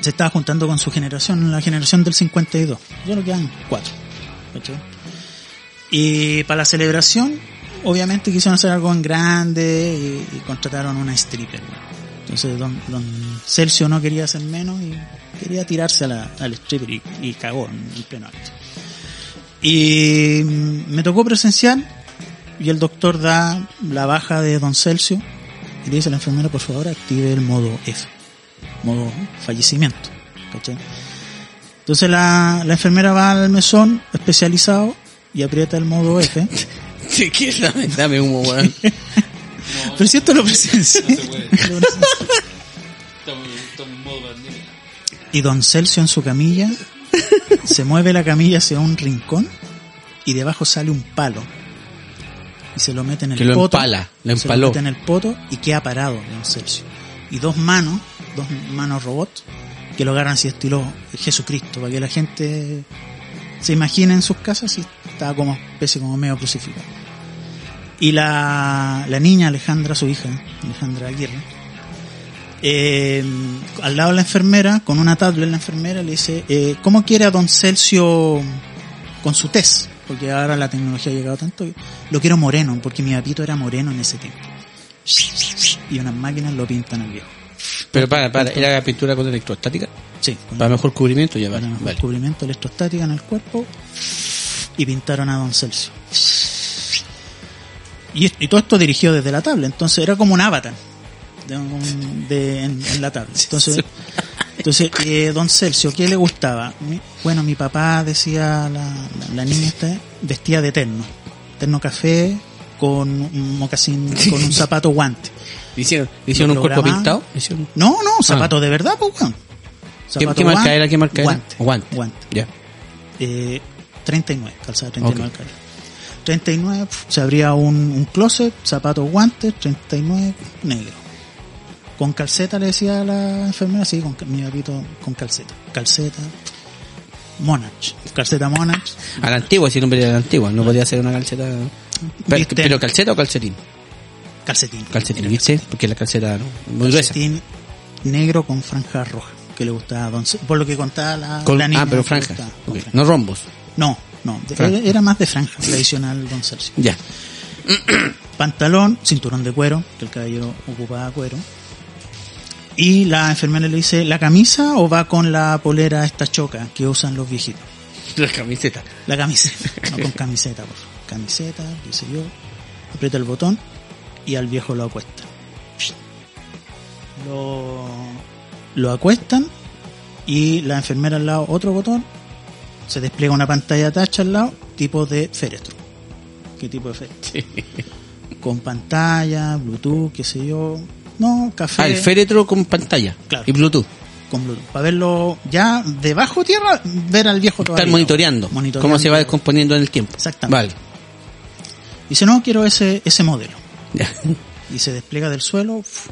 Speaker 4: se estaba juntando con su generación, la generación del 52. Yo lo quedan cuatro. ¿cachai? Y para la celebración, obviamente quisieron hacer algo en grande y, y contrataron una stripper. Entonces don, don Celcio no quería hacer menos y quería tirarse a la- al stripper y, y cagó en, en pleno acto. Y mm, me tocó presenciar y el doctor da la baja de don Celcio y le dice a la enfermera, por favor, active el modo F, modo fallecimiento. ¿cachai? Entonces
Speaker 3: *laughs*
Speaker 4: la, la enfermera va al mesón especializado y aprieta el modo F
Speaker 2: *laughs* Sí, que dame, dame humo, weón.
Speaker 4: Pero si esto lo presencia.
Speaker 3: No se puede.
Speaker 4: *laughs*
Speaker 3: Estamos estamos en modo pandemia.
Speaker 4: Y don Celso en su camilla se mueve la camilla hacia un rincón y debajo sale un palo. Y se lo mete en el
Speaker 2: Que lo
Speaker 4: poto.
Speaker 2: empala, lo
Speaker 4: se
Speaker 2: empaló.
Speaker 4: mete en el poto y queda parado don Celso. Y dos manos, dos manos robot, que lo agarran así estilo Jesucristo, para que la gente se imagine en sus casas y está como especie como medio crucificado. Y la, la niña Alejandra, su hija, Alejandra Aguirre, eh, al lado de la enfermera, con una tablet la enfermera le dice, eh, ¿cómo quiere a don Celcio con su test? Porque ahora la tecnología ha llegado tanto. Lo quiero moreno, porque mi papito era moreno en ese tiempo. Y unas máquinas lo pintan al viejo.
Speaker 2: Pero para, para, era la pintura con electrostática.
Speaker 4: Sí, con
Speaker 2: Para mejor cubrimiento ya
Speaker 4: para
Speaker 2: vale.
Speaker 4: mejor
Speaker 2: vale.
Speaker 4: cubrimiento electrostática en el cuerpo y pintaron a Don Celso. Y, es- y todo esto dirigido desde la tabla, entonces era como un avatar de un- de- en, en la tabla. Entonces, entonces eh, Don Celso, ¿qué le gustaba? Mi- Bueno, mi papá decía, la, la- la niña esta, vestía de terno, terno café con un mocasín, con un zapato guante.
Speaker 2: ¿Hicieron, hicieron
Speaker 4: Lo
Speaker 2: un cuerpo
Speaker 4: programaban.
Speaker 2: pintado? ¿Hicieron?
Speaker 4: No, no, zapato de verdad, pues, weón.
Speaker 2: Ah. ¿Qué,
Speaker 4: Zapato
Speaker 2: qué marca
Speaker 4: guante,
Speaker 2: era? ¿Qué marca
Speaker 4: guante,
Speaker 2: era? Guante.
Speaker 4: guante.
Speaker 2: Ya.
Speaker 4: Eh, 39, calzada 39
Speaker 2: Ok.
Speaker 4: alcalde. 39, pf, se abría un, un closet, zapatos, guantes, 39, negro. Con calceta le decía a la enfermera, sí, con, ca- mi papito con calceta. Calceta, Monarch, calceta Monarch.
Speaker 2: A la antigua, si el nombre era la antigua. No podía ser una calceta. Pero,
Speaker 4: Viste.
Speaker 2: pero calceta o calcetín?
Speaker 4: calcetín.
Speaker 2: Calcetín, ¿viste? Porque la calceta ¿no? muy gruesa.
Speaker 4: Calcetín negro con franja roja, que le gustaba a Don Ce- Por lo que contaba la,
Speaker 2: Con-
Speaker 4: la niña.
Speaker 2: ah, pero
Speaker 4: que
Speaker 2: franja.
Speaker 4: gustaba,
Speaker 2: Ok,
Speaker 4: con franja.
Speaker 2: No rombos.
Speaker 4: No, no, de-
Speaker 2: Franja.
Speaker 4: era más de franja, tradicional Don Celso.
Speaker 2: Ya. *laughs*
Speaker 4: pantalón, cinturón de cuero, que el caballero ocupaba cuero. Y la enfermera le dice, ¿la camisa o va con la polera esta choca que usan los viejitos?
Speaker 2: La camiseta.
Speaker 4: La camiseta, *laughs* no con camiseta, por favor. Camiseta, qué sé yo. Aprieta el botón y al viejo lo acuestan. Lo, lo acuestan y la enfermera al lado, otro botón. Se despliega una pantalla tacha al lado, tipo de féretro. ¿Qué tipo de féretro? Con pantalla, Bluetooth, qué sé yo. No, café
Speaker 2: Ah, el féretro con pantalla.
Speaker 4: Claro.
Speaker 2: Y Bluetooth.
Speaker 4: con Bluetooth. Para verlo ya debajo tierra, ver al viejo todavía.
Speaker 2: Estar monitoreando, Cómo se va descomponiendo en el tiempo.
Speaker 4: Exactamente.
Speaker 2: Vale. *laughs*
Speaker 4: Dice, no, quiero ese, ese modelo.
Speaker 2: Ya.
Speaker 4: Y se despliega del suelo, uf,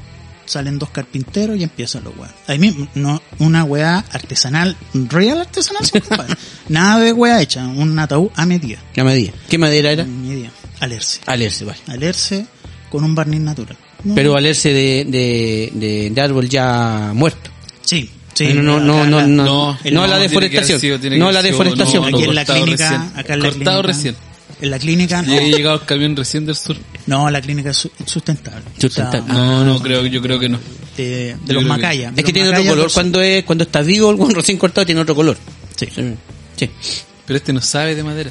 Speaker 4: salen dos carpinteros y empiezan los weas. Ahí mismo, no, una wea artesanal, real artesanal, sí,
Speaker 2: *laughs*
Speaker 4: compadre. Nada de wea hecha, un ataúd a medida.
Speaker 2: ¿Qué madera? ¿Qué madera
Speaker 4: A
Speaker 2: era?
Speaker 4: medida. Alerce.
Speaker 2: Alerce, vale.
Speaker 4: Alerce con un barniz natural. No,
Speaker 2: Pero alerce de, de, de, de árbol ya muerto.
Speaker 4: Sí, sí.
Speaker 2: no, no, no,
Speaker 4: acá
Speaker 2: no,
Speaker 4: la-
Speaker 2: no,
Speaker 3: No,
Speaker 2: no a la
Speaker 3: tiene que haber
Speaker 2: deforestación.
Speaker 3: sido, tiene que
Speaker 2: no a la
Speaker 3: haber sido,
Speaker 2: deforestación. pues,
Speaker 3: no,
Speaker 4: Aquí en la
Speaker 3: cortado
Speaker 4: clínica,
Speaker 3: recién.
Speaker 4: acá en la
Speaker 3: Cortado
Speaker 4: clínica-
Speaker 3: recién.
Speaker 4: En la clínica,
Speaker 3: Y ahí
Speaker 4: no,
Speaker 3: llegaba el camión recién del sur.
Speaker 4: no la clínica es su- sustentable.
Speaker 2: Sustentable.
Speaker 4: O sea,
Speaker 3: No, no, creo, yo creo que no.
Speaker 4: de, de
Speaker 3: Yo creo
Speaker 4: los
Speaker 3: que-
Speaker 4: macayas. de
Speaker 2: Es que
Speaker 4: los
Speaker 2: tiene otro
Speaker 4: macayas
Speaker 2: color.
Speaker 4: versus-
Speaker 2: Cuando es cuando está vivo, el recién cortado tiene otro color. Sí. Sí.
Speaker 3: Pero este no sabe de madera.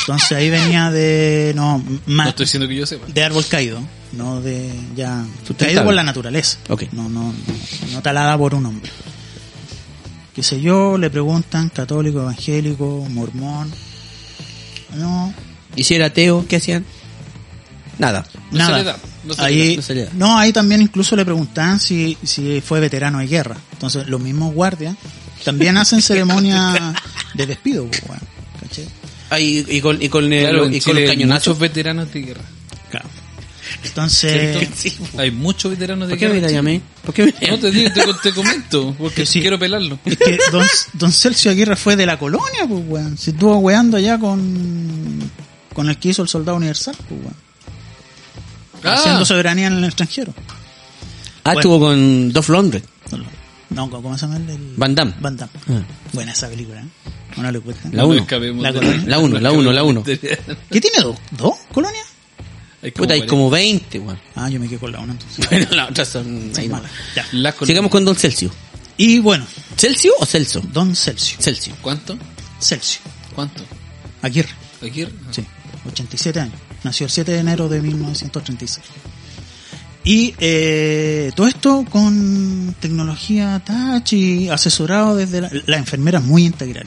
Speaker 4: Entonces ahí venía de, no,
Speaker 3: No
Speaker 4: más,
Speaker 3: estoy diciendo que yo sepa.
Speaker 4: de árbol caído, no de ya
Speaker 2: Sustentable.
Speaker 4: caído por la naturaleza.
Speaker 2: Ok.
Speaker 4: No, no, no talada por un hombre. Qué sé yo, le preguntan católico, evangélico, mormón. No,
Speaker 2: ¿Y si era ateo, qué hacían? Nada.
Speaker 3: No
Speaker 4: nada.
Speaker 3: se le da, no se le
Speaker 4: ahí,
Speaker 2: da, no se le da.
Speaker 4: no, ahí también incluso le preguntan si, si fue veterano de guerra. Entonces, los mismos guardias también
Speaker 3: *laughs*
Speaker 4: hacen ceremonia de despido, pues, weón. ¿Cachai?
Speaker 2: Ah, y, y con, y con, el-
Speaker 3: Claro,
Speaker 2: y
Speaker 3: en
Speaker 2: con los
Speaker 3: Chile hay
Speaker 2: cañonazos.
Speaker 3: muchos veteranos de guerra.
Speaker 4: Claro. Entonces,
Speaker 2: Sí.
Speaker 3: Hay muchos veteranos de
Speaker 2: ¿Por qué
Speaker 3: guerra.
Speaker 2: me la llamé? ¿Por qué me la
Speaker 3: No
Speaker 2: llamé?
Speaker 3: te digo, te, te comento, porque
Speaker 4: Sí.
Speaker 3: quiero pelarlo.
Speaker 4: es que don, don Celso Aguirre fue de la colonia, pues, weón. Se estuvo weando allá con, con el que hizo el soldado universal, pues, weón. Haciendo
Speaker 3: Ah,
Speaker 4: soberanía en el extranjero.
Speaker 2: Ah,
Speaker 4: Bueno.
Speaker 2: estuvo con Dolph Lundgren.
Speaker 4: No, ¿cómo se llama el? el-
Speaker 2: Van Damme.
Speaker 4: Van Damme.
Speaker 2: Ah.
Speaker 4: Buena esa película, ¿eh? Una locura.
Speaker 2: La
Speaker 3: no
Speaker 2: uno.
Speaker 3: escapemos
Speaker 4: La
Speaker 3: de-
Speaker 4: colonia.
Speaker 2: La uno, la uno, la uno.
Speaker 3: este
Speaker 4: ¿Qué tiene dos? ¿Dos colonias?
Speaker 3: *laughs* Hay como
Speaker 2: Puta, hay
Speaker 3: varias.
Speaker 2: como 20, weón. *laughs*
Speaker 4: Ah, yo me quedé con la una entonces.
Speaker 2: Bueno, las otras son...
Speaker 4: Son
Speaker 2: ahí nomás.
Speaker 4: malas. Ya.
Speaker 3: La colonia.
Speaker 2: Sigamos con Don Celcio.
Speaker 4: Y bueno,
Speaker 2: ¿Celcio o Celso?
Speaker 4: Don Celcio.
Speaker 2: Celcio.
Speaker 3: ¿Cuánto?
Speaker 4: Celcio.
Speaker 3: ¿Cuánto?
Speaker 4: Aguirre.
Speaker 3: ¿Aquí? er-
Speaker 4: Sí. 87 años. Nació el 7 de enero de 1936. Y eh, todo esto con tecnología touch y asesorado desde la, la enfermera es muy integral.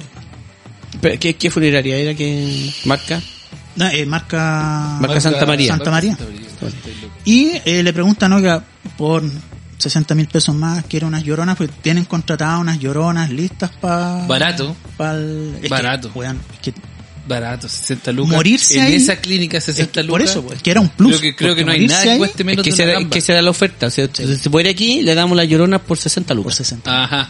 Speaker 2: Pero, ¿Qué, qué funeraria era? ¿Qué marca?
Speaker 4: No, eh, marca...
Speaker 2: Marca Santa María.
Speaker 4: Santa María.
Speaker 3: Santa María. Estoy loco.
Speaker 4: Y eh, le preguntan, oiga, por 60 mil pesos más, quiere unas lloronas, pues tienen contratadas unas lloronas listas para...
Speaker 3: Barato, Barato.
Speaker 4: Que, weón, es que
Speaker 3: barato, 60 lucas.
Speaker 4: Morirse
Speaker 3: En
Speaker 4: ahí-
Speaker 3: esa clínica 60
Speaker 4: es-
Speaker 3: lucas.
Speaker 4: por eso, pues, que era un plus.
Speaker 3: Creo que, creo
Speaker 4: porque
Speaker 3: que no hay
Speaker 4: morirse
Speaker 3: nada que
Speaker 4: ahí
Speaker 3: cueste
Speaker 2: Es
Speaker 3: menos
Speaker 2: que,
Speaker 3: de una
Speaker 2: se, es
Speaker 3: gamba.
Speaker 2: que se da la oferta. O sea, si se muere aquí, le damos la llorona por 60
Speaker 4: por
Speaker 2: lucas.
Speaker 4: 60.
Speaker 3: Ajá.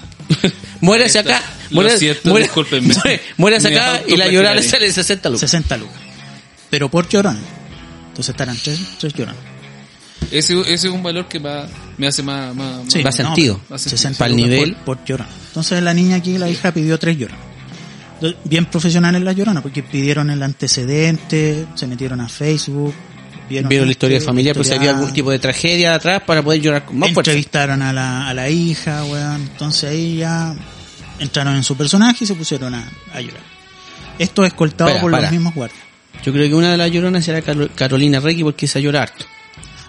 Speaker 2: Muérese
Speaker 3: Esto-
Speaker 2: acá.
Speaker 3: lo
Speaker 2: Muérese,
Speaker 3: siento,
Speaker 2: muere-
Speaker 3: discúlpenme.
Speaker 2: *laughs* muere- muérese
Speaker 3: Me
Speaker 2: acá y la
Speaker 3: autoflagelaré.
Speaker 2: llorona le sale 60 lucas.
Speaker 4: 60 lucas. Pero por llorona. Entonces estarán tres, tres lloronas.
Speaker 3: Ese, ese es un valor que va, me hace más... más, más-
Speaker 4: Sí,
Speaker 2: Va sentido.
Speaker 3: Va sentido.
Speaker 4: 60
Speaker 2: Pa'l
Speaker 4: lucas
Speaker 2: nivel.
Speaker 4: Por, por llorona. Entonces la niña aquí, la hija, pidió tres lloronas. Entonces, Bien profesionales la llorona, porque pidieron el antecedente, se metieron a Facebook, vieron,
Speaker 2: Vieron la historia
Speaker 4: este,
Speaker 2: familiar, pero si había
Speaker 4: historial,
Speaker 2: algún tipo de tragedia atrás para poder llorar con más fuerza.
Speaker 4: entrevistaron a la, a la hija, weón. Entonces ahí ya entraron en su personaje y se pusieron a, a llorar. Esto escoltado
Speaker 2: Para,
Speaker 4: por
Speaker 2: para.
Speaker 4: los mismos guardias.
Speaker 2: Yo creo que una de las lloronas será Carol- Carolina Reggie porque se llora harto.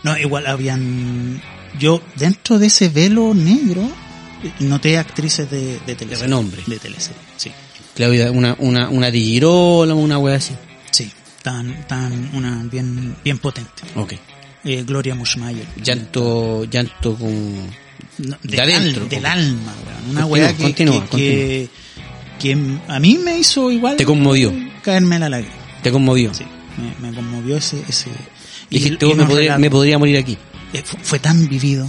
Speaker 4: No, igual habían. Yo, dentro de ese velo negro, noté actrices de, de teleserie.
Speaker 2: renombre.
Speaker 4: De teleserie, sí.
Speaker 2: Claudia, una, una, una Di Girolamo, una wea así.
Speaker 4: Sí. Tan, tan, una bien, bien potente.
Speaker 2: Ok.
Speaker 4: Eh, Gloria Mushmayer.
Speaker 2: Llanto, llanto con...
Speaker 4: No, del,
Speaker 2: De adentro,
Speaker 4: al- del
Speaker 2: ok.
Speaker 4: alma, weón. Una
Speaker 2: Continúa,
Speaker 4: weá que,
Speaker 2: continúa,
Speaker 4: que, que- que a mí me hizo igual
Speaker 2: Te conmovió,
Speaker 4: caerme la lágrima.
Speaker 2: te conmovió.
Speaker 4: Sí, me, me conmovió ese... ese
Speaker 2: Dijiste,
Speaker 4: y
Speaker 2: "Oh, me,
Speaker 4: nos
Speaker 2: podría,
Speaker 4: relató.
Speaker 2: me podría morir aquí.
Speaker 4: Eh, fu- fue, tan vivido,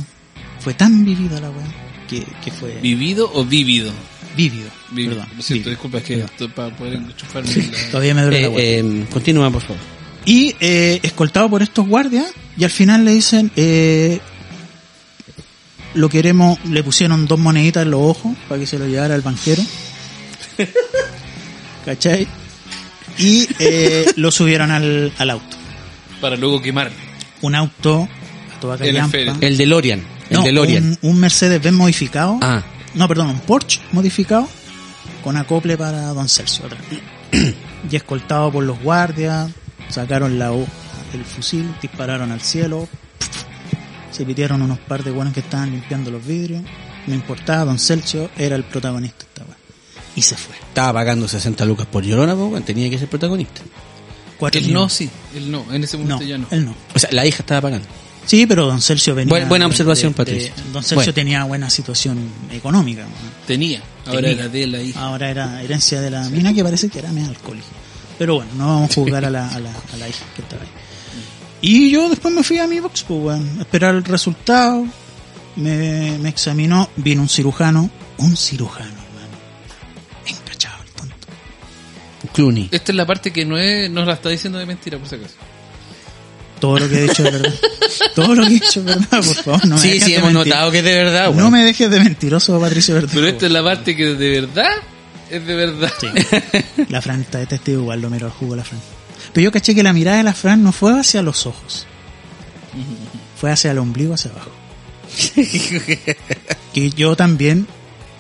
Speaker 4: fue tan vivida la weá, que, que fue
Speaker 3: ¿Vivido o vívido?
Speaker 4: vívido.
Speaker 3: Vivido.
Speaker 4: perdón,
Speaker 3: Lo siento,
Speaker 4: vívido.
Speaker 3: disculpa, es que
Speaker 4: Perdón.
Speaker 3: esto es para poder enchufarme en la-
Speaker 4: Todavía me duele la
Speaker 2: Eh,
Speaker 4: weá.
Speaker 2: eh, continúa, por favor.
Speaker 4: Y eh, escoltado por estos guardias, y al final le dicen, eh, lo queremos, le pusieron dos moneditas en los ojos para que se lo llevara
Speaker 2: *laughs*
Speaker 4: al banquero. ¿Cachai? Y eh, lo subieron al, al auto.
Speaker 3: para luego quemarlo.
Speaker 4: Un auto a toda
Speaker 3: El
Speaker 4: callampa.
Speaker 3: esférico.
Speaker 2: El DeLorean, el
Speaker 4: No,
Speaker 2: DeLorean.
Speaker 4: un, un Mercedes-Benz modificado.
Speaker 2: Ah,
Speaker 4: No, perdón, un Porsche modificado con acople para Don
Speaker 2: *clears throat*
Speaker 4: Celso. atrás. Y escoltado por los guardias, sacaron la hoja del fusil, dispararon al cielo, se pitearon unos par de buenos que estaban limpiando los vidrios. No importaba, Don Celso era el protagonista de esta weá. Y se fue.
Speaker 2: estaba pagando 60 lucas por llorona, po, weón, tenía que ser protagonista.
Speaker 4: Cuatro
Speaker 3: El no,
Speaker 4: millones.
Speaker 3: sí. El no. En ese
Speaker 4: No,
Speaker 3: momento ya no.
Speaker 4: él no.
Speaker 2: O sea, la hija estaba pagando.
Speaker 4: Sí, pero Don Celso venía.
Speaker 2: Buena- buena observación,
Speaker 4: de- de-
Speaker 2: Patricia.
Speaker 4: don Celso
Speaker 2: Bueno.
Speaker 4: tenía buena situación económica. weón.
Speaker 3: Tenía. Ahora
Speaker 4: Tenía.
Speaker 3: era de la hija.
Speaker 4: Ahora era herencia de la mina que parece que era medio alcohólica. Pero bueno, no vamos a juzgar a la, a la, a la hija que estaba ahí. Y yo después me fui a mi box, pues, weón, a esperar el resultado. Me, me examinó, vino un cirujano. Un cirujano, weón. Encachado el tonto.
Speaker 2: Clooney.
Speaker 3: Esta es la parte que no es, nos la está diciendo de mentira, por si acaso.
Speaker 4: Todo lo que he dicho
Speaker 2: *laughs*
Speaker 4: es verdad. Todo lo que he dicho es verdad, por favor. No me
Speaker 2: sí,
Speaker 4: dejes
Speaker 2: sí,
Speaker 4: de
Speaker 2: hemos
Speaker 4: mentir.
Speaker 2: notado Ah, que es de verdad, weón.
Speaker 4: No me dejes de mentiroso, Patricio Verdejo.
Speaker 3: Pero esta es la parte que de verdad es de verdad.
Speaker 4: *laughs* La Fran está de testigo, igual lo miró al jugo la Fran. Pero yo caché que la mirada de la Fran no fue hacia los ojos. Fue hacia el ombligo,
Speaker 3: *laughs*
Speaker 4: hacia abajo. que yo también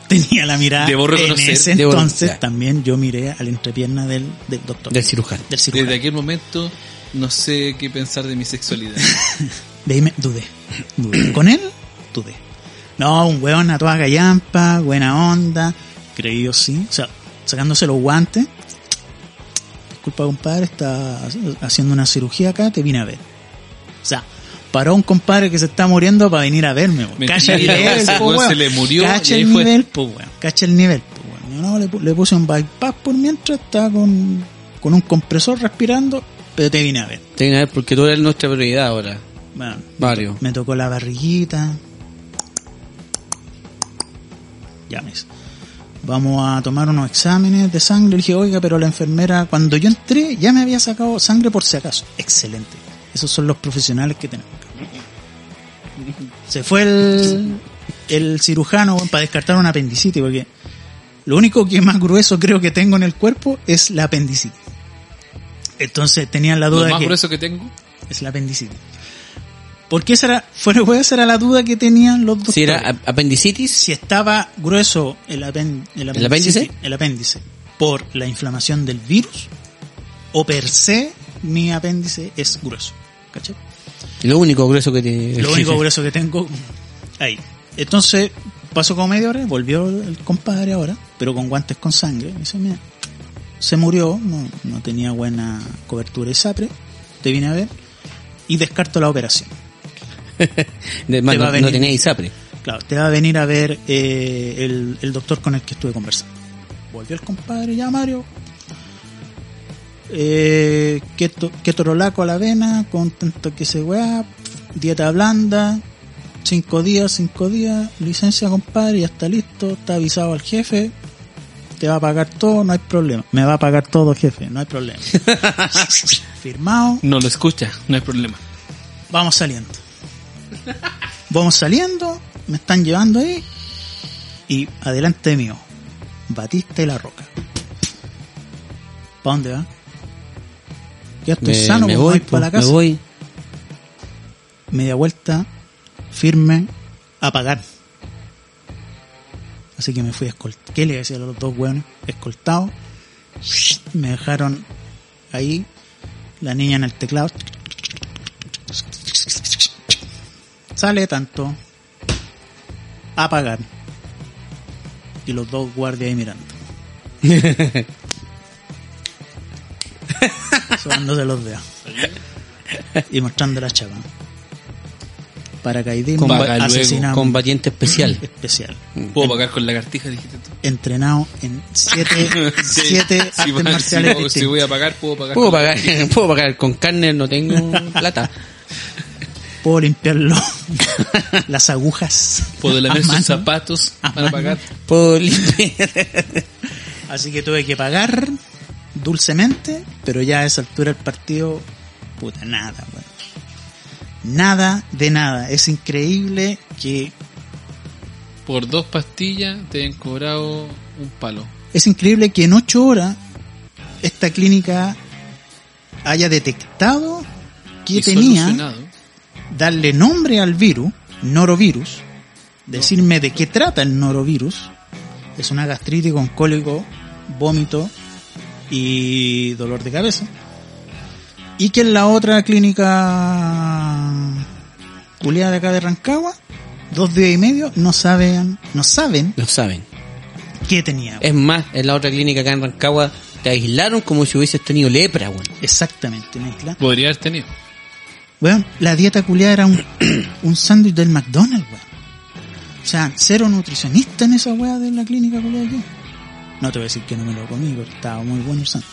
Speaker 4: tenía la mirada.
Speaker 3: Debo reconocer,
Speaker 4: en ese
Speaker 2: debo-
Speaker 4: entonces
Speaker 2: ya.
Speaker 4: también yo miré a la entrepierna del, del doctor.
Speaker 2: Del cirujano.
Speaker 4: Del cirujano.
Speaker 3: Desde aquel momento no sé qué pensar de mi sexualidad.
Speaker 4: De ahí me dudé. dudé. Con él, dudé. No, un weón a toda gallampa, buena onda. Creí yo sí. O sea, sacándose los guantes. Disculpa, compadre, está haciendo una cirugía acá, te vine a ver. O sea, paró un compadre que se está muriendo para venir a verme. weón.
Speaker 3: Mentira,
Speaker 4: Cacha el
Speaker 3: weón,
Speaker 4: nivel,
Speaker 3: ese
Speaker 4: po,
Speaker 3: weón *laughs* se
Speaker 4: weón.
Speaker 3: le murió
Speaker 4: Cacha
Speaker 3: y ahí
Speaker 4: el
Speaker 3: fue.
Speaker 4: nivel, po, weón. Cacha el nivel, po, weón. Yo no, le, pu- le puse un bypass por mientras estaba con, con un compresor respirando, pero te vine a ver.
Speaker 2: Tiene que ver porque tú eres nuestra prioridad ahora,
Speaker 4: Bueno,
Speaker 2: Mario.
Speaker 4: me tocó la barriguita. Llames. Vamos a tomar unos exámenes de sangre. Le dije, oiga, pero la enfermera, cuando yo entré, ya me había sacado sangre por si acaso. Excelente. Esos son los profesionales que tenemos. Se fue el, el cirujano bueno, para descartar una apendicitis, porque lo único que más grueso creo que tengo en el cuerpo es la apendicitis. Entonces tenían la duda
Speaker 3: Lo
Speaker 4: de
Speaker 3: más
Speaker 4: que
Speaker 3: grueso que tengo.
Speaker 4: es la apendicitis. Porque esa era, fuera de juego, esa era la duda que tenían los doctores.
Speaker 2: Si era ap- apendicitis,
Speaker 4: Si estaba grueso el, apen- el,
Speaker 2: ¿El apéndice?
Speaker 4: apéndice, el apéndice por la inflamación del virus o per se mi apéndice es grueso. ¿Cachai?
Speaker 2: lo único grueso que tiene.
Speaker 4: Lo único grueso que tengo ahí. Entonces pasó como media hora, volvió el compadre ahora, pero con guantes con sangre. Me dice, mira, se murió, no, no tenía buena cobertura ISAPRE, te vine a ver, y descarto la operación.
Speaker 2: De- más,
Speaker 4: Te va a
Speaker 2: no, no
Speaker 4: venir.
Speaker 2: tenía ISAPRE.
Speaker 4: Claro, te va a venir a ver eh, el, el doctor con el que estuve conversando. Volvió el compadre, ya Mario. Eh, keto- ketorolaco a la avena, con tanto que se weá, dieta blanda, cinco días, cinco días, licencia compadre, ya está listo, está avisado al jefe, te va a pagar todo, no hay problema. Me va a pagar todo jefe, no hay problema. Firmado,
Speaker 3: *laughs* No lo escucha, no hay problema.
Speaker 4: vamos saliendo. Vamos saliendo, me están llevando ahí. Y adelante mío, Batista y la Roca. ¿Para dónde va? Ya estoy
Speaker 2: Me,
Speaker 4: sano,
Speaker 2: me
Speaker 4: pues,
Speaker 2: voy,
Speaker 4: voy para la
Speaker 2: pues,
Speaker 4: casa.
Speaker 2: me voy.
Speaker 4: Media vuelta, firme, a pagar. Así que me fui escoltado. ¿Qué le decía a los dos hueones? Escoltado. Me dejaron ahí, la niña en el teclado. Sale tanto. A pagar. Y los dos guardias ahí mirando. Sobándose los dedos. Y mostrando la chapa. Paracaidismo
Speaker 2: Comba-
Speaker 3: luego,
Speaker 4: asesinado
Speaker 2: Combatiente especial.
Speaker 4: especial.
Speaker 3: Mm. Puedo pagar con lagartija, dijiste tú.
Speaker 4: Entrenado en
Speaker 3: *laughs*
Speaker 4: siete, siete artes
Speaker 3: si, va- si,
Speaker 4: marciales
Speaker 3: no- si
Speaker 4: distintas.
Speaker 3: voy a pagar, puedo
Speaker 4: Mm.
Speaker 3: pagar.
Speaker 2: Puedo
Speaker 3: con-
Speaker 2: pagar, *laughs* puedo pagar con carne, no
Speaker 4: *laughs*
Speaker 2: tengo plata.
Speaker 4: Puedo
Speaker 3: *laughs*
Speaker 4: limpiarlo. Las agujas.
Speaker 3: Puedo lamer
Speaker 4: a mano.
Speaker 3: sus zapatos
Speaker 4: A
Speaker 3: para
Speaker 4: mano.
Speaker 3: pagar.
Speaker 2: Puedo limpiar.
Speaker 4: Así que tuve que pagar dulcemente, pero ya a esa altura del partido, puta, nada, weón. Nada de nada. Es increíble que
Speaker 3: Por dos pastillas te han cobrado un palo.
Speaker 4: Es increíble que en ocho horas esta clínica haya detectado que
Speaker 3: Y
Speaker 4: tenía,
Speaker 3: solucionado.
Speaker 4: darle nombre al virus, norovirus, decirme de qué trata el norovirus. Es una gastritis con cólico, vómito y dolor de cabeza. Y que en la otra clínica culiada de acá de Rancagua, dos días y medio, no saben, no saben
Speaker 2: Lo saben.
Speaker 4: qué tenía.
Speaker 2: Es más, en la otra clínica acá en Rancagua te aislaron como si hubieses tenido lepra, weón.
Speaker 4: Exactamente, mezcla.
Speaker 3: Podría haber tenido. *laughs*
Speaker 4: Weón, la dieta culiada era un, un sándwich del McDonald's, weón. O sea, cero nutricionista en esa weá de la clínica culiada aquí. No te voy a decir que no me lo comí, porque estaba muy bueno el sándwich.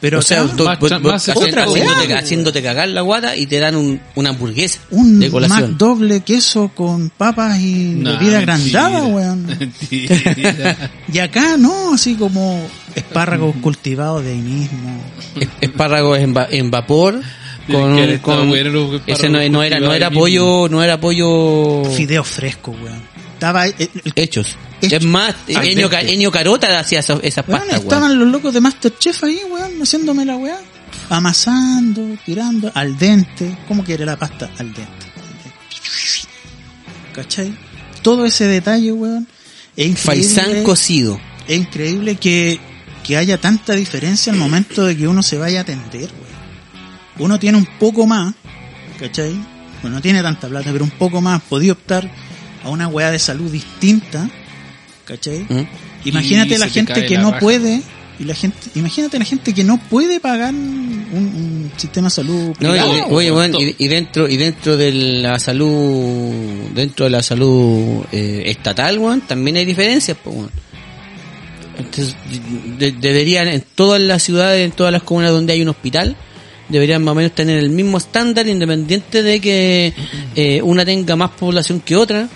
Speaker 4: Pero,
Speaker 2: o sea,
Speaker 4: acá,
Speaker 2: do-
Speaker 3: más
Speaker 2: vos-
Speaker 3: tra-
Speaker 2: vos-
Speaker 3: más
Speaker 2: hacen-
Speaker 3: otra
Speaker 2: haciéndote,
Speaker 4: weá,
Speaker 2: haciéndote cagar la guata y te dan un- una hamburguesa
Speaker 4: un
Speaker 2: de colación.
Speaker 4: Mac doble queso con papas y
Speaker 3: Nah,
Speaker 4: bebida
Speaker 3: mentira.
Speaker 4: agrandada,
Speaker 2: *laughs*
Speaker 4: weón.
Speaker 3: Mentira.
Speaker 4: Y acá no, así como espárragos cultivados de ahí mismo.
Speaker 2: Es- Espárragos en, va- en vapor.
Speaker 3: Tienen
Speaker 2: Con,
Speaker 3: que haber estado
Speaker 2: con-
Speaker 3: buenos los espárragos
Speaker 2: ese no, no era no
Speaker 3: cultivados
Speaker 2: era
Speaker 3: ahí mismo.
Speaker 2: pollo no era pollo
Speaker 4: Fideos frescos, weón. Estaba, eh, el
Speaker 2: hechos
Speaker 4: Hechos.
Speaker 2: es más
Speaker 4: Al
Speaker 2: Eño, Ca-
Speaker 4: dente.
Speaker 2: Eño Carota hacía esas, esas
Speaker 4: Weón,
Speaker 2: pastas
Speaker 4: estaban
Speaker 2: weón.
Speaker 4: los locos de Masterchef ahí, weón, haciéndome la weá. Amasando, tirando, al dente. ¿Cómo quiere la pasta? Al dente. ¿Cachai? Todo ese detalle, weón. Es increíble,
Speaker 2: faisán cocido
Speaker 4: es increíble que, que haya tanta diferencia al momento de que uno se vaya a atender, weón. Uno tiene un poco más, ¿cachai? Bueno, no tiene tanta plata, pero un poco más. Podía optar a una weá de salud distinta, ¿cachai?
Speaker 2: ¿Mm?
Speaker 4: Imagínate
Speaker 3: Y
Speaker 4: la
Speaker 3: se te
Speaker 4: gente
Speaker 3: cae
Speaker 4: que
Speaker 3: la
Speaker 4: no
Speaker 3: raja.
Speaker 4: puede y la gente, imagínate la gente que no puede pagar un, un sistema de salud
Speaker 2: No, y,
Speaker 4: privado.
Speaker 3: Claro,
Speaker 2: oye, weón,
Speaker 3: todo.
Speaker 2: y, y dentro y dentro de la salud dentro de la salud eh, estatal weón, también hay diferencias po, weón. Entonces, de- deberían en todas las ciudades en todas las comunas donde hay un hospital deberían más o menos tener el mismo estándar independiente de que eh, una tenga más población que otra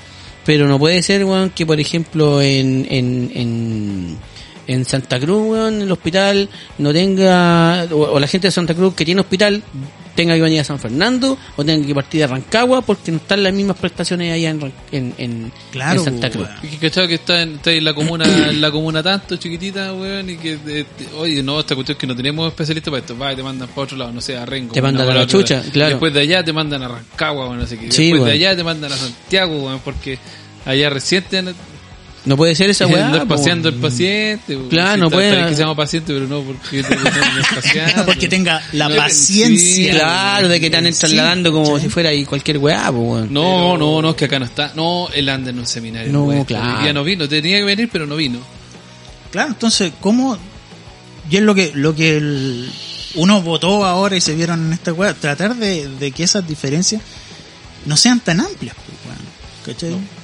Speaker 2: pero no puede ser weón, que por ejemplo en en, en en Santa Cruz, weón, el hospital no tenga, o, o la gente de Santa Cruz que tiene hospital tenga que venir a San Fernando o tenga que partir de Rancagua porque no están las mismas prestaciones allá en, Ran- en, en,
Speaker 4: Claro,
Speaker 2: en Santa Cruz.
Speaker 4: weón.
Speaker 3: Es que cachado que está en, está en la comuna en la comuna tanto, chiquitita, weón, y que, eh, te- oye, no, esta cuestión es que no tenemos especialistas para esto, va, y te mandan para otro lado, no sé, a Rengo.
Speaker 2: Te
Speaker 3: una
Speaker 2: mandan a
Speaker 3: para
Speaker 2: la
Speaker 3: otro
Speaker 2: chucha,
Speaker 3: lado.
Speaker 2: claro.
Speaker 3: Después de allá te mandan a Rancagua, weón, no sé qué.
Speaker 2: Sí,
Speaker 3: Después de
Speaker 2: weón.
Speaker 3: allá te mandan a Santiago, weón,
Speaker 2: *laughs*
Speaker 3: porque *laughs* allá reciente
Speaker 2: Ah, No puede ser esa weá.
Speaker 3: andar
Speaker 2: po,
Speaker 3: paseando el
Speaker 2: weón.
Speaker 3: paciente, weón.
Speaker 2: pues, mm. Claro, no
Speaker 3: está-
Speaker 2: puede-
Speaker 3: parece que se llama paciente, pero no, porque, no,
Speaker 2: *laughs*
Speaker 3: no es paseante.
Speaker 4: *laughs* porque tenga la
Speaker 3: No,
Speaker 4: paciencia.
Speaker 3: sí,
Speaker 2: Claro, de que te andan trasladando como si fuera ahí cualquier weá, po, weón.
Speaker 3: No, no, no, es que acá no está. No, eh, él anda en un seminario.
Speaker 2: No,
Speaker 3: weón.
Speaker 2: claro.
Speaker 3: Hoy día no vino, tenía que venir, pero no vino.
Speaker 4: Claro, entonces, ¿cómo y es lo que, lo que el- uno votó ahora y se vieron en esta weá, tratar de, de que esas diferencias no sean tan amplias, pues, weón. ¿Cachai?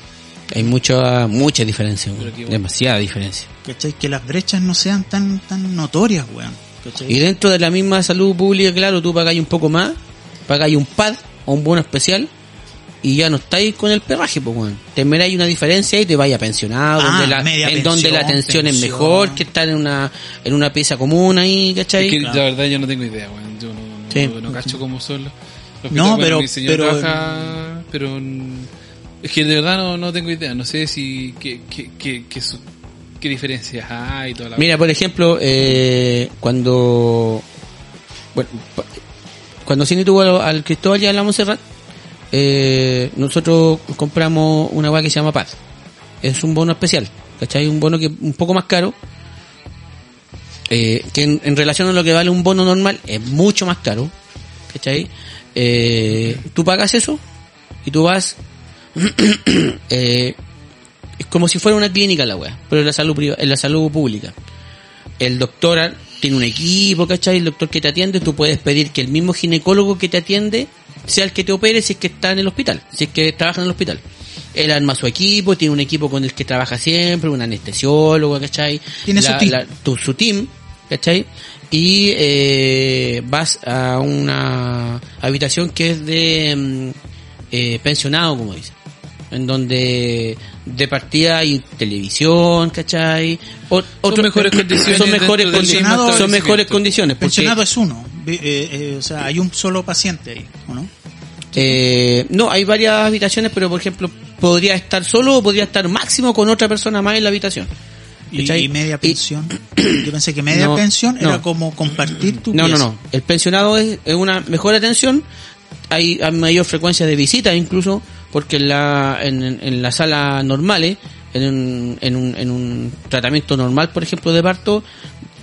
Speaker 2: Hay mucha, mucha diferencia, weón.
Speaker 3: Pero qué bueno.
Speaker 2: demasiada diferencia.
Speaker 4: ¿Cachai? Que las brechas no sean tan, tan notorias, weón. ¿Cachai?
Speaker 2: Y dentro de la misma salud pública, claro, tú pagáis un poco más, pagáis un pad o un bono especial y ya no estáis con el perraje, pues, weón. Termináis una diferencia y te vais a pensionado,
Speaker 4: Ah,
Speaker 2: donde la,
Speaker 4: media
Speaker 2: en donde la
Speaker 4: pensión,
Speaker 2: atención es
Speaker 4: pensión.
Speaker 2: mejor que estar en una, en una pieza común ahí, ¿cachai?
Speaker 3: Es que la verdad yo no tengo idea, weón. Yo no, no-
Speaker 2: Sí.
Speaker 3: no cacho cómo son los. los
Speaker 4: No,
Speaker 3: pitacos.
Speaker 4: pero-
Speaker 3: Mi señora
Speaker 4: pero-
Speaker 3: trabaja, pero. mm, Es que de verdad no, no tengo idea. No sé si. ¿Qué, qué, qué, qué, su- qué diferencias hay? y Toda la
Speaker 2: Mira, por ejemplo, eh, cuando bueno, pa- cuando Cindy tuvo al, al Cristóbal y a la Montserrat, eh, nosotros compramos una weá que se llama Paz. Es un bono especial, ¿cachai? Un bono que un poco más caro, eh, que en, en relación a lo que vale un bono normal es mucho más caro, ¿cachai? Eh, tú pagas eso y tú vas... eh, es como si fuera una clínica la weá, pero en la salud priva- en la salud pública. El doctor a- tiene un equipo, ¿cachai? El doctor que te atiende, tú puedes pedir que el mismo ginecólogo que te atiende sea el que te opere si es que está en el hospital, si es que trabaja en el hospital. Él arma su equipo, tiene un equipo con el que trabaja siempre, un anestesiólogo, ¿cachai?
Speaker 4: Tiene su team.
Speaker 2: tu- su team, ¿cachai? Y eh, vas a una habitación que es de mm, eh, pensionado, como dicen en donde de partida hay televisión, ¿cachai? O- otros-
Speaker 3: mejores condiciones
Speaker 2: *clears throat* Son mejores,
Speaker 3: dentro del
Speaker 2: condi-
Speaker 4: mismo
Speaker 2: son mejores
Speaker 3: establecimiento.
Speaker 2: condiciones. Porque,
Speaker 4: Pensionado es uno. Vi- eh, eh, o sea, hay un solo paciente ahí, ¿o no?
Speaker 2: eh, no, hay varias habitaciones, pero por ejemplo, podría estar solo o podría estar máximo con otra persona más en la habitación.
Speaker 4: Y,
Speaker 2: ¿Cachai?
Speaker 4: y media
Speaker 2: Y- *clears throat*
Speaker 4: pensión. Yo pensé que media
Speaker 2: No,
Speaker 4: pensión
Speaker 2: no.
Speaker 4: era como compartir tu
Speaker 2: No, no,
Speaker 4: pieza.
Speaker 2: no. El pensionado es, es una mejor atención, hay, hay mayor frecuencia de visitas incluso, porque en la, en, en- en las salas normales, en un, en, un, en un tratamiento normal, por ejemplo, de parto,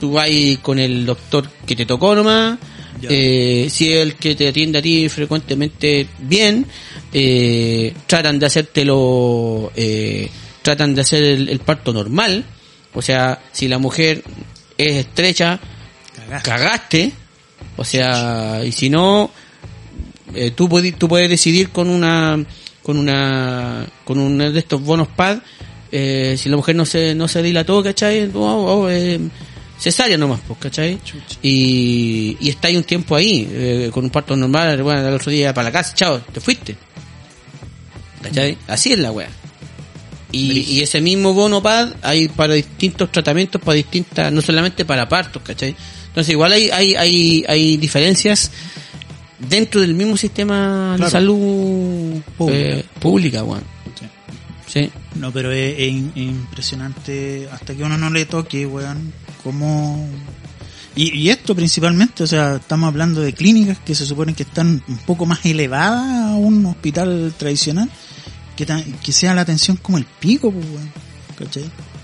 Speaker 2: tú vas con el doctor que te tocó nomás,
Speaker 4: Ya.
Speaker 2: eh, si es el que te atiende a ti frecuentemente bien, eh, tratan de hacértelo, eh, tratan de hacer el, el parto normal, o sea, si la mujer es estrecha,
Speaker 4: Cagaste.
Speaker 2: cagaste. O sea, y si no, eh, tú, pudi- tú puedes decidir con una con una con uno de estos bonos pad eh, si la mujer no se no se dilató ¿cachai? No, oh, eh, cesárea nomás pues, ¿cachai? y, y estáis un tiempo ahí eh, con un parto normal bueno al otro día para la casa chao te fuiste ¿cachai? así es la wea y, y ese mismo bono pad hay para distintos tratamientos, para distintas, no solamente para partos, ¿cachai? Entonces igual hay, hay, hay, hay diferencias dentro del mismo sistema de
Speaker 4: Claro.
Speaker 2: salud
Speaker 4: Pública.
Speaker 2: eh, pública, weón.
Speaker 4: Sí.
Speaker 2: Sí.
Speaker 4: No, pero es, es in- es impresionante hasta que uno no le toque, weón, cómo... Y, y esto principalmente, o sea, estamos hablando de clínicas que se suponen que están un poco más elevadas a un hospital tradicional, que, tan- que sea la atención como el pico, pues, weón. ¿Cachai?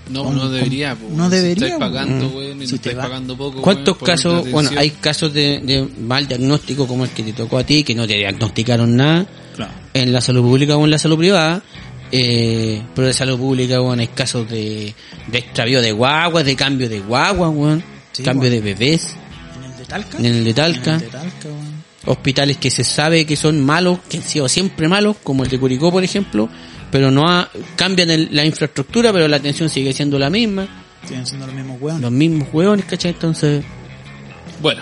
Speaker 3: No,
Speaker 4: Con-
Speaker 3: no
Speaker 4: con-
Speaker 3: debería. po,
Speaker 4: no
Speaker 3: si
Speaker 4: debería,
Speaker 3: Estáis
Speaker 4: po.
Speaker 3: pagando,
Speaker 2: Mm.
Speaker 3: weón, y no
Speaker 4: Si te
Speaker 3: estáis
Speaker 4: va.
Speaker 3: pagando poco.
Speaker 2: ¿Cuántos
Speaker 3: weón, por una
Speaker 2: casos,
Speaker 3: atención?
Speaker 2: bueno, hay casos de, de mal diagnóstico como el que te tocó a ti, que no te diagnosticaron nada,
Speaker 4: Claro.
Speaker 2: en la salud pública o en la salud privada, eh, pero de salud pública, bueno, hay casos de, de extravío de guaguas, de cambio de guaguas, weón,
Speaker 4: Sí,
Speaker 2: cambio
Speaker 4: weón.
Speaker 2: de bebés,
Speaker 4: En el de Talca.
Speaker 2: en el de Talca.
Speaker 4: En el de Talca, weón.
Speaker 2: hospitales que se sabe que son malos, que han sido siempre malos, como el de Curicó, por ejemplo, pero no ha- cambian el- la infraestructura, pero la atención sigue siendo la misma,
Speaker 4: Siguen siendo los mismos weón.
Speaker 2: los mismos hueones, ¿cachai? Entonces,
Speaker 3: Bueno,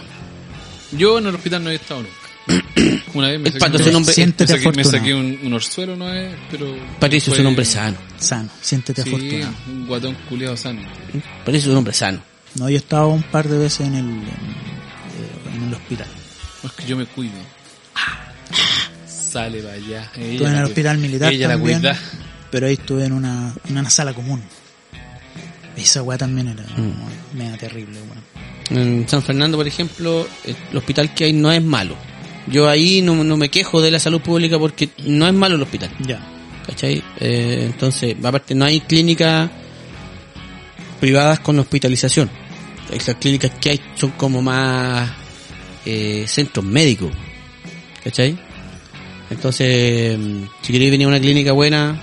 Speaker 3: yo en el hospital no he estado
Speaker 4: *coughs*
Speaker 3: nunca. Una vez me
Speaker 2: El pato
Speaker 3: un-
Speaker 2: es un hombre-
Speaker 3: me
Speaker 4: Siéntete
Speaker 3: saqué, me saqué
Speaker 4: afortunado.
Speaker 3: un, un orzuelo, ¿no es? Pero
Speaker 2: Patricio es
Speaker 4: Pues
Speaker 3: fue-
Speaker 2: un hombre sano,
Speaker 4: Sano, siéntete
Speaker 3: Sí,
Speaker 4: afortunado.
Speaker 3: un guatón culiado sano.
Speaker 2: Patricio es un hombre sano.
Speaker 4: No, yo he estado un par de veces en el, en, eh, en el hospital.
Speaker 3: Es que yo me cuido. Sale para allá.
Speaker 4: Estuve en el hospital militar
Speaker 3: Ella la
Speaker 4: también,
Speaker 3: cuida.
Speaker 4: pero ahí estuve en una, en una sala común. Esa weá también
Speaker 3: Mm.
Speaker 4: era me mega terrible, weón.
Speaker 2: En San Fernando, por ejemplo, eh, el hospital que hay no es malo. Yo ahí no, no me quejo de la salud pública porque no es malo el hospital,
Speaker 4: Ya. *laughs*
Speaker 2: ¿cachai? Eh, entonces, aparte, no hay clínicas privadas con hospitalización. Esas clínicas que hay son como más eh, centros médicos, ¿cachai? Entonces, mm, si queréis venir a una clínica buena,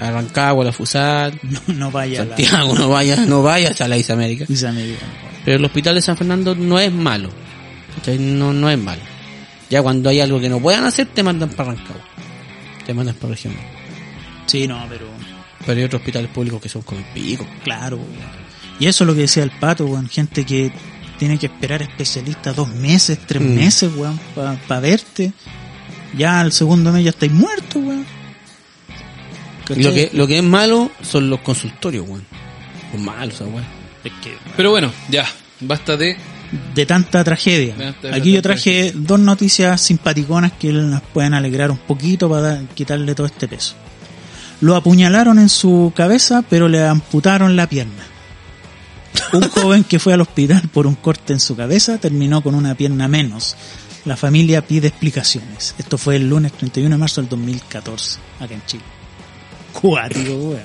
Speaker 2: a Rancagua, a la FUSAT,
Speaker 4: *laughs* No, no vaya a la
Speaker 2: Santiago, no vaya, no vayas a la Isla América.
Speaker 4: Isla Media, weón.
Speaker 2: Pero el hospital de San Fernando no es malo. ¿cachai? No, no es malo. Ya cuando hay algo que no puedan hacer, te mandan para Rancagua. Te mandan para región.
Speaker 4: Sí, no, pero
Speaker 2: Pero hay otros hospitales públicos que son con el pico.
Speaker 4: Claro, weón. Y eso es lo que decía el pato, weón. Gente que tiene que esperar especialistas dos meses, tres
Speaker 2: Mm.
Speaker 4: meses, weón, para verte. Ya al segundo mes ya estáis muerto, weón. ¿Cachai?
Speaker 2: Lo que, lo que es malo son los consultorios, weón. Son malos, esa weá.
Speaker 4: Es que
Speaker 3: Pero bueno, ya. Basta de.
Speaker 4: de tanta tragedia.
Speaker 3: De tanta-
Speaker 4: Aquí yo
Speaker 3: tanta
Speaker 4: traje dos noticias simpaticonas que nos pueden alegrar un poquito para dar- quitarle todo este peso. Lo apuñalaron en su cabeza, pero le amputaron la pierna.
Speaker 3: *laughs*
Speaker 4: Un joven que fue al hospital por un corte en su cabeza terminó con una pierna menos. La familia pide explicaciones. Esto fue el lunes 31 de marzo del 2014, acá en Chile. Cuático, weón.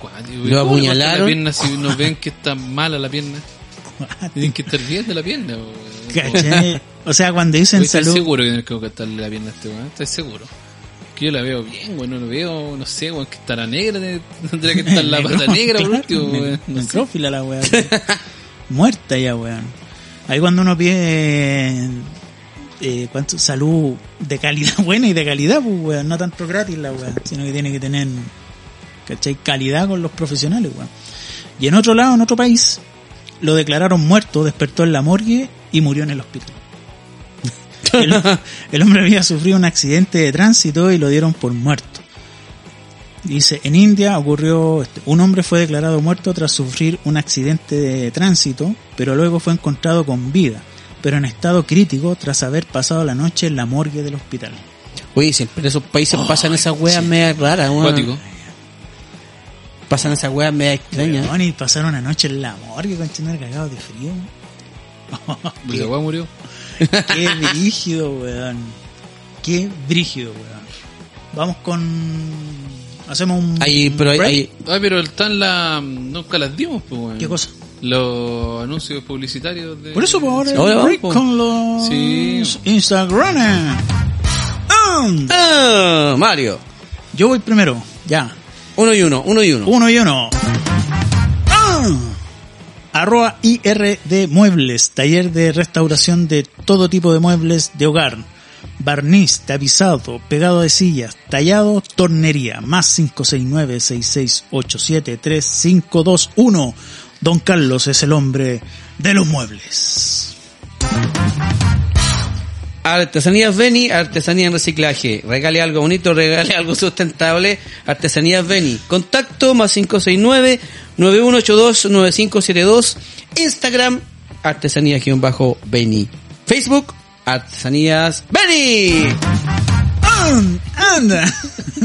Speaker 3: ¿Cómo le cortan
Speaker 2: apuñalaron.
Speaker 3: La pierna si nos ven que está mala la pierna.
Speaker 4: *laughs*
Speaker 3: Tienen que estar bien de la pierna. o-
Speaker 4: ¿Cachai? O sea, cuando dicen
Speaker 3: Estoy
Speaker 4: salud...
Speaker 3: seguro que tienes que cortarle la pierna a este weón. Estoy seguro. Que yo la veo bien, weón. No la veo, no sé, weón. Que está la negra. tiene- Tendría que estar
Speaker 4: *laughs*
Speaker 3: la pata
Speaker 4: Necro-
Speaker 3: negra por
Speaker 4: claro,
Speaker 3: último,
Speaker 4: ne-
Speaker 3: weón. No sé.
Speaker 4: necrófila la weá. weón.
Speaker 3: *laughs*
Speaker 4: Muerta ya, weón. Ahí cuando uno pide eh, ¿cuánto? salud de calidad *laughs* buena y de calidad, pues, weón. No tanto gratis la weá, sino que tiene que tener, ¿cachai? Calidad con los profesionales, weón. Y en otro lado, en otro país, lo declararon muerto, despertó en la morgue y murió en
Speaker 3: *laughs*
Speaker 4: el hospital. El, el hombre había sufrido un accidente de tránsito y lo dieron por muerto. Dice, en India ocurrió, esto. un hombre fue declarado muerto tras sufrir un accidente de tránsito, pero luego fue encontrado con vida, pero en estado crítico tras haber pasado la noche en la morgue del hospital.
Speaker 2: Oye, siempre en esos países pasan esas weas media raras, weón.
Speaker 3: Acuático.
Speaker 2: Pasan esas weas media extrañas.
Speaker 4: Weón, y pasaron la noche en la morgue con chinar cagados de frío.
Speaker 3: pues La weá murió.
Speaker 4: Qué brígido, weón. Qué brígido, weón. Vamos con... Hacemos un...
Speaker 2: Hay, pero hay,
Speaker 4: break.
Speaker 2: hay-
Speaker 3: Ay, Ah, pero están la. Nunca las dimos, pues, weón.
Speaker 4: ¿Qué cosa?
Speaker 3: Los anuncios publicitarios de.
Speaker 4: Por eso, por ahora,
Speaker 2: Ahora
Speaker 4: el break
Speaker 2: vamos, po.
Speaker 4: con los
Speaker 3: Sí.
Speaker 4: Instagram.
Speaker 2: ¡Ah! Mario.
Speaker 4: Yo voy primero, ya.
Speaker 2: Uno y uno, uno y uno.
Speaker 4: Uno y uno. ¡Ah! Arroba IRD Muebles, taller de restauración de todo tipo de muebles de hogar. Barniz, tapizado, pegado de sillas, tallado, tornería. Más 569-6687-3521. Don Carlos es el hombre de los muebles.
Speaker 2: Artesanías Beni, artesanía en reciclaje. Regale algo bonito, regale *laughs* algo sustentable. Artesanías Beni. Contacto más 569-9182-9572. Instagram, artesanías-beni. Facebook, artesanías Beni.
Speaker 4: ¡Ah! ¡Anda! *laughs*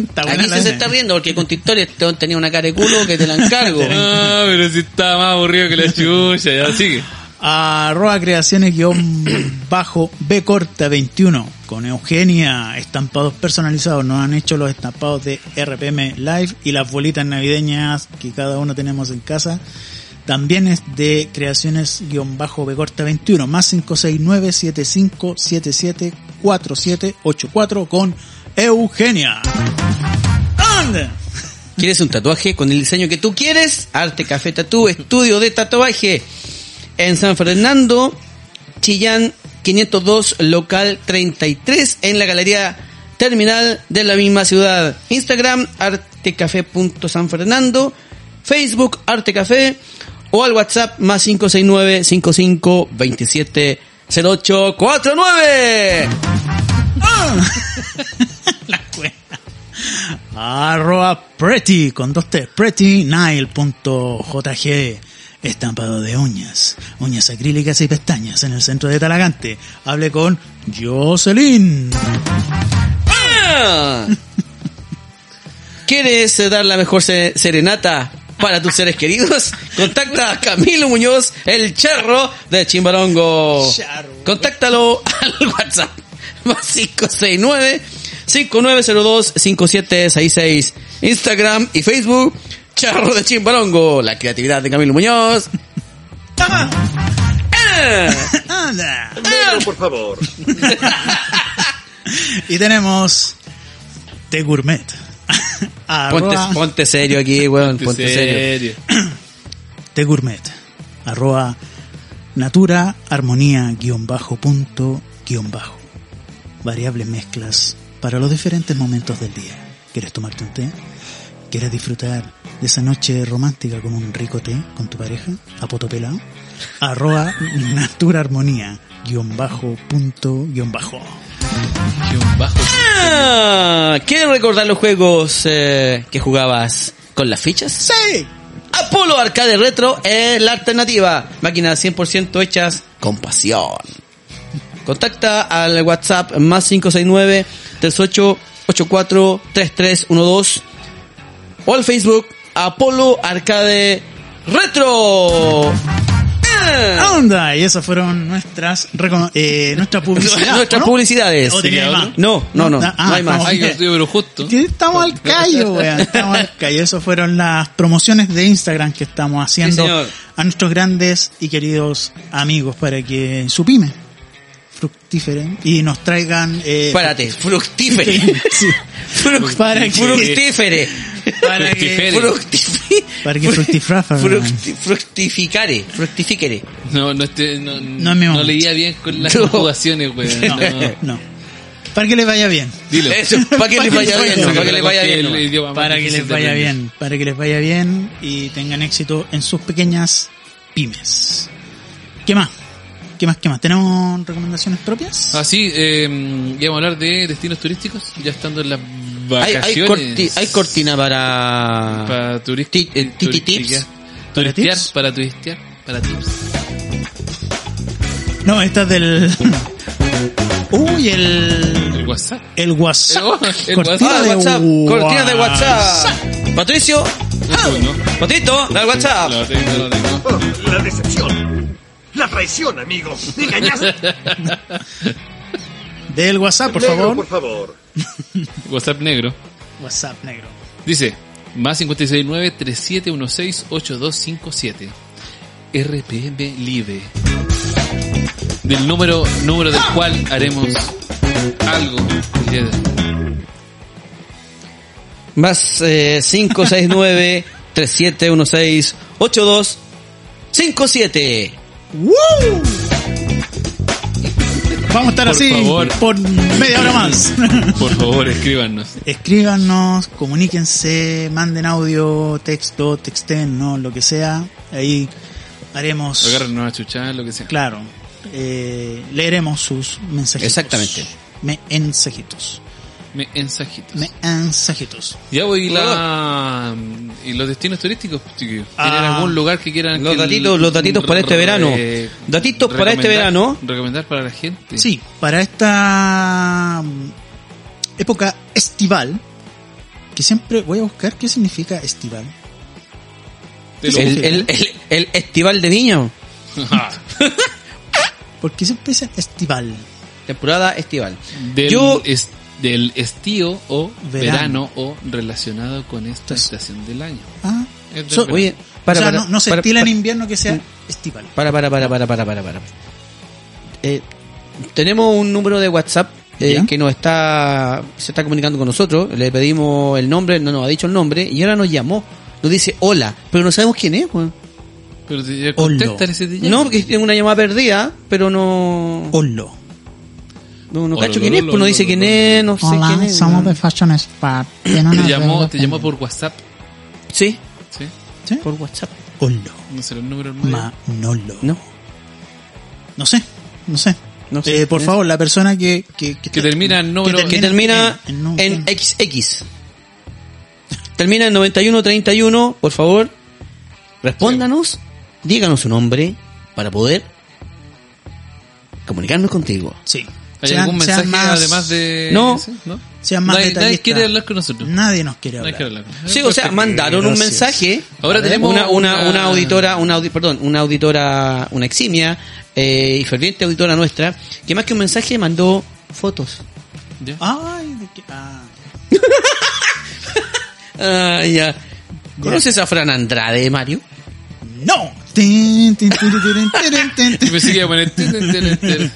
Speaker 4: Está buena
Speaker 2: Mm, Aquí
Speaker 4: la
Speaker 2: se, se
Speaker 4: N.
Speaker 2: está riendo porque con tu historia este weón tenía una cara de culo que te la encargo. *laughs*
Speaker 3: Ah, pero si está más aburrido que la chucha, ya sigue.
Speaker 4: arroba creaciones guión *coughs* bajo B corta 21 con Eugenia estampados personalizados nos han hecho los estampados de RPM Live y las bolitas navideñas que cada uno tenemos en casa también es de creaciones guión bajo B corta 21 más 569 7577 4784 con Eugenia ¡Ande!
Speaker 2: ¿Quieres un tatuaje con el diseño que tú quieres? Arte Café Tatú, estudio de tatuaje. En San Fernando, Chillán 502, local 33, en la galería terminal de la misma ciudad. Instagram, artecafé.sanfernando. Facebook, artecafé. O al WhatsApp, más 569 55 27 08 49.
Speaker 4: *laughs* Arroba Pretty con dos T. PrettyNile.jg Estampado de uñas, uñas acrílicas y pestañas en el centro de Talagante. Hable con Jocelyn. *laughs*
Speaker 2: ¡Ah! *laughs* ¿Quieres eh, dar la mejor se- serenata para tus seres queridos? Contacta a Camilo Muñoz, el charro de Chimbarongo.
Speaker 4: Charro.
Speaker 2: Contáctalo *laughs* al WhatsApp. Más 569 5902 5766. Instagram y Facebook, charro de Chimbarongo. La creatividad de Camilo Muñoz. ¡Ah!
Speaker 4: Anda.
Speaker 6: Negro, por favor.
Speaker 4: Y tenemos The Gourmet. *laughs*
Speaker 2: Ponte,
Speaker 4: Arroba
Speaker 2: ponte serio aquí, weón. Ponte serio.
Speaker 4: The Gourmet. Arroba Natura, armonía, guión bajo, punto, guión bajo. Variables mezclas para los diferentes momentos del día. ¿Quieres tomarte un té? ¿Quieres disfrutar de esa noche romántica con un rico té con tu pareja? A poto pelado.
Speaker 2: *laughs*
Speaker 4: Arroba Natura Armonía, guión bajo, punto, guión bajo.
Speaker 3: Guión bajo.
Speaker 2: Ah, ¿Quieres recordar los juegos eh, que jugabas con las fichas?
Speaker 4: ¡Sí!
Speaker 2: Apolo Arcade Retro es la alternativa. Máquinas 100% hechas con pasión. Contacta al WhatsApp más 569 3884 3312 o al Facebook Apolo Arcade Retro. Ah.
Speaker 4: ¡Onda! Y esas fueron nuestras, recono- eh,
Speaker 2: *laughs*
Speaker 4: nuestra publicidad.
Speaker 2: Nuestras
Speaker 4: ¿no?
Speaker 2: publicidades.
Speaker 4: ¿O tenía
Speaker 3: ¿Sería
Speaker 4: más?
Speaker 3: otro?
Speaker 2: No, no, no,
Speaker 4: Ah,
Speaker 2: no hay más.
Speaker 4: estamos
Speaker 3: Ay,
Speaker 4: bien.
Speaker 3: Dios mío, pero
Speaker 2: *laughs*
Speaker 3: justo.
Speaker 4: Que Estamos al callo, weón. Estamos al callo. Eso fueron las promociones de Instagram que estamos haciendo
Speaker 3: Sí, señor.
Speaker 4: a nuestros grandes y queridos amigos para que su pyme fructíferen y nos traigan. eh,
Speaker 2: Espérate, fructífero.
Speaker 4: *laughs* Sí.
Speaker 2: Fruct-
Speaker 4: Para que-
Speaker 2: Fructífere.
Speaker 4: Para que,
Speaker 3: Fructifere.
Speaker 2: Fructifi-
Speaker 4: para que
Speaker 2: Ah.
Speaker 4: fructifrafa, weón.
Speaker 2: fructi- Fructificare. Fructificare.
Speaker 3: No, no, este, no,
Speaker 4: No es mi
Speaker 3: no
Speaker 4: momento.
Speaker 3: leía bien con las
Speaker 2: *laughs* No.
Speaker 3: conjugaciones,
Speaker 2: *laughs*
Speaker 3: weón.
Speaker 4: No,
Speaker 3: No.
Speaker 4: no. Para que les vaya bien.
Speaker 3: Dilo.
Speaker 2: Eh, Eso, para que les vaya bien.
Speaker 4: Eso,
Speaker 2: Para que les vaya bien.
Speaker 3: El
Speaker 2: nomás.
Speaker 3: idioma más
Speaker 4: Para que
Speaker 3: difícil
Speaker 4: les
Speaker 3: de
Speaker 4: vaya
Speaker 3: aprender.
Speaker 4: bien. Para que les vaya bien y tengan éxito en sus pequeñas pymes. ¿Qué más? ¿Qué más? ¿Qué más? ¿Tenemos recomendaciones propias?
Speaker 3: Ah, sí, eh, íbamos a hablar de destinos turísticos, ya estando en las
Speaker 2: Hay,
Speaker 3: vacaciones.
Speaker 2: hay, corti- hay cortina para...
Speaker 3: para turis-
Speaker 2: Ti- eh, titi
Speaker 3: turistiquear.
Speaker 2: tips.
Speaker 3: Turistear,
Speaker 4: tips?
Speaker 3: para turistear, para tips.
Speaker 4: No, esta es del. *laughs* Uy, el.
Speaker 3: El WhatsApp.
Speaker 4: El WhatsApp.
Speaker 3: El
Speaker 4: Cortina
Speaker 2: Ah,
Speaker 4: de
Speaker 2: WhatsApp. Cortina de
Speaker 4: WhatsApp.
Speaker 2: WhatsApp. Patricio.
Speaker 3: Eso, ¿no?
Speaker 2: Patito, al WhatsApp.
Speaker 3: Lo tengo, lo tengo.
Speaker 6: Oh, La decepción. La traición, amigos. Me engañaste.
Speaker 4: Del WhatsApp, por
Speaker 6: Negro,
Speaker 4: favor.
Speaker 6: Por favor.
Speaker 3: WhatsApp negro.
Speaker 4: WhatsApp negro.
Speaker 3: Dice, más 569-3716-8257. RPM Live. Del número, número del cual haremos algo. el día de hoy.
Speaker 2: Más eh, 569 3716 8257.
Speaker 4: Vamos a estar
Speaker 3: Por
Speaker 4: así
Speaker 3: favor.
Speaker 4: por media hora más. *laughs*
Speaker 3: Por favor, escríbanos.
Speaker 4: Escríbanos, comuníquense, manden audio, texto, texten, no, lo que sea. Ahí haremos.
Speaker 3: Agárrenos a chuchar, lo que sea.
Speaker 4: Claro. eh, leeremos sus mensajitos.
Speaker 2: Exactamente.
Speaker 4: Mensajitos.
Speaker 3: Me ensajitos.
Speaker 4: Mensajitos.
Speaker 3: Ya voy la y los destinos turísticos, pues, chiquillos. ¿Tienen
Speaker 4: Ah.
Speaker 3: algún lugar que quieran
Speaker 2: Los
Speaker 3: que el-
Speaker 2: datitos- los datitos para este verano.
Speaker 3: re-
Speaker 2: Datitos para este
Speaker 3: recomendar-
Speaker 2: verano.
Speaker 3: Recomendar para la gente.
Speaker 4: Sí, para esta mm, época estival, que siempre voy a buscar qué significa estival.
Speaker 3: Te lo-
Speaker 2: El, el, el, el estival de viño.
Speaker 4: Porque siempre dicen estival.
Speaker 2: Temporada estival.
Speaker 3: del,
Speaker 2: Yo-
Speaker 3: es- del estío o verano.
Speaker 4: Verano.
Speaker 3: o relacionado con esta estación del año.
Speaker 4: Ah,
Speaker 3: Es del
Speaker 4: so-
Speaker 3: verano.
Speaker 2: Oye, para,
Speaker 4: o sea,
Speaker 2: para,
Speaker 4: no, no se
Speaker 2: para,
Speaker 4: estila
Speaker 2: para-
Speaker 4: en invierno que sea estival.
Speaker 2: Para, para, para, para, para, para, para. Eh, tenemos un número de WhatsApp eh,
Speaker 4: Ya.
Speaker 2: que nos está, se está comunicando con nosotros. Le pedimos el nombre, no nos ha dicho el nombre y ahora nos llamó. Nos dice hola, pero no sabemos quién es, weón.
Speaker 3: Pero si ya
Speaker 4: Olo.
Speaker 3: contéstale ese día.
Speaker 2: No, porque tiene una llamada perdida, pero no.
Speaker 4: Olo.
Speaker 2: No, no
Speaker 3: Hola,
Speaker 2: cacho quién es,
Speaker 3: hola,
Speaker 2: pues no
Speaker 3: hola,
Speaker 2: dice
Speaker 3: hola,
Speaker 2: quién
Speaker 3: hola.
Speaker 2: es, no sé
Speaker 7: Hola,
Speaker 2: quién es. Ah.
Speaker 7: somos
Speaker 2: weón.
Speaker 7: de Fashion Spa. Tiene
Speaker 3: Te
Speaker 7: una
Speaker 3: llamó,
Speaker 7: deuda
Speaker 3: te llamó
Speaker 7: conmigo.
Speaker 3: por WhatsApp,
Speaker 2: Sí,
Speaker 3: ¿sí?
Speaker 4: ¿Sí?
Speaker 2: por WhatsApp.
Speaker 4: Olo.
Speaker 3: No sé los números. ¿no?
Speaker 4: Manolo.
Speaker 2: No.
Speaker 4: No sé, no sé.
Speaker 2: No sé.
Speaker 4: Eh, por
Speaker 2: Eh.
Speaker 4: favor, la persona que... Que,
Speaker 3: Que termina en número.
Speaker 4: termina-
Speaker 2: Que termina
Speaker 4: En- en-
Speaker 2: en XX. Termina en 9131, por favor. Respóndanos, díganos su nombre para poder comunicarnos contigo.
Speaker 4: Sí.
Speaker 3: ¿Hay
Speaker 4: Sean-
Speaker 3: algún mensaje
Speaker 4: sean más-
Speaker 3: además de.?
Speaker 2: No.
Speaker 3: ese? ¿No?
Speaker 4: Sean más
Speaker 3: nadie, nadie
Speaker 4: detallistas.
Speaker 3: quiere hablar con nosotros.
Speaker 4: Nadie nos quiere
Speaker 3: No hay
Speaker 4: hablar.
Speaker 3: que hablar con-
Speaker 2: Sí, o sea, mandaron un
Speaker 4: Gracias.
Speaker 2: mensaje.
Speaker 3: Ahora tenemos
Speaker 2: una, una,
Speaker 3: una-
Speaker 2: una auditora, una audi- perdón, una auditora, una eximia eh, y ferviente auditora nuestra, que más que un mensaje mandó fotos.
Speaker 3: Ya.
Speaker 4: Ay, de que- ah.
Speaker 2: Ah, ya. ¿Conoces a Fran Andrade, Mario?
Speaker 4: No. Tin, tin, tin, tin, tin, tin,
Speaker 3: Yo
Speaker 4: tin.
Speaker 3: pensé que iba a poner. tin, tin, tin, tin.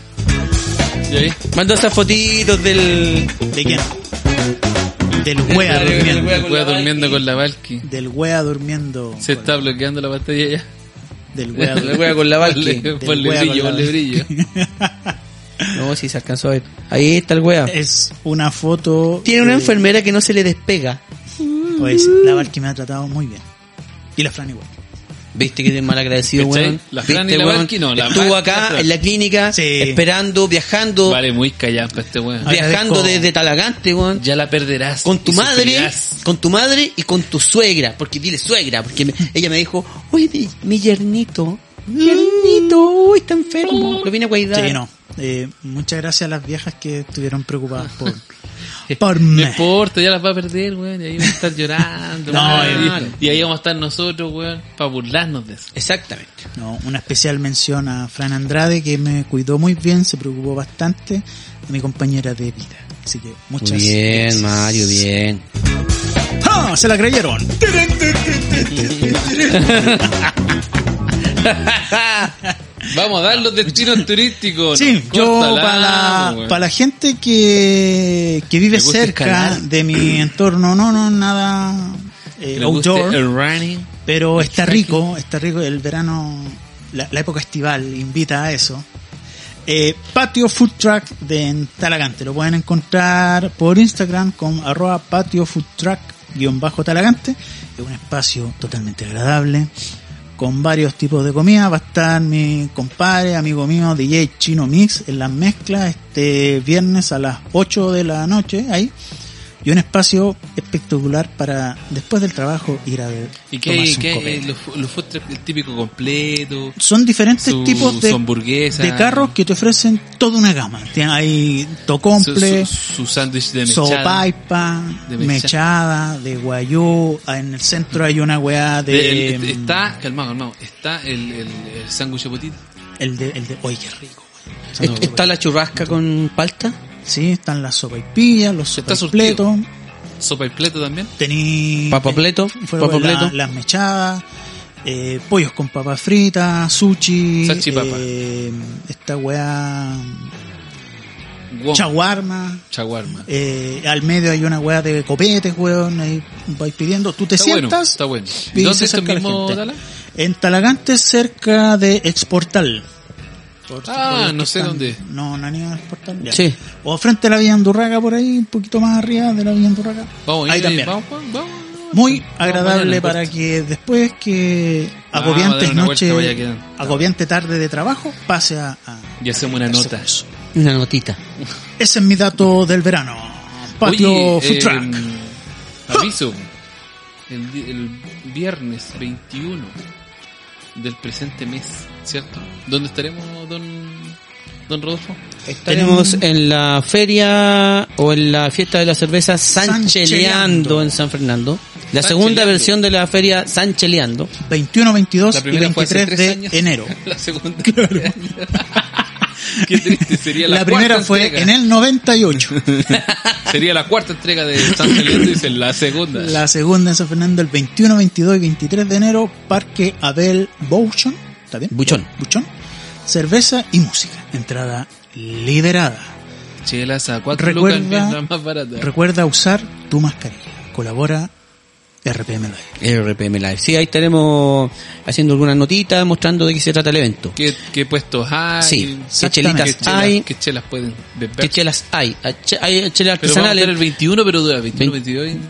Speaker 3: ¿Y ahí?
Speaker 2: Mandó esas fotitos del...
Speaker 4: ¿De quién? Del wea
Speaker 2: Del- del-
Speaker 4: durmiendo.
Speaker 2: Voy a
Speaker 3: Voy
Speaker 2: con la
Speaker 3: durmiendo
Speaker 2: Valky.
Speaker 3: con la Valky.
Speaker 4: Del wea durmiendo.
Speaker 3: Se está bloqueando la pantalla ya.
Speaker 4: Del wea-
Speaker 2: La wea con la Valky.
Speaker 4: Del
Speaker 3: Ponle
Speaker 4: wea
Speaker 3: brillo,
Speaker 4: con la-
Speaker 3: ponle brillo.
Speaker 2: No, si se alcanzó a ver. Ahí está el wea.
Speaker 3: Eh,
Speaker 4: Es una foto.
Speaker 2: Tiene una
Speaker 4: de-
Speaker 2: enfermera que no se le despega.
Speaker 4: Oye, sí, la Valky me ha tratado muy bien. Y la Fran igual.
Speaker 2: Viste que es mal agradecido,
Speaker 3: ¿Cachai?
Speaker 2: weón.
Speaker 3: La Fran y
Speaker 2: Viste,
Speaker 3: la
Speaker 2: weón.
Speaker 3: Valky, no, la
Speaker 2: Estuvo
Speaker 3: Valky, la
Speaker 2: acá
Speaker 3: Fran.
Speaker 2: en la clínica,
Speaker 4: Sí.
Speaker 2: esperando, viajando,
Speaker 3: Vale, muy callampa este weón.
Speaker 4: Ay.
Speaker 2: viajando
Speaker 4: Agradezco.
Speaker 2: desde Talagante, weón.
Speaker 3: Ya la perderás.
Speaker 2: Con tu
Speaker 3: y
Speaker 2: madre,
Speaker 3: sufrirás.
Speaker 2: con tu madre y con tu suegra, porque dile suegra, porque me- ella me dijo, uy, mi, mi yernito, mi yernito, uy, está
Speaker 3: Oh.
Speaker 2: enfermo, lo vine a cuidar.
Speaker 4: Sí, no. Eh, muchas gracias a las viejas que estuvieron preocupadas por, por mí.
Speaker 3: No importa, ya las va a perder, weón. Y ahí vamos a estar llorando.
Speaker 4: *laughs* No,
Speaker 3: weón.
Speaker 4: evito.
Speaker 3: y ahí vamos a estar nosotros, weón, para burlarnos de eso.
Speaker 2: Exactamente.
Speaker 4: No, una especial mención a Fran Andrade que me cuidó muy bien, se preocupó bastante, a mi compañera de vida. Así que muchas gracias.
Speaker 2: bien.
Speaker 4: ¡Ah! Se la creyeron.
Speaker 3: Vamos a dar los
Speaker 4: *laughs*
Speaker 3: destinos turísticos.
Speaker 4: Sí,
Speaker 3: Nos
Speaker 4: yo
Speaker 3: corta la- pues,
Speaker 4: para la,
Speaker 3: weón.
Speaker 4: para la gente que, que vive
Speaker 3: Le gusta
Speaker 4: cerca
Speaker 3: escalar.
Speaker 4: de mi entorno, no, no, nada eh,
Speaker 3: Que le guste
Speaker 4: outdoor,
Speaker 3: el running.
Speaker 4: pero está rico, está rico el verano, la, la época estival invita a eso. Eh, patio Food Truck de en Talagante, lo pueden encontrar por Instagram con arroba patio food truck guión bajo Talagante, es un espacio totalmente agradable, con varios tipos de comida. Va a estar mi compadre, amigo mío, DJ Chino Mix en las mezclas este viernes a las 8 de la noche ahí. Y un espacio espectacular para después del trabajo ir a ver.
Speaker 3: ¿Y qué hay? ¿Qué eh, hay? Los, los food truck, el típico completo.
Speaker 4: Son diferentes
Speaker 3: Su-
Speaker 4: tipos de,
Speaker 3: su hamburguesa.
Speaker 4: de carros que te ofrecen toda una gama. Tien- Hay tocomple,
Speaker 3: Su- su- su sándwich de mechada.
Speaker 4: sopaipa,
Speaker 3: De
Speaker 4: de
Speaker 3: mechada.
Speaker 4: mechada, de guayú. Ah, En el centro hay una weá de...
Speaker 3: De- el- está, calmado, calmado. Está el, el, el sándwich de potito.
Speaker 4: El de, el de... ¡Oye, qué rico! weón.
Speaker 2: Est- ¿Está la churrasca con palta?
Speaker 4: Sí, están las sopaipillas, los
Speaker 3: Está
Speaker 4: sopaipletos,
Speaker 3: Sopa y plato también.
Speaker 4: tení...
Speaker 2: Papapleto,
Speaker 4: fueron
Speaker 2: papapleto.
Speaker 4: la- las mechadas, eh, pollos con papas fritas, sushi,
Speaker 3: Salchipapa.
Speaker 4: eh, esta weá
Speaker 3: Wong.
Speaker 4: chaguarma,
Speaker 3: Chaguarma.
Speaker 4: eh, al medio hay una weá de copetes, weón, ahí vais pidiendo, tú te
Speaker 3: Está bueno,
Speaker 4: sientas...
Speaker 3: está bueno.
Speaker 4: y
Speaker 3: ¿Dónde
Speaker 4: se
Speaker 3: está el
Speaker 4: acerca la
Speaker 3: mismo
Speaker 4: gente.
Speaker 3: Dala?
Speaker 4: En Talagante, cerca de Exportal. Por-
Speaker 3: Ah,
Speaker 4: por los
Speaker 3: no
Speaker 4: que
Speaker 3: sé dónde.
Speaker 4: No, no han ido a Exportal. ya.
Speaker 2: Sí.
Speaker 4: O frente a la Villa Andurraga, por ahí, un poquito más arriba de la Villa Andurraga.
Speaker 3: Vamos,
Speaker 4: ahí
Speaker 3: ir,
Speaker 4: también.
Speaker 3: Vamos, vamos, vamos.
Speaker 4: Muy
Speaker 3: Vamos mañana,
Speaker 4: agradable
Speaker 3: no
Speaker 4: para
Speaker 3: importa.
Speaker 4: que después que
Speaker 3: Ah,
Speaker 4: agobiantes
Speaker 3: vamos a dar una
Speaker 4: noche,
Speaker 3: vuelta, vaya quedando.
Speaker 4: agobiante tarde de trabajo, pase a... a-
Speaker 3: Y hacemos una
Speaker 4: a-
Speaker 3: nota.
Speaker 4: Eso.
Speaker 2: Una notita.
Speaker 4: Ese es mi dato del verano. Patio
Speaker 3: Oye,
Speaker 4: Food
Speaker 3: eh,
Speaker 4: Truck.
Speaker 3: aviso. El, di- el viernes 21 del presente mes, ¿cierto? ¿Dónde estaremos, don, don Rodolfo?
Speaker 2: Estaremos en la feria o en la fiesta de la cerveza Sancheleando
Speaker 4: Sancheleando.
Speaker 2: en San Fernando. La
Speaker 3: Sancheleando.
Speaker 2: segunda versión de la feria Sancheleando.
Speaker 4: 21, 22
Speaker 3: La
Speaker 4: y
Speaker 3: primera fue hace
Speaker 4: 23
Speaker 3: tres
Speaker 4: de
Speaker 3: años.
Speaker 4: enero.
Speaker 3: *laughs* La segunda.
Speaker 4: *laughs*
Speaker 3: Qué triste sería la,
Speaker 4: La, primera
Speaker 3: cuarta
Speaker 4: fue
Speaker 3: entrega.
Speaker 4: en
Speaker 3: *laughs*
Speaker 4: el 98.
Speaker 3: Sería la cuarta entrega de San Felipe, es la segunda.
Speaker 4: La segunda en San Fernando el 21, 22 y 23 de enero, Parque Abel Bouchon, ¿está bien?
Speaker 2: Buchón.
Speaker 4: Buchón. Cerveza y música. Entrada liderada.
Speaker 3: Chelas a cuatro
Speaker 4: Recuerda-
Speaker 3: lucas, es la más barata.
Speaker 4: Recuerda usar tu mascarilla. Colabora RPM Live.
Speaker 2: RPM Live. Sí, ahí estaremos haciendo algunas notitas mostrando de qué se trata el evento.
Speaker 3: ¿Qué, qué puestos hay?
Speaker 2: Sí, qué
Speaker 4: exactamente.
Speaker 2: chelitas
Speaker 3: ¿Qué chelas,
Speaker 2: hay,
Speaker 3: qué chelas pueden
Speaker 2: qué
Speaker 3: beber?
Speaker 2: chelas hay. Ah, che- Hay chelas
Speaker 3: pero vamos a
Speaker 2: artesanales.
Speaker 3: tener el 21, pero dura 21, 22.
Speaker 2: 21,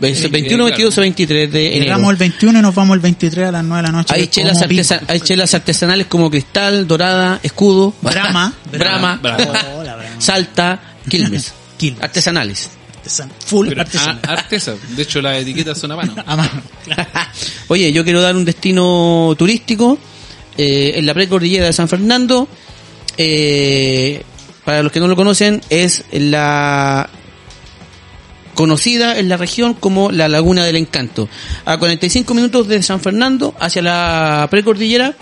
Speaker 2: 22 o 23 de
Speaker 4: Llegamos
Speaker 2: enero.
Speaker 4: el 21 y nos vamos el 23 a las 9 de la noche.
Speaker 2: Hay
Speaker 4: que
Speaker 2: chelas,
Speaker 4: como
Speaker 2: artesa- hay chelas artesanales como Cristal, Dorada, Escudo,
Speaker 4: pico. Brahma.
Speaker 2: *laughs* Brahma,
Speaker 3: Brahma.
Speaker 4: Oh, la Brahma.
Speaker 2: Salta,
Speaker 3: *laughs*
Speaker 2: Quilmes.
Speaker 4: Quilmes.
Speaker 2: Artesanales.
Speaker 4: Artesan- Full
Speaker 3: Pero,
Speaker 4: artesan.
Speaker 3: ah, artesa. De hecho, las etiquetas son a mano.
Speaker 4: A mano.
Speaker 2: Oye, yo quiero dar un destino turístico eh, en la precordillera de San Fernando. Eh, para los que no lo conocen, es la conocida en la región como la Laguna del Encanto. A 45 minutos de San Fernando hacia la precordillera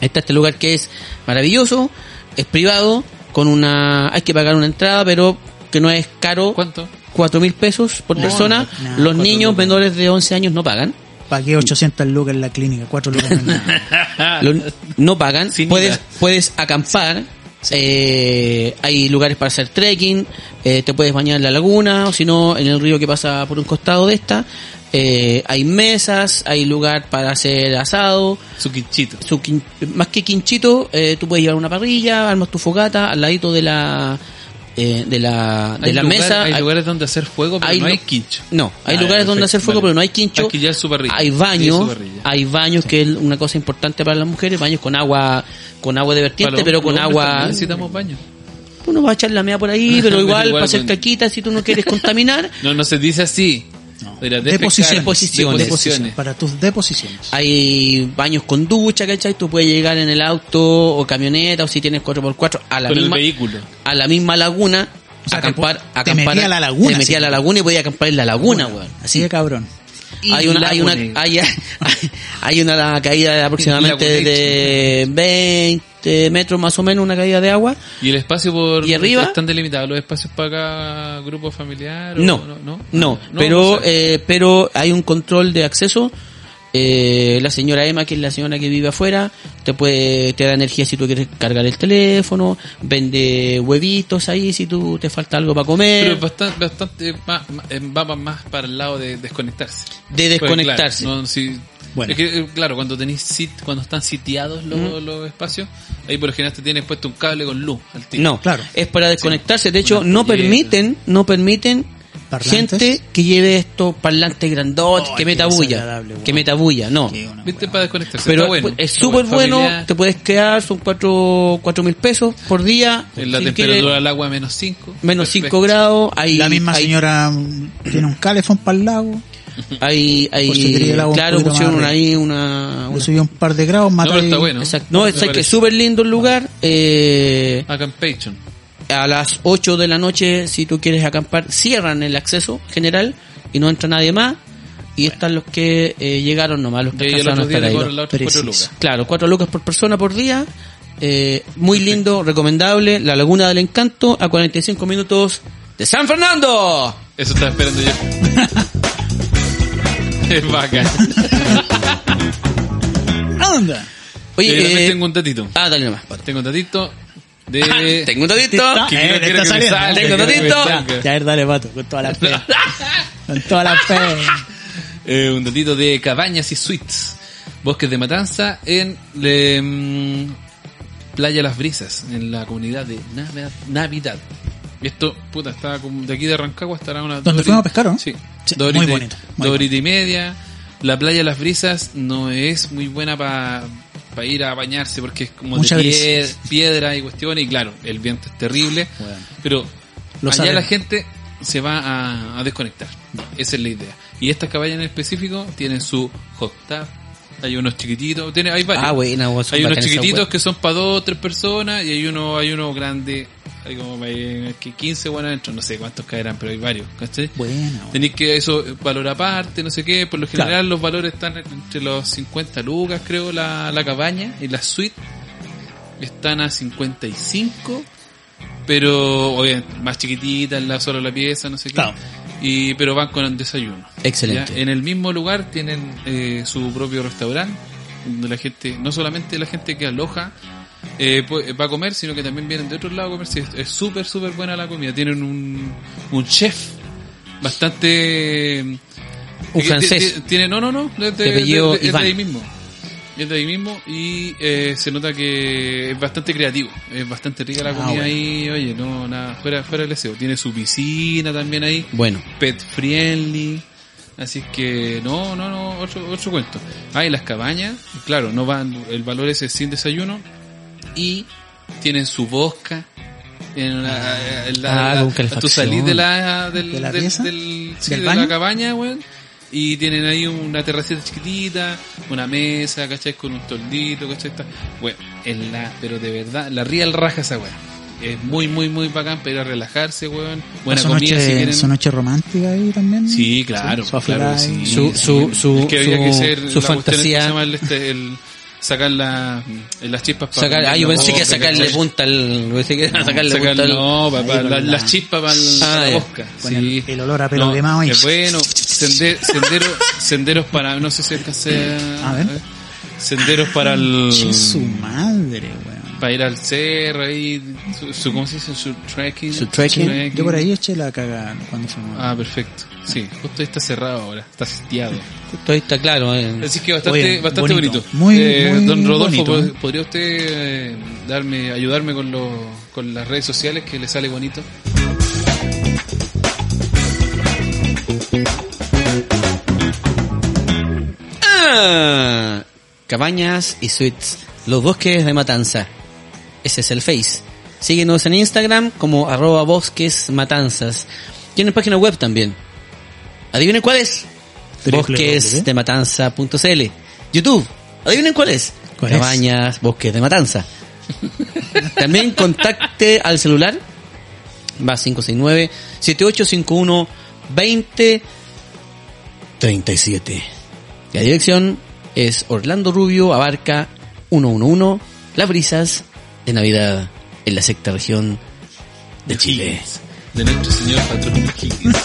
Speaker 2: está este lugar que es maravilloso, es privado, con una hay que pagar una entrada, pero que no es caro, *laughs*
Speaker 3: ¿Cuánto?
Speaker 2: cuatro mil pesos por
Speaker 3: No,
Speaker 2: persona.
Speaker 4: no, no,
Speaker 2: Los
Speaker 4: cuatro
Speaker 2: niños
Speaker 3: lucas.
Speaker 2: menores de 11 años no pagan.
Speaker 4: Pagué 800 lucas en la clínica, 4 lucas en la
Speaker 3: *laughs*
Speaker 2: Los- no pagan.
Speaker 3: Sin
Speaker 2: puedes,
Speaker 3: IVA.
Speaker 2: puedes acampar. eh, hay lugares para hacer trekking. eh, te puedes bañar en la laguna o si no en el río que pasa por un costado de esta. eh, hay mesas, hay lugar para hacer asado,
Speaker 3: Su quinchito.
Speaker 2: su quin- más que quinchito, eh, tú puedes llevar una parrilla, armas tu fogata al ladito de la eh, de la de
Speaker 3: Hay
Speaker 2: la
Speaker 3: lugar-
Speaker 2: mesa.
Speaker 3: Hay,
Speaker 2: hay-
Speaker 3: lugares donde hacer fuego, pero
Speaker 2: hay
Speaker 3: no
Speaker 2: lu-
Speaker 3: hay quincho.
Speaker 2: No, hay
Speaker 3: Ah,
Speaker 2: lugares donde
Speaker 3: perfecto,
Speaker 2: hacer fuego,
Speaker 3: vale.
Speaker 2: pero no hay quincho.
Speaker 3: Hay que llevar su parrilla.
Speaker 2: Hay
Speaker 3: Sí,
Speaker 2: baños,
Speaker 3: su parrilla.
Speaker 2: hay baños que es una cosa importante para las mujeres, baños con agua, con agua de vertiente,
Speaker 3: Para los
Speaker 2: pero con
Speaker 3: hombres
Speaker 2: agua.
Speaker 3: también Necesitamos baño.
Speaker 2: Uno va a echar la mea por
Speaker 3: *laughs*
Speaker 2: ahí, pero igual
Speaker 3: Igual,
Speaker 2: para hacer
Speaker 3: bueno.
Speaker 2: caquita si tú no quieres
Speaker 3: *laughs*
Speaker 2: contaminar.
Speaker 3: No, no se dice así.
Speaker 4: No.
Speaker 3: Era defecar,
Speaker 4: Deposiciones.
Speaker 2: Deposiciones.
Speaker 3: deposiciones.
Speaker 4: Para tus deposiciones.
Speaker 3: Ah,
Speaker 2: Hay baños con ducha, ¿cachai? Tú puedes llegar en el auto o camioneta o si tienes 4x4 a la
Speaker 3: Con el
Speaker 2: misma
Speaker 3: vehículo.
Speaker 2: a la misma laguna.
Speaker 4: O sea, te
Speaker 2: acampar,
Speaker 4: po- te
Speaker 2: acampar,
Speaker 4: metí a la laguna,
Speaker 2: Te metí
Speaker 4: sí.
Speaker 2: a la laguna y podía acampar en la laguna, weón.
Speaker 4: Así de cabrón.
Speaker 2: hay una, hay una, hay, *laughs* hay una caída de aproximadamente de
Speaker 3: Laguneche.
Speaker 2: 20 metros más o menos, una caída de agua.
Speaker 3: ¿Y el espacio por...
Speaker 2: ¿Y arriba?
Speaker 3: ¿Están delimitados los espacios para cada grupo familiar? o
Speaker 2: No,
Speaker 3: no,
Speaker 2: no,
Speaker 3: no
Speaker 2: pero,
Speaker 3: sé.
Speaker 2: eh, pero hay un control de acceso. Eh, la señora Emma, que es la señora que vive afuera, te puede, te da energía si tú quieres cargar el teléfono, vende huevitos ahí si tú te falta algo para comer.
Speaker 3: Pero pues, bastante, bastante más, más- eh, va pa- más para el lado de desconectarse.
Speaker 2: De desconectarse.
Speaker 3: Porque, pues, claro, no, sí.
Speaker 4: Bueno.
Speaker 3: Es que, eh, claro, cuando tenéis sit- cuando están sitiados los, los espacios, ahí por lo general te tienes puesto un cable con luz al tiro.
Speaker 2: No,
Speaker 4: Claro.
Speaker 2: es para desconectarse. De hecho,
Speaker 3: Unas
Speaker 2: no
Speaker 3: folletas.
Speaker 2: permiten, no permiten
Speaker 4: Parlantes.
Speaker 2: gente que lleve estos parlantes grandotes,
Speaker 4: Ay,
Speaker 2: que
Speaker 4: qué
Speaker 2: meta bulla,
Speaker 4: desagradable,
Speaker 2: que
Speaker 4: weón.
Speaker 2: meta bulla, no.
Speaker 4: Qué una
Speaker 3: ¿Viste?
Speaker 4: weá.
Speaker 3: Para desconectarse.
Speaker 2: Pero pues,
Speaker 3: Está bueno.
Speaker 2: es
Speaker 3: Está
Speaker 2: súper bueno,
Speaker 3: Familiar,
Speaker 2: te puedes quedar, son cuatro, cuatro mil pesos por día.
Speaker 3: en la
Speaker 2: si
Speaker 3: temperatura
Speaker 2: quieres,
Speaker 3: del agua menos 5.
Speaker 2: menos 5 grados, hay,
Speaker 4: la misma
Speaker 2: hay,
Speaker 4: señora mm, tiene un calefón para el
Speaker 3: Ah,
Speaker 4: lago.
Speaker 2: hay, hay-
Speaker 4: Por si quería el agua un
Speaker 2: claro,
Speaker 4: poquito
Speaker 2: pusieron
Speaker 4: más
Speaker 2: ahí una,
Speaker 4: Le subió un par de grados,
Speaker 3: No,
Speaker 4: mata
Speaker 3: pero está
Speaker 4: ahí-
Speaker 3: bueno.
Speaker 2: Exacto. No,
Speaker 3: Me
Speaker 2: es que
Speaker 3: parece.
Speaker 2: es súper lindo el lugar, eh,
Speaker 3: Acá en Patreon.
Speaker 2: a las 8 de la noche, si tú quieres acampar, cierran el acceso general y no entra nadie más. Y están los que eh, llegaron nomás, los
Speaker 3: Y
Speaker 2: que
Speaker 3: ahí el
Speaker 2: alcanzaron a
Speaker 3: otro día
Speaker 2: estar
Speaker 3: te
Speaker 2: ahí.
Speaker 3: cobran la otra cuatro
Speaker 4: preciso.
Speaker 3: lucas.
Speaker 2: Claro, 4 lucas por persona por día. eh, muy lindo, recomendable. La Laguna del Encanto a 45 minutos de San Fernando.
Speaker 3: Eso estaba
Speaker 2: *laughs*
Speaker 3: esperando yo. es bacán.
Speaker 4: ¡Anda!
Speaker 2: Oye,
Speaker 3: yo también
Speaker 2: eh,
Speaker 3: tengo un datito.
Speaker 2: ah, dale nomás. Ah,
Speaker 3: Tengo un datito
Speaker 2: *laughs*
Speaker 3: de...
Speaker 2: Tengo un datito.
Speaker 4: Está-
Speaker 3: que
Speaker 4: eh,
Speaker 3: quiero-
Speaker 4: te
Speaker 3: quiero que
Speaker 4: está
Speaker 3: me
Speaker 4: saliendo.
Speaker 3: salga,
Speaker 2: Tengo
Speaker 3: quiero que me
Speaker 2: datito.
Speaker 3: salga.
Speaker 4: Ya, a ver, dale, pato, con toda
Speaker 3: *laughs*
Speaker 4: la fe. con toda la fe.
Speaker 3: Eh, un datito de cabañas y suites. Bosques de Matanza en eh, mm, Playa Las Brisas, en la comunidad de Nava- Navidad. Y esto, puta, está como de aquí de Rancagua estará una...
Speaker 4: Donde
Speaker 3: dos
Speaker 4: fuimos a
Speaker 3: horitas-
Speaker 4: pescar, ¿o no?
Speaker 3: Sí.
Speaker 4: Sí,
Speaker 3: dos
Speaker 4: muy
Speaker 3: horitas-
Speaker 4: bonito, muy
Speaker 3: dos
Speaker 4: bonito.
Speaker 3: horitas y media. La Playa Las Brisas no es muy buena para ir a bañarse porque es como
Speaker 4: Mucha
Speaker 3: de
Speaker 4: brisa.
Speaker 3: pie- piedra y cuestiones y claro, el viento es terrible.
Speaker 4: Bueno.
Speaker 3: Pero
Speaker 4: Lo
Speaker 3: allá
Speaker 4: sabemos.
Speaker 3: la gente se va a, a desconectar. Esa es la idea. Y estas cabañas en específico tienen su hot tub. Hay unos chiquititos, tiene, hay varios.
Speaker 2: Ah, buena, vos,
Speaker 3: hay unos
Speaker 2: bacán esa
Speaker 3: chiquititos
Speaker 2: wea.
Speaker 3: que son para dos, tres personas y hay uno, hay uno grande, hay como para eh, que 15 buenas adentro, no sé cuántos caerán, pero hay varios, ¿cachai?
Speaker 4: Buena, weón.
Speaker 3: Tenéis que eso, eh, valor aparte, no sé qué. Por lo general, los valores están entre los 50 lucas, creo, la, la cabaña y la suite están a 55, pero obviamente más chiquititas, la sola la pieza, no sé qué.
Speaker 4: Claro.
Speaker 3: Y, pero van con el desayuno.
Speaker 2: Excelente.
Speaker 3: ¿ya? En el mismo lugar tienen eh, su propio restaurante, donde la gente, no solamente la gente que aloja eh, pu- va a comer, sino que también vienen de otros lados a comer. Sí, es- Es súper, súper buena la comida. Tienen un, un chef bastante...
Speaker 2: Un
Speaker 3: que-
Speaker 2: francés.
Speaker 3: ti- Tiene, no, no, no, es de,
Speaker 2: De apellido
Speaker 3: de- de- es de
Speaker 2: Iván.
Speaker 3: ahí mismo. Es de ahí mismo y eh, se nota que es bastante creativo, es bastante rica la
Speaker 4: Ah,
Speaker 3: comida
Speaker 4: bueno.
Speaker 3: ahí, oye, no, nada, fuera, fuera del deseo. Tiene su piscina también ahí,
Speaker 2: Bueno,
Speaker 3: pet friendly. Así es que no, no, no, otro, otro cuento. Ah, y las cabañas, claro, no van, el valor ese es sin desayuno. Y tienen su bosca. tienen la- la-
Speaker 2: Ah,
Speaker 3: la-
Speaker 2: con
Speaker 3: tú
Speaker 2: calefacción.
Speaker 3: salís de la, del,
Speaker 4: ¿De la
Speaker 3: del-
Speaker 4: pieza?
Speaker 3: del- sí,
Speaker 4: ¿Del
Speaker 3: de
Speaker 4: baño?
Speaker 3: la cabaña, weón. Y tienen ahí una terracita chiquitita, una mesa, ¿cachai? Con un toldito, ¿cachai? Está, bueno, en la, pero de verdad, la real raja esa weón. Es muy, muy, muy bacán para ir a relajarse, weón. Buena
Speaker 4: son
Speaker 3: comida
Speaker 4: noches
Speaker 3: si quieren.
Speaker 4: son noches románticas ahí también.
Speaker 3: Sí, claro,
Speaker 4: Su-
Speaker 3: claro
Speaker 4: su
Speaker 3: que
Speaker 4: afilada
Speaker 3: sí.
Speaker 4: ahí.
Speaker 2: su, su, su,
Speaker 3: Es que había
Speaker 2: su-
Speaker 3: que ser
Speaker 2: su
Speaker 3: la cuestión es que se
Speaker 2: fantasía.
Speaker 3: llama el, este, el sacar la- eh, las chispas para
Speaker 2: Sacar, ah, yo pensé que sacarle punta al, pensé que era sacarle punta al-
Speaker 3: no, para,
Speaker 4: Ahí con la-
Speaker 3: las chispas para
Speaker 2: Ah,
Speaker 3: la
Speaker 2: ya.
Speaker 3: mosca.
Speaker 4: Con
Speaker 3: sí.
Speaker 4: el- el olor a pelo quemado ahí.
Speaker 3: Es bueno, sende- sendero- senderos para, no sé si alcancé
Speaker 4: A ver.
Speaker 3: Senderos para el...
Speaker 4: Che, su madre, weón.
Speaker 3: Para ir al cerro ahí, su, su- ¿cómo se dice? Su trekking.
Speaker 2: Su trekking.
Speaker 4: Che, Yo por ahí eché la caga cuando fuimos.
Speaker 3: Ah, perfecto. Sí, justo ahí está cerrado ahora, está sitiado.
Speaker 2: Todo está claro. eh.
Speaker 3: Así que bastante,
Speaker 4: Oye,
Speaker 3: bastante
Speaker 4: Mm. bonito.
Speaker 3: bonito.
Speaker 4: Muy-
Speaker 3: Eh,
Speaker 4: muy
Speaker 3: Don Rodolfo,
Speaker 4: bonito,
Speaker 3: ¿pod- ¿podría usted eh, darme, ayudarme con, los con las redes sociales que le sale bonito?
Speaker 2: Ah, Cabañas y Suites, los bosques de Matanza. Ese es el Face. Síguenos en Instagram como arroba bosques matanzas. Tienen página web también. Adivinen cuál es.
Speaker 4: Triple
Speaker 2: Bosques
Speaker 4: doble.
Speaker 2: de matanza.cl. YouTube. Adivinen cuál es.
Speaker 4: ¿Cuál es?
Speaker 2: Cabañas, bosques de matanza. también contacte al celular. Más 569 7851 20 37. La dirección es Orlando Rubio, Abarca 111, Las Brisas, de Navidad, en la sexta región de Chile.
Speaker 3: De nuestro señor patrón
Speaker 4: *laughs*
Speaker 3: Higgins.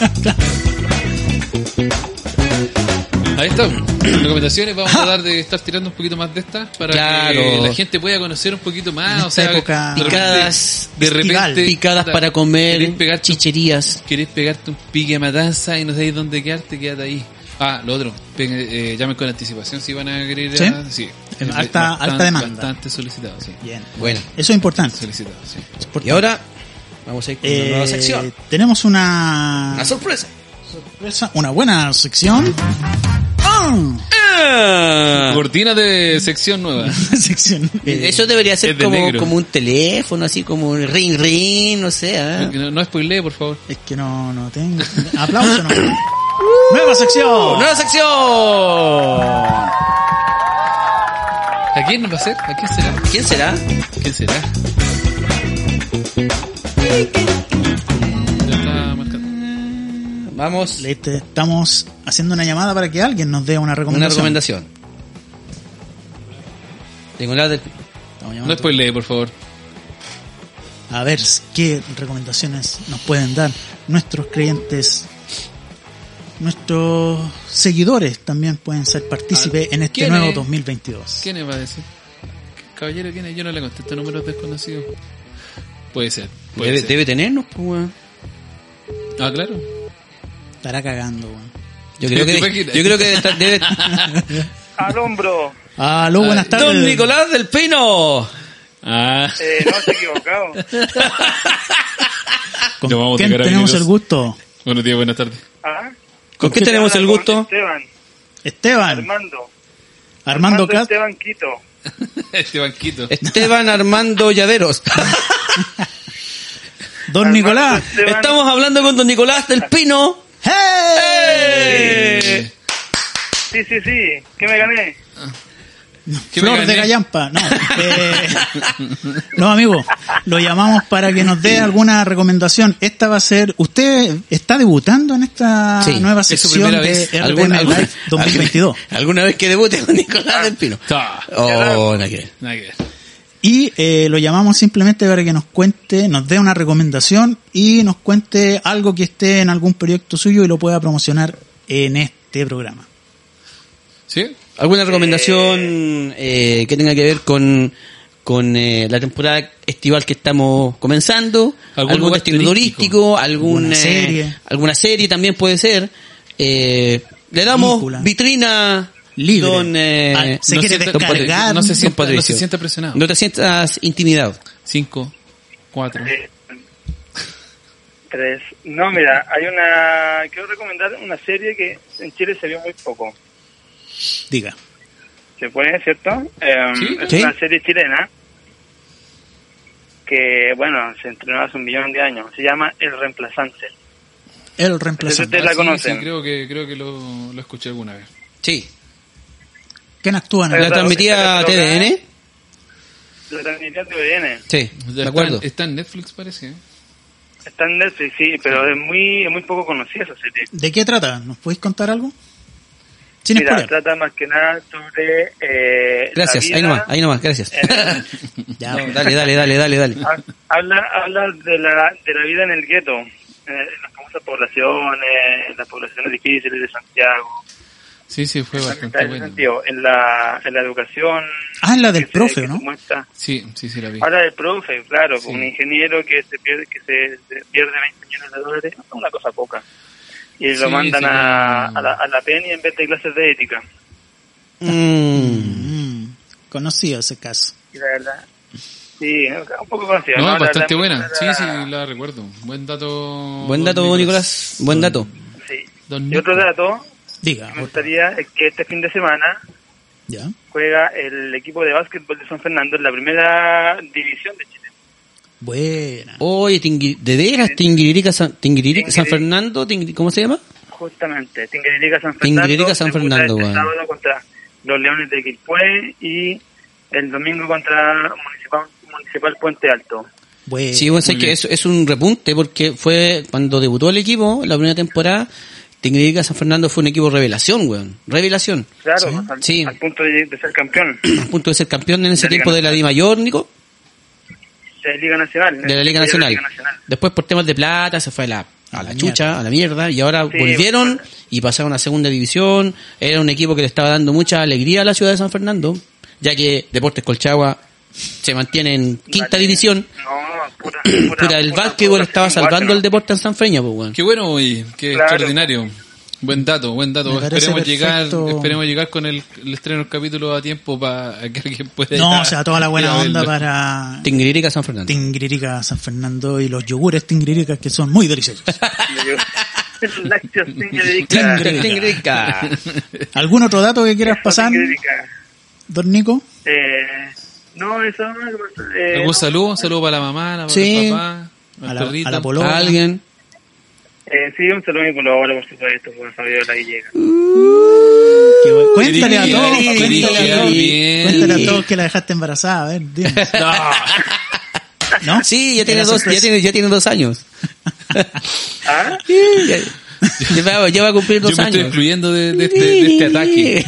Speaker 3: Ahí está.
Speaker 4: *clears throat*
Speaker 3: Recomendaciones vamos a
Speaker 4: *laughs*
Speaker 3: tratar de estar tirando un poquito más de estas para que
Speaker 2: Claro.
Speaker 3: la gente pueda conocer un poquito más.
Speaker 4: En
Speaker 3: o
Speaker 4: esta
Speaker 3: sea,
Speaker 4: época
Speaker 3: de repente-
Speaker 2: Picadas,
Speaker 3: de repente,
Speaker 4: estival.
Speaker 2: Picadas
Speaker 3: puta,
Speaker 2: para
Speaker 3: querés
Speaker 2: comer,
Speaker 3: pegar tu-
Speaker 2: chicherías.
Speaker 3: querés pegarte un pique a matanza y no sabéis dónde quedarte, quédate ahí. Ah, lo otro, ven, eh, llamen con anticipación si van a querer.
Speaker 4: ¿Sí?
Speaker 3: a- sí.
Speaker 4: En
Speaker 3: Es
Speaker 4: alta-
Speaker 3: bastante-
Speaker 4: alta demanda.
Speaker 3: Bastante solicitado, sí.
Speaker 4: Bien.
Speaker 2: Bueno,
Speaker 4: Eso es importante.
Speaker 3: Solicitado, sí.
Speaker 4: es importante.
Speaker 2: y ahora vamos a ir con
Speaker 4: Eh,
Speaker 2: una nueva sección.
Speaker 4: tenemos una
Speaker 2: Una sorpresa.
Speaker 4: sorpresa, una buena sección. ¡Ah! *laughs*
Speaker 2: Ah.
Speaker 3: Cortina de sección nueva. *laughs*
Speaker 4: sección. eh,
Speaker 2: Eso debería
Speaker 3: es
Speaker 2: ser
Speaker 3: de
Speaker 2: como,
Speaker 3: negro.
Speaker 2: como un teléfono, así como un ring ring, no sé. ¿ah?
Speaker 3: No, no spoilee, por favor.
Speaker 4: Es que no, no tengo. Aplauso,
Speaker 2: *laughs*
Speaker 4: no. Nueva sección.
Speaker 2: ¡Nueva sección!
Speaker 3: ¿A quién va a ser? ¿A quién será?
Speaker 2: ¿Quién será?
Speaker 3: ¿Quién será? Ya está marcando.
Speaker 2: Vamos,
Speaker 4: Le- te- Estamos haciendo una llamada para que alguien nos dé una
Speaker 2: una
Speaker 4: recomendación.
Speaker 2: recomendación. Tengo la del...
Speaker 4: Estamos
Speaker 3: No
Speaker 4: llamando.
Speaker 3: spoilee, por favor.
Speaker 4: A ver qué recomendaciones nos pueden dar nuestros creyentes. Nuestros seguidores también pueden ser partícipes
Speaker 3: Ah,
Speaker 4: en este
Speaker 3: ¿quién
Speaker 4: nuevo
Speaker 3: es?
Speaker 4: 2022.
Speaker 3: ¿Quién va a decir? Caballero, ¿quién es? Yo no le contesto números desconocidos. Puede ser. Puede
Speaker 2: Debe,
Speaker 3: ser.
Speaker 2: debe tenernos, pues, weón.
Speaker 3: Ah, claro.
Speaker 4: Estará cagando, weón.
Speaker 2: Yo creo que,
Speaker 3: ¿Te imaginas?
Speaker 2: yo creo que está- debe...
Speaker 8: Al hombro.
Speaker 4: Aló, buenas tardes.
Speaker 2: ¡Don Nicolás del Pino!
Speaker 3: Ah,
Speaker 8: Eh, no, estoy equivocado.
Speaker 4: ¿Con
Speaker 3: Lo vamos a
Speaker 4: quién
Speaker 3: tocar a
Speaker 4: tenemos
Speaker 3: Miguel.
Speaker 4: el gusto?
Speaker 3: buenos días, buenas tardes.
Speaker 8: ¿Ah?
Speaker 2: ¿Con qué
Speaker 8: Te
Speaker 2: tenemos
Speaker 8: habla
Speaker 2: el
Speaker 8: con
Speaker 2: gusto?
Speaker 8: Esteban,
Speaker 4: Esteban,
Speaker 8: Armando.
Speaker 4: Armando Castro.
Speaker 8: Esteban Quito.
Speaker 3: *laughs* Este banquito.
Speaker 2: Eh, Esteban Armando Llaveros.
Speaker 4: Don
Speaker 8: Armando
Speaker 4: Nicolás.
Speaker 8: Esteban-
Speaker 2: Estamos hablando con don Nicolás del Pino.
Speaker 4: ¡Hey!
Speaker 3: Eh,
Speaker 8: Sí, sí, sí. ¿Qué
Speaker 2: *laughs*
Speaker 8: me gané?
Speaker 3: ¿Qué me
Speaker 4: Flor de
Speaker 3: gané?
Speaker 4: Gallampa. No, eh, no, amigo, lo llamamos para que nos dé alguna recomendación. Esta va a ser... Usted está debutando en esta
Speaker 2: Sí,
Speaker 4: Ah, nueva
Speaker 2: es
Speaker 3: su
Speaker 4: sección
Speaker 3: primera
Speaker 4: de
Speaker 3: vez.
Speaker 4: RPM
Speaker 2: ¿Alguna, alguna-
Speaker 4: Live 2022.
Speaker 2: *laughs* alguna vez que debute don Nicolás del Pino.
Speaker 3: Ta.
Speaker 2: Oh, nada que ver.
Speaker 3: Nada que ver.
Speaker 4: Y eh, lo llamamos simplemente para que nos cuente, nos dé una recomendación y nos cuente algo que esté en algún proyecto suyo y lo pueda promocionar en este programa.
Speaker 3: ¿Sí?
Speaker 2: ¿Alguna recomendación eh, que tenga que ver con, con eh, la temporada estival que estamos comenzando?
Speaker 3: ¿Algún
Speaker 2: ¿Algún,
Speaker 3: lugar
Speaker 2: destino turístico? ¿Alguna
Speaker 4: ¿Alguna serie?
Speaker 2: serie? ¿Alguna serie también puede ser? Eh, le damos
Speaker 4: Película.
Speaker 2: vitrina
Speaker 4: Libre.
Speaker 2: Don, eh,
Speaker 4: Ah, se
Speaker 2: don
Speaker 4: quiere
Speaker 2: sienta- don
Speaker 4: descargar.
Speaker 2: Patricio. No se,
Speaker 4: Don
Speaker 2: sienta,
Speaker 3: Patricio.
Speaker 2: no se sienta
Speaker 3: presionado.
Speaker 2: No te sientas intimidado.
Speaker 3: Cinco, cuatro.
Speaker 8: Eh, tres. No, mira, hay una... Quiero recomendar una serie que en Chile se vio muy poco.
Speaker 4: Diga.
Speaker 8: ¿Se puede, cierto? Eh,
Speaker 3: Sí.
Speaker 8: es
Speaker 2: Sí.
Speaker 8: una serie chilena que, bueno, se estrenó hace un millón de años. Se llama El Reemplazante.
Speaker 4: El reemplazante.
Speaker 8: Ustedes la
Speaker 3: Ah, sí,
Speaker 8: conocen.
Speaker 3: sí, creo que, creo que lo, lo escuché alguna vez.
Speaker 2: Sí.
Speaker 4: ¿Quién actúa en el-
Speaker 2: ¿La
Speaker 8: Claro,
Speaker 2: transmitía
Speaker 8: claro,
Speaker 2: TDN?
Speaker 8: La transmisión de TVN.
Speaker 2: Sí,
Speaker 3: Ya
Speaker 2: de acuerdo.
Speaker 3: Está, está en Netflix, parece. ¿eh?
Speaker 8: Está en Netflix, sí, pero es muy, es muy poco conocida esa serie.
Speaker 4: ¿De qué trata? ¿Nos podéis contar algo? Sin
Speaker 8: Mira,
Speaker 4: spoiler.
Speaker 8: trata más que nada sobre... Eh,
Speaker 2: Gracias,
Speaker 8: la
Speaker 2: ahí
Speaker 8: vida. Eh.
Speaker 2: nomás, ahí nomás, gracias.
Speaker 4: Ya,
Speaker 2: No, dale, dale, dale, dale,
Speaker 8: *laughs*
Speaker 2: dale.
Speaker 8: Ha- Habla, habla de, la, de la vida en el gueto, eh, en las famosas poblaciones, en las poblaciones difíciles de Santiago,
Speaker 3: Sí, sí, fue
Speaker 8: Está
Speaker 3: bastante
Speaker 8: en ese
Speaker 3: bueno.
Speaker 8: sentido, en la, en la educación.
Speaker 4: Ah, es la del
Speaker 8: que se-
Speaker 4: profe,
Speaker 8: que
Speaker 4: ¿no?
Speaker 8: se muestra-
Speaker 3: Sí, sí, sí, la vi.
Speaker 8: Habla del profe, claro,
Speaker 3: Sí.
Speaker 8: un ingeniero que se pierde que se, se pierde 20 millones de dólares, una cosa poca. Y lo
Speaker 3: Sí,
Speaker 8: mandan
Speaker 3: sí,
Speaker 8: a,
Speaker 3: no.
Speaker 8: a la, a la PENI en vez de clases de ética.
Speaker 2: Mm.
Speaker 4: Mm, conocido ese caso.
Speaker 8: Y la verdad, sí, un poco conocido.
Speaker 3: No, es
Speaker 8: La- la-
Speaker 3: bastante buena.
Speaker 8: la-
Speaker 3: Sí, sí, la recuerdo. Buen dato.
Speaker 2: Buen dato,
Speaker 3: don
Speaker 2: Nicolás. Buen dato.
Speaker 8: sí.
Speaker 3: Don
Speaker 8: Y otro
Speaker 3: Nico.
Speaker 8: dato
Speaker 4: Diga,
Speaker 8: que me gustaría es que este fin de semana
Speaker 4: ya.
Speaker 8: juega el equipo de básquetbol de San Fernando en la primera división de Chile.
Speaker 4: Buena.
Speaker 2: Oye, Tingui- de veras, Tingiririca San, Tingiririca, San
Speaker 8: Tingiririca.
Speaker 2: Fernando, Tingiri- ¿cómo se llama?
Speaker 8: Justamente, Tingueririca San Fernando.
Speaker 2: Tingueririca San
Speaker 8: debuta
Speaker 2: Fernando,
Speaker 8: este
Speaker 2: weón.
Speaker 8: sábado contra los Leones de Quilpué y el domingo contra Municipal, Municipal Puente Alto. Eh,
Speaker 4: Buena.
Speaker 2: sí, bueno, sé que
Speaker 3: bien.
Speaker 2: es, es un repunte porque fue cuando debutó el equipo, la primera temporada, Tingiririca San Fernando fue un equipo revelación, weón.
Speaker 8: *clears throat*
Speaker 2: Revelación.
Speaker 8: Claro,
Speaker 4: Sí,
Speaker 8: al,
Speaker 2: sí.
Speaker 8: al punto de, de ser campeón
Speaker 2: A punto de ser campeón en ese
Speaker 8: De la
Speaker 2: tiempo
Speaker 8: Liga
Speaker 2: de la Di Mayor, Nico,
Speaker 8: de la Liga Nacional.
Speaker 2: de la Liga Nacional. Después por temas de plata se fue a la, a la
Speaker 4: la
Speaker 2: chucha, a la mierda, y ahora
Speaker 8: Sí,
Speaker 2: volvieron
Speaker 8: bueno.
Speaker 2: y pasaron a segunda división. Era un equipo que le estaba dando mucha alegría a la ciudad de San Fernando, ya que Deportes Colchagua se mantiene en quinta
Speaker 8: Vale.
Speaker 2: división. *clears throat*
Speaker 8: No, pura,
Speaker 2: Pura, el básquetbol estaba salvando
Speaker 8: *laughs*
Speaker 2: el deporte en San Freña, pues, weón.
Speaker 3: Qué bueno, oye. Qué
Speaker 8: Claro.
Speaker 3: extraordinario. Buen dato, buen dato.
Speaker 4: Me parece
Speaker 3: Esperemos llegar,
Speaker 4: perfecto.
Speaker 3: esperemos llegar con el, el estreno del capítulo a tiempo para que alguien pueda. ir
Speaker 4: No,
Speaker 3: a-
Speaker 4: o sea, toda la
Speaker 3: ir
Speaker 4: buena
Speaker 3: a
Speaker 4: onda
Speaker 3: verlo.
Speaker 4: para
Speaker 2: Tingririca San Fernando.
Speaker 4: Tingririca San Fernando y los yogures Tingririca que son muy
Speaker 2: *laughs*
Speaker 4: deliciosos.
Speaker 8: deporte.
Speaker 2: Tingririca. *laughs*
Speaker 4: ¿Algún otro dato que quieras pasar, don Nico?
Speaker 8: Eh, no, eso no. eh,
Speaker 3: ¿Algún
Speaker 8: no.
Speaker 3: saludo? ¿Saludo para la mamá, la,
Speaker 2: Sí.
Speaker 3: el papá?
Speaker 4: A
Speaker 3: al
Speaker 4: la-
Speaker 3: perrito?
Speaker 4: a la polola.
Speaker 2: Alguien.
Speaker 8: Eh, sí, un saludo a mi colaborador, por supuesto, por Fabiola Gallega.
Speaker 4: Que bueno. Cuéntale a
Speaker 3: Tingririca,
Speaker 4: todos,
Speaker 3: Tingririca,
Speaker 4: cuéntale a todos,
Speaker 3: bien.
Speaker 4: cuéntale a todos que la dejaste embarazada, a ver,
Speaker 2: *laughs*
Speaker 4: dime. ¿No?
Speaker 2: Sí, ya tiene
Speaker 4: Era
Speaker 2: dos, ya
Speaker 4: sorpresa.
Speaker 2: tiene, ya tiene dos años.
Speaker 8: ¿Ah?
Speaker 2: Ya- *laughs* ya, va- ya va a cumplir
Speaker 3: Yo
Speaker 2: dos
Speaker 3: me estoy
Speaker 2: años.
Speaker 3: excluyendo de, de este, de este ataque.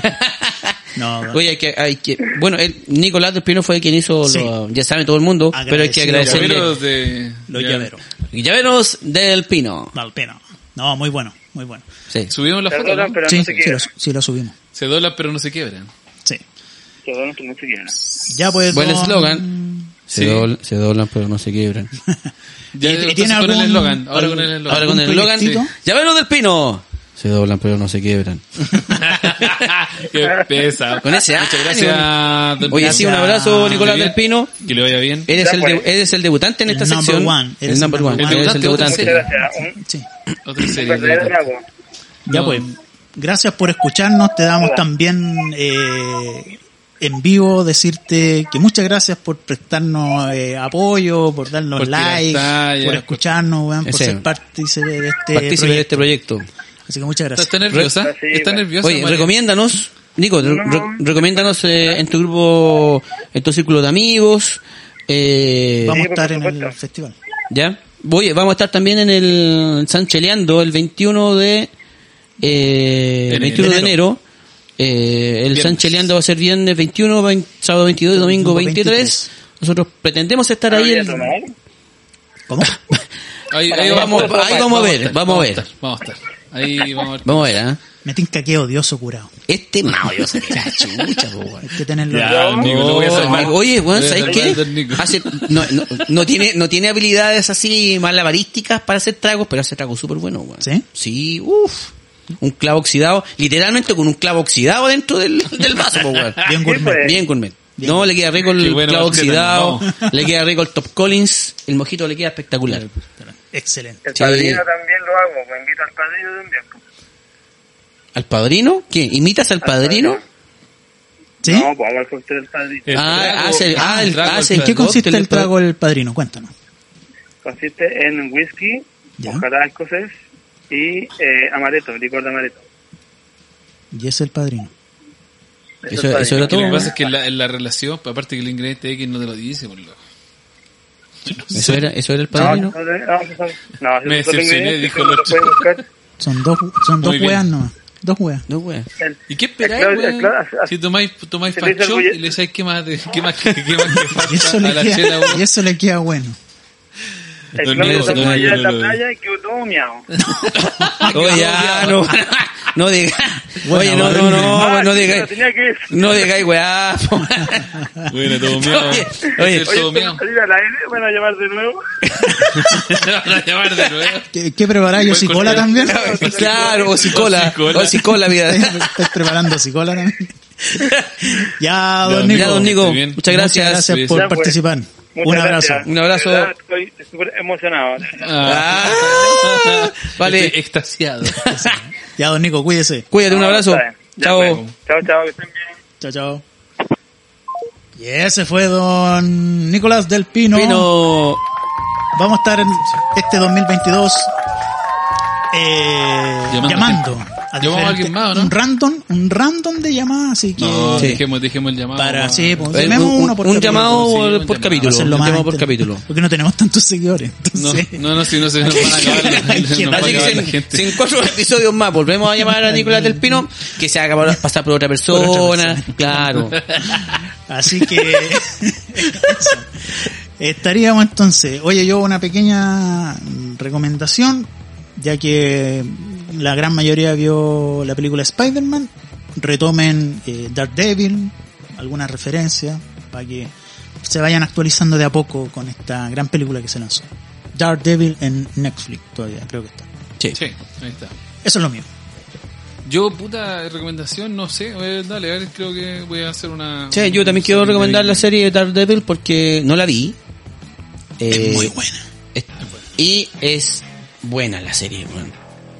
Speaker 4: No, no.
Speaker 2: Oye, hay que, hay que, bueno, el, Nicolás Despino fue quien hizo,
Speaker 4: Sí.
Speaker 2: lo- ya sabe todo el mundo, pero hay que
Speaker 4: Agradecido.
Speaker 2: agradecerle.
Speaker 3: Llaveros de.
Speaker 4: los
Speaker 3: ya.
Speaker 4: llaveros.
Speaker 2: Llaveros del Pino.
Speaker 4: Valpena. No, muy bueno, muy bueno.
Speaker 2: Sí.
Speaker 3: Subieron las fotos.
Speaker 8: Perdonan,
Speaker 3: ¿no?
Speaker 8: pero
Speaker 4: sí,
Speaker 8: no se
Speaker 4: sí, lo,
Speaker 8: quiebran.
Speaker 4: sí lo subimos.
Speaker 3: Se doblan, pero no se quiebran.
Speaker 4: Sí.
Speaker 8: Perdonan, pero no se quiebran.
Speaker 4: Ya pues.
Speaker 2: Buen
Speaker 4: don-
Speaker 2: eslogan. Se,
Speaker 3: Sí.
Speaker 2: doblan, se doblan, pero no se quiebran.
Speaker 3: Ya,
Speaker 4: ¿Y- y
Speaker 3: entonces
Speaker 4: tiene
Speaker 3: con el
Speaker 4: algún-
Speaker 3: eslogan. Ahora con el
Speaker 4: algún-
Speaker 3: eslogan.
Speaker 2: Ahora con el eslogan,
Speaker 4: proyectito?
Speaker 2: Llaveros del Pino. Se doblan, pero no se quiebran.
Speaker 8: *laughs*
Speaker 3: Qué pesa.
Speaker 2: Con ese
Speaker 3: Muchas
Speaker 2: ánimo.
Speaker 3: gracias. don
Speaker 2: Oye,
Speaker 3: Nicolás.
Speaker 2: sí, un abrazo, Nicolás del Pino.
Speaker 3: Que le vaya bien.
Speaker 2: Eres
Speaker 8: Ya,
Speaker 2: el,
Speaker 8: pues.
Speaker 2: de- eres el debutante en
Speaker 4: El
Speaker 2: esta
Speaker 4: number
Speaker 2: sección.
Speaker 4: one.
Speaker 2: El number one.
Speaker 4: El
Speaker 2: Eres el debutante.
Speaker 3: debutante,
Speaker 8: Muchas gracias. Un
Speaker 4: Sí.
Speaker 3: Otra serie.
Speaker 8: verdadero
Speaker 3: de-
Speaker 8: halago.
Speaker 4: Ya
Speaker 3: No.
Speaker 4: pues. Gracias por escucharnos. Te damos también eh, en vivo decirte que muchas gracias por prestarnos eh, apoyo, por darnos
Speaker 3: Por tirar
Speaker 4: like,
Speaker 3: talla,
Speaker 4: por escucharnos, weón, por
Speaker 2: Ese.
Speaker 4: ser partícipe de este
Speaker 2: Partícipe de
Speaker 4: proyecto.
Speaker 2: este proyecto.
Speaker 4: Así que muchas gracias.
Speaker 3: ¿Está nerviosa?
Speaker 8: Sí,
Speaker 3: ¿Está
Speaker 8: bueno.
Speaker 3: nerviosa?
Speaker 2: Oye,
Speaker 3: María?
Speaker 2: recomiéndanos, Nico, re- re- recomiéndanos eh, en tu grupo, en tu círculo de amigos. Eh,
Speaker 4: Vamos a
Speaker 8: Sí, por
Speaker 4: estar en el
Speaker 8: supuesto.
Speaker 4: festival.
Speaker 2: ¿Ya? Oye, vamos a estar también en el San Cheleando el 21 de, eh,
Speaker 3: Enero.
Speaker 2: 21 de enero. Eh, el
Speaker 3: Viernes.
Speaker 2: San Cheleando va a ser viernes 21, vein- sábado 22 y domingo
Speaker 4: Domingo
Speaker 2: 23.
Speaker 4: 23.
Speaker 2: Nosotros pretendemos estar ahí.
Speaker 8: Voy a
Speaker 2: el-
Speaker 8: tomar.
Speaker 4: ¿Cómo?
Speaker 3: Ahí,
Speaker 2: ahí vamos, ahí vamos a ver,
Speaker 3: estar,
Speaker 2: vamos a ver.
Speaker 3: estar, Vamos a estar. Ahí vamos a ver.
Speaker 2: Vamos a ver, ¿ah?
Speaker 4: Me tinca que odioso curado.
Speaker 2: Este mao, yo sé que la chucha, po, weón.
Speaker 4: Hay que tenerlo.
Speaker 3: Ya, Nico, lo voy a salvar.
Speaker 2: Marco, Oye, weón,
Speaker 3: Voy a
Speaker 2: ¿sabes
Speaker 3: salvar
Speaker 2: qué?
Speaker 3: a don Nico.
Speaker 2: Hace- no, no, no tiene, no tiene habilidades así malabarísticas para hacer tragos, pero hace tragos súper buenos, weón.
Speaker 4: ¿Sí?
Speaker 2: Sí, uff. Un clavo oxidado, literalmente con un clavo oxidado dentro del, del vaso, po, weón.
Speaker 4: Bien
Speaker 8: Sí,
Speaker 4: gourmet.
Speaker 8: pues.
Speaker 2: Bien gourmet. No, le queda rico
Speaker 3: Qué
Speaker 2: el
Speaker 3: bueno,
Speaker 2: clavo
Speaker 3: Marcelo,
Speaker 2: oxidado,
Speaker 3: vamos.
Speaker 2: le queda rico el Top Collins, el mojito le queda espectacular.
Speaker 4: Excelente.
Speaker 8: El
Speaker 2: Sí.
Speaker 8: padrino también lo hago. Me invito al padrino también.
Speaker 2: ¿Al padrino? ¿Qué? ¿Imitas al padrino?
Speaker 4: ¿Sí?
Speaker 8: No, pues hago el cóctel del padrino.
Speaker 3: El
Speaker 2: Ah,
Speaker 3: trago,
Speaker 2: hace- ah, el-
Speaker 3: trago,
Speaker 2: hace-
Speaker 4: ¿En qué
Speaker 2: Cóctel
Speaker 4: consiste
Speaker 2: del
Speaker 4: el trago del padrino? Cuéntanos.
Speaker 8: Consiste en whisky,
Speaker 4: Ya.
Speaker 8: ojalá escocés y eh, amaretto, licor de amaretto.
Speaker 4: Y es el padrino.
Speaker 2: Eso-
Speaker 8: está
Speaker 2: eso
Speaker 8: bien.
Speaker 2: era
Speaker 3: Que
Speaker 2: todo.
Speaker 3: Lo que pasa es que la, en la relación, aparte que el ingrediente X no te lo dice, por loco.
Speaker 8: Pues
Speaker 2: Eso era, eso era el
Speaker 8: No,
Speaker 2: padrino.
Speaker 8: no, no, no, no,
Speaker 3: Me
Speaker 8: eso es
Speaker 3: decepcioné,
Speaker 8: lo que-
Speaker 3: dijo
Speaker 8: eso
Speaker 3: el
Speaker 8: lo
Speaker 3: otro.
Speaker 8: pueden buscar.
Speaker 4: Son dos, son dos
Speaker 3: Muy bien.
Speaker 4: weas nomás. Dos weas.
Speaker 2: No, weón.
Speaker 8: El-
Speaker 3: ¿Y qué
Speaker 8: El
Speaker 3: esperáis,
Speaker 8: clavo- el
Speaker 3: weón?
Speaker 8: clavo- hace- hace-
Speaker 3: Si tomáis, tomáis
Speaker 8: se le hizo
Speaker 3: pancho
Speaker 8: el
Speaker 3: y
Speaker 8: bulle-
Speaker 3: le decís qué más, de- qué más, qué, qué más que
Speaker 4: *laughs* Y eso,
Speaker 3: falta a
Speaker 4: le
Speaker 3: la
Speaker 4: queda,
Speaker 3: chela, uh. weón.
Speaker 4: y eso le queda bueno.
Speaker 8: El
Speaker 3: Don
Speaker 8: club
Speaker 3: Diego,
Speaker 8: está
Speaker 3: don
Speaker 8: allá
Speaker 3: Diego,
Speaker 8: en la
Speaker 3: don Diego.
Speaker 8: Ah, playa y quedó todo miado.
Speaker 2: Oye, ya, ah, *laughs* no, no digas. Oye, no, no, no, no, no digáis.
Speaker 8: Ah, tenía que decir.
Speaker 2: No digáis, weá. *laughs* po.
Speaker 3: Bueno, todo
Speaker 2: Oye,
Speaker 3: mío.
Speaker 2: oye,
Speaker 3: Ese es
Speaker 8: Oye,
Speaker 3: todo
Speaker 8: esto va
Speaker 3: mío.
Speaker 8: a salir al aire, van a llamar de nuevo.
Speaker 3: Me van a llamar de nuevo.
Speaker 4: ¿Qué, qué preparáis? ¿Yo
Speaker 3: Buen
Speaker 4: psicola
Speaker 3: corte.
Speaker 4: también?
Speaker 3: *laughs*
Speaker 4: *laughs*
Speaker 2: Claro, o
Speaker 3: O
Speaker 2: psicola.
Speaker 3: psicola.
Speaker 2: O psicola, mira.
Speaker 4: ¿Estás preparando psicola también? Ya, don Nico.
Speaker 2: Ya, don Nico,
Speaker 3: Estoy bien.
Speaker 2: muchas gracias.
Speaker 4: Muchas gracias
Speaker 8: Ya,
Speaker 4: por
Speaker 8: pues.
Speaker 4: participar. Un
Speaker 8: Muchas
Speaker 4: abrazo.
Speaker 2: *laughs*
Speaker 8: gracias.
Speaker 2: Un abrazo.
Speaker 8: De verdad, estoy súper emocionado.
Speaker 3: *laughs* Ah. Este,
Speaker 2: Ah, vale.
Speaker 3: Estoy extasiado.
Speaker 4: Ya, don Nico, cuídese.
Speaker 2: Cuídate, un abrazo.
Speaker 8: Está bien. Ya,
Speaker 2: Chao.
Speaker 8: pues. Chao, chao, que estén bien.
Speaker 4: Chao, chao. Y ese fue don Nicolás del Pino.
Speaker 2: Pino.
Speaker 4: Vamos a estar en este 2022 eh,
Speaker 3: Llamando
Speaker 4: llamando.
Speaker 3: a Llamamos a alguien
Speaker 4: diferentes-
Speaker 3: más, ¿o no?
Speaker 4: Un random, un random de llamadas, así que...
Speaker 3: No,
Speaker 2: Sí.
Speaker 3: dejemos, dejemos el llamado.
Speaker 4: Para,
Speaker 3: vamos.
Speaker 4: sí, pues,
Speaker 2: Eh,
Speaker 4: llamemos
Speaker 2: un-
Speaker 4: uno por
Speaker 2: un
Speaker 4: capítulo.
Speaker 2: llamado
Speaker 3: sí, un
Speaker 2: por
Speaker 3: llamado.
Speaker 4: Va a
Speaker 2: capítulo.
Speaker 4: ser
Speaker 2: Un
Speaker 4: lo más
Speaker 2: llamado por
Speaker 4: entretenido,
Speaker 2: capítulo.
Speaker 4: Porque no tenemos tantos seguidores.
Speaker 3: No,
Speaker 4: Entonces,
Speaker 3: no, no, si no se nos van a acabar.
Speaker 4: Hay gente-
Speaker 3: Nos van a
Speaker 4: Así
Speaker 2: Así
Speaker 3: acabar la
Speaker 2: que sin,
Speaker 3: gente.
Speaker 2: sin cuatro episodios más volvemos a llamar a Nicolás del Pino que se haga para- pasar por otra persona, claro
Speaker 4: Así que *laughs* eso. estaríamos entonces. Oye, yo una pequeña recomendación, ya que la gran mayoría vio la película Spider-Man, retomen eh, Daredevil, alguna referencia, para que se vayan actualizando de a poco con esta gran película que se lanzó. Daredevil en Netflix todavía, creo que está.
Speaker 3: Sí, ahí está.
Speaker 4: Eso es lo mío.
Speaker 3: Yo, puta recomendación, no sé. eh, Dale, a ver, creo que voy a hacer una.
Speaker 2: Sí, yo también quiero recomendar la serie Daredevil porque no la vi Eh,
Speaker 4: es muy buena.
Speaker 2: es- y es buena la serie bueno.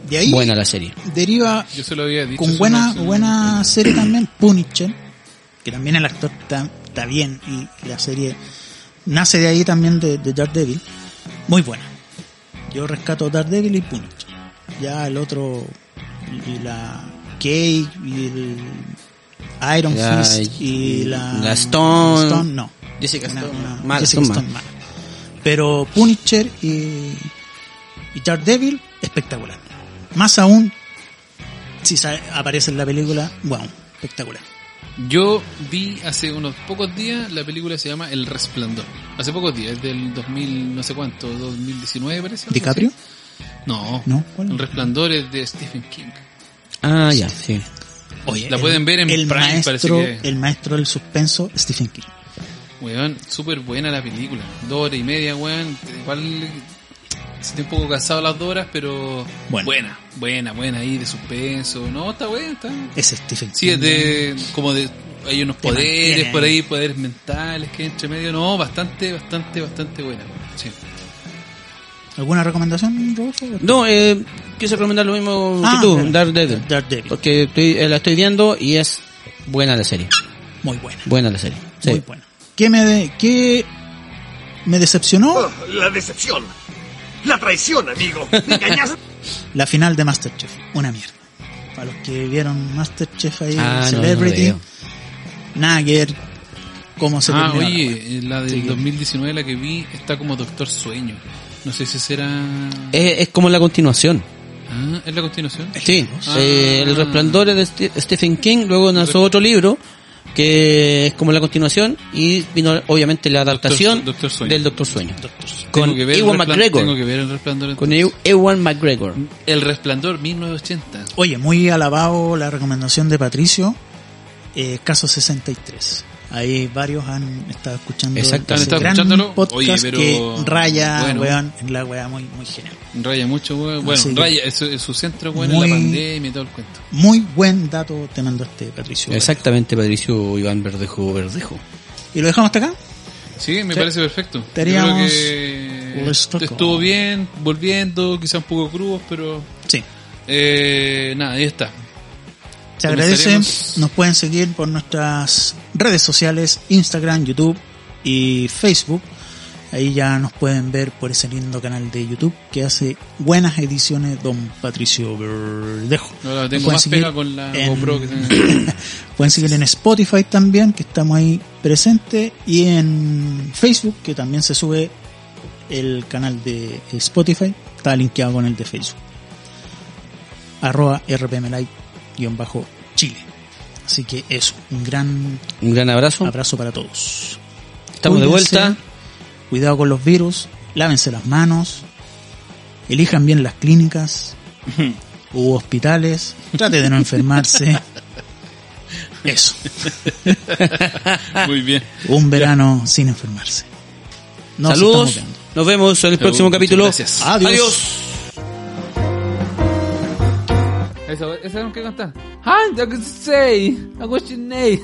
Speaker 4: De ahí
Speaker 2: buena la serie
Speaker 4: deriva
Speaker 3: Yo se lo había dicho.
Speaker 4: con
Speaker 3: es
Speaker 4: buena
Speaker 3: una- es
Speaker 4: buena serie también Punisher que también el actor está, está bien y la serie nace de ahí también de, de Daredevil muy buena yo rescato Daredevil y Punisher ya el otro y la Kate y el Iron
Speaker 2: La-
Speaker 4: Fist y la,
Speaker 2: la Stone.
Speaker 4: no
Speaker 2: Jessica
Speaker 4: Una-
Speaker 2: Stone,
Speaker 4: una-
Speaker 2: mala,
Speaker 4: Jessica
Speaker 2: son malas.
Speaker 4: Stone, mala. pero Punisher y, y Daredevil espectacular más aún si sa- aparece en la película, wow, espectacular.
Speaker 3: Yo vi hace unos pocos días la película se llama El Resplandor. Hace pocos días, es del 2000, no sé cuánto, 2019 parece. algo
Speaker 4: ¿DiCaprio?
Speaker 3: así. No,
Speaker 4: No, ¿cuál?
Speaker 3: El Resplandor es de Stephen King.
Speaker 2: ah ya sí
Speaker 4: Oye,
Speaker 3: La pueden ver en
Speaker 4: el
Speaker 3: Prime,
Speaker 4: maestro,
Speaker 3: parece que-
Speaker 4: El maestro del suspenso, Stephen King.
Speaker 3: Weón, súper buena la película. Dos horas y media, weón. Igual estoy un poco cansado las dos horas, pero
Speaker 4: Bueno.
Speaker 3: buena, buena, buena ahí, de suspenso. No, está buena, está.
Speaker 4: Es Stephen King.
Speaker 3: Sí, es de, como de, hay unos
Speaker 4: Te
Speaker 3: poderes
Speaker 4: mantiene
Speaker 3: por
Speaker 4: ahí.
Speaker 3: ahí, poderes mentales que hay entre medio. No, bastante, bastante, bastante buena. weón. Sí.
Speaker 4: ¿Alguna recomendación, Rodolfo?
Speaker 2: no eh, quise recomendar lo mismo
Speaker 4: Ah,
Speaker 2: que tú
Speaker 4: bueno.
Speaker 2: Daredevil
Speaker 4: Daredevil.
Speaker 2: porque estoy- eh, la estoy viendo y es buena la serie
Speaker 4: Muy buena,
Speaker 2: buena la serie Sí.
Speaker 4: muy buena. ¿Qué me, de- qué me decepcionó?
Speaker 6: Oh, la decepción. La traición, amigo. Me engañaste.
Speaker 4: La final de Masterchef. Una mierda. Para los que vieron Masterchef ahí,
Speaker 2: Ah, no, no la
Speaker 4: Celebrity,
Speaker 2: veo.
Speaker 4: nada que ver cómo se
Speaker 3: Ah,
Speaker 4: terminó la wea.
Speaker 3: oye, eh, la del
Speaker 4: Sí.
Speaker 3: 2019, la que vi, está como Doctor Sueño. No sé si será...
Speaker 2: es, es como la continuación
Speaker 3: Ah, ¿Es la continuación?
Speaker 2: Sí,
Speaker 3: Ah.
Speaker 2: eh, El Resplandor es de Ste- Stephen King, luego lanzó otro libro que es como la continuación y vino obviamente la adaptación
Speaker 3: Doctor Sueño.
Speaker 2: del Doctor Sueño.
Speaker 3: Tengo
Speaker 2: Con
Speaker 3: que ver el
Speaker 2: Ewan
Speaker 3: Resplan-
Speaker 2: McGregor.
Speaker 3: Tengo que Mm, ver el resplandor.
Speaker 2: Con E-
Speaker 3: entonces.
Speaker 2: Ew- Ewan McGregor.
Speaker 3: El resplandor 1980.
Speaker 4: Oye, muy alabado la recomendación de Patricio, eh, caso 63. Ahí varios han estado escuchando
Speaker 2: Exacto, han
Speaker 4: ese
Speaker 3: estado
Speaker 4: gran
Speaker 3: escuchándolo.
Speaker 4: podcast
Speaker 3: Oye, pero-
Speaker 4: que raya
Speaker 3: bueno.
Speaker 4: weón, en la weá muy, muy genial.
Speaker 3: Raya mucho,
Speaker 2: Ah,
Speaker 3: weón. Bueno,
Speaker 4: Así que-
Speaker 3: Raya, es, es su centro, weón,
Speaker 4: Muy-
Speaker 3: en la pandemia y todo el cuento.
Speaker 4: Muy buen dato te mandó este Patricio.
Speaker 2: Exactamente, Patricio Iván Verdejo Verdejo.
Speaker 4: ¿Y lo dejamos hasta acá?
Speaker 3: Sí, me
Speaker 4: Sí.
Speaker 3: parece perfecto. Yo
Speaker 4: Estaríamos-
Speaker 3: creo que
Speaker 4: Let's talk.
Speaker 3: estuvo bien, volviendo, quizás un poco crudos, pero
Speaker 4: Sí.
Speaker 3: eh, nada, ahí está.
Speaker 4: Se agradece.
Speaker 3: Comenzaremos.
Speaker 4: Nos pueden seguir por nuestras redes sociales, Instagram, YouTube y Facebook. Ahí ya nos pueden ver por ese lindo canal de YouTube que hace buenas ediciones Don Patricio Verdejo.
Speaker 3: Ahora
Speaker 4: Nos
Speaker 3: tengo
Speaker 4: pueden
Speaker 3: más
Speaker 4: seguir
Speaker 3: pega con la
Speaker 4: en-
Speaker 3: GoPro que tengo.
Speaker 4: *coughs* Pueden seguir en Spotify también, que estamos ahí presentes, y en Facebook, que también se sube el canal de Spotify, está linkeado con el de Facebook. Arroba rpmlive-chile. Así que eso, un gran
Speaker 2: Un gran abrazo.
Speaker 4: abrazo para todos.
Speaker 2: Estamos de
Speaker 4: Cuídense,
Speaker 2: vuelta.
Speaker 4: Cuidado con los virus, lávense las manos, elijan bien las clínicas, hubo hospitales, trate de no enfermarse. Eso,
Speaker 3: Muy bien.
Speaker 4: un verano sin enfermarse. Nos
Speaker 2: Saludos.
Speaker 4: estamos viendo.
Speaker 2: Nos vemos en el próximo
Speaker 3: muchas
Speaker 2: capítulo.
Speaker 3: gracias.
Speaker 4: Adiós.
Speaker 1: Eso, eso es lo que cantar. Hi, I could say, I wish your name.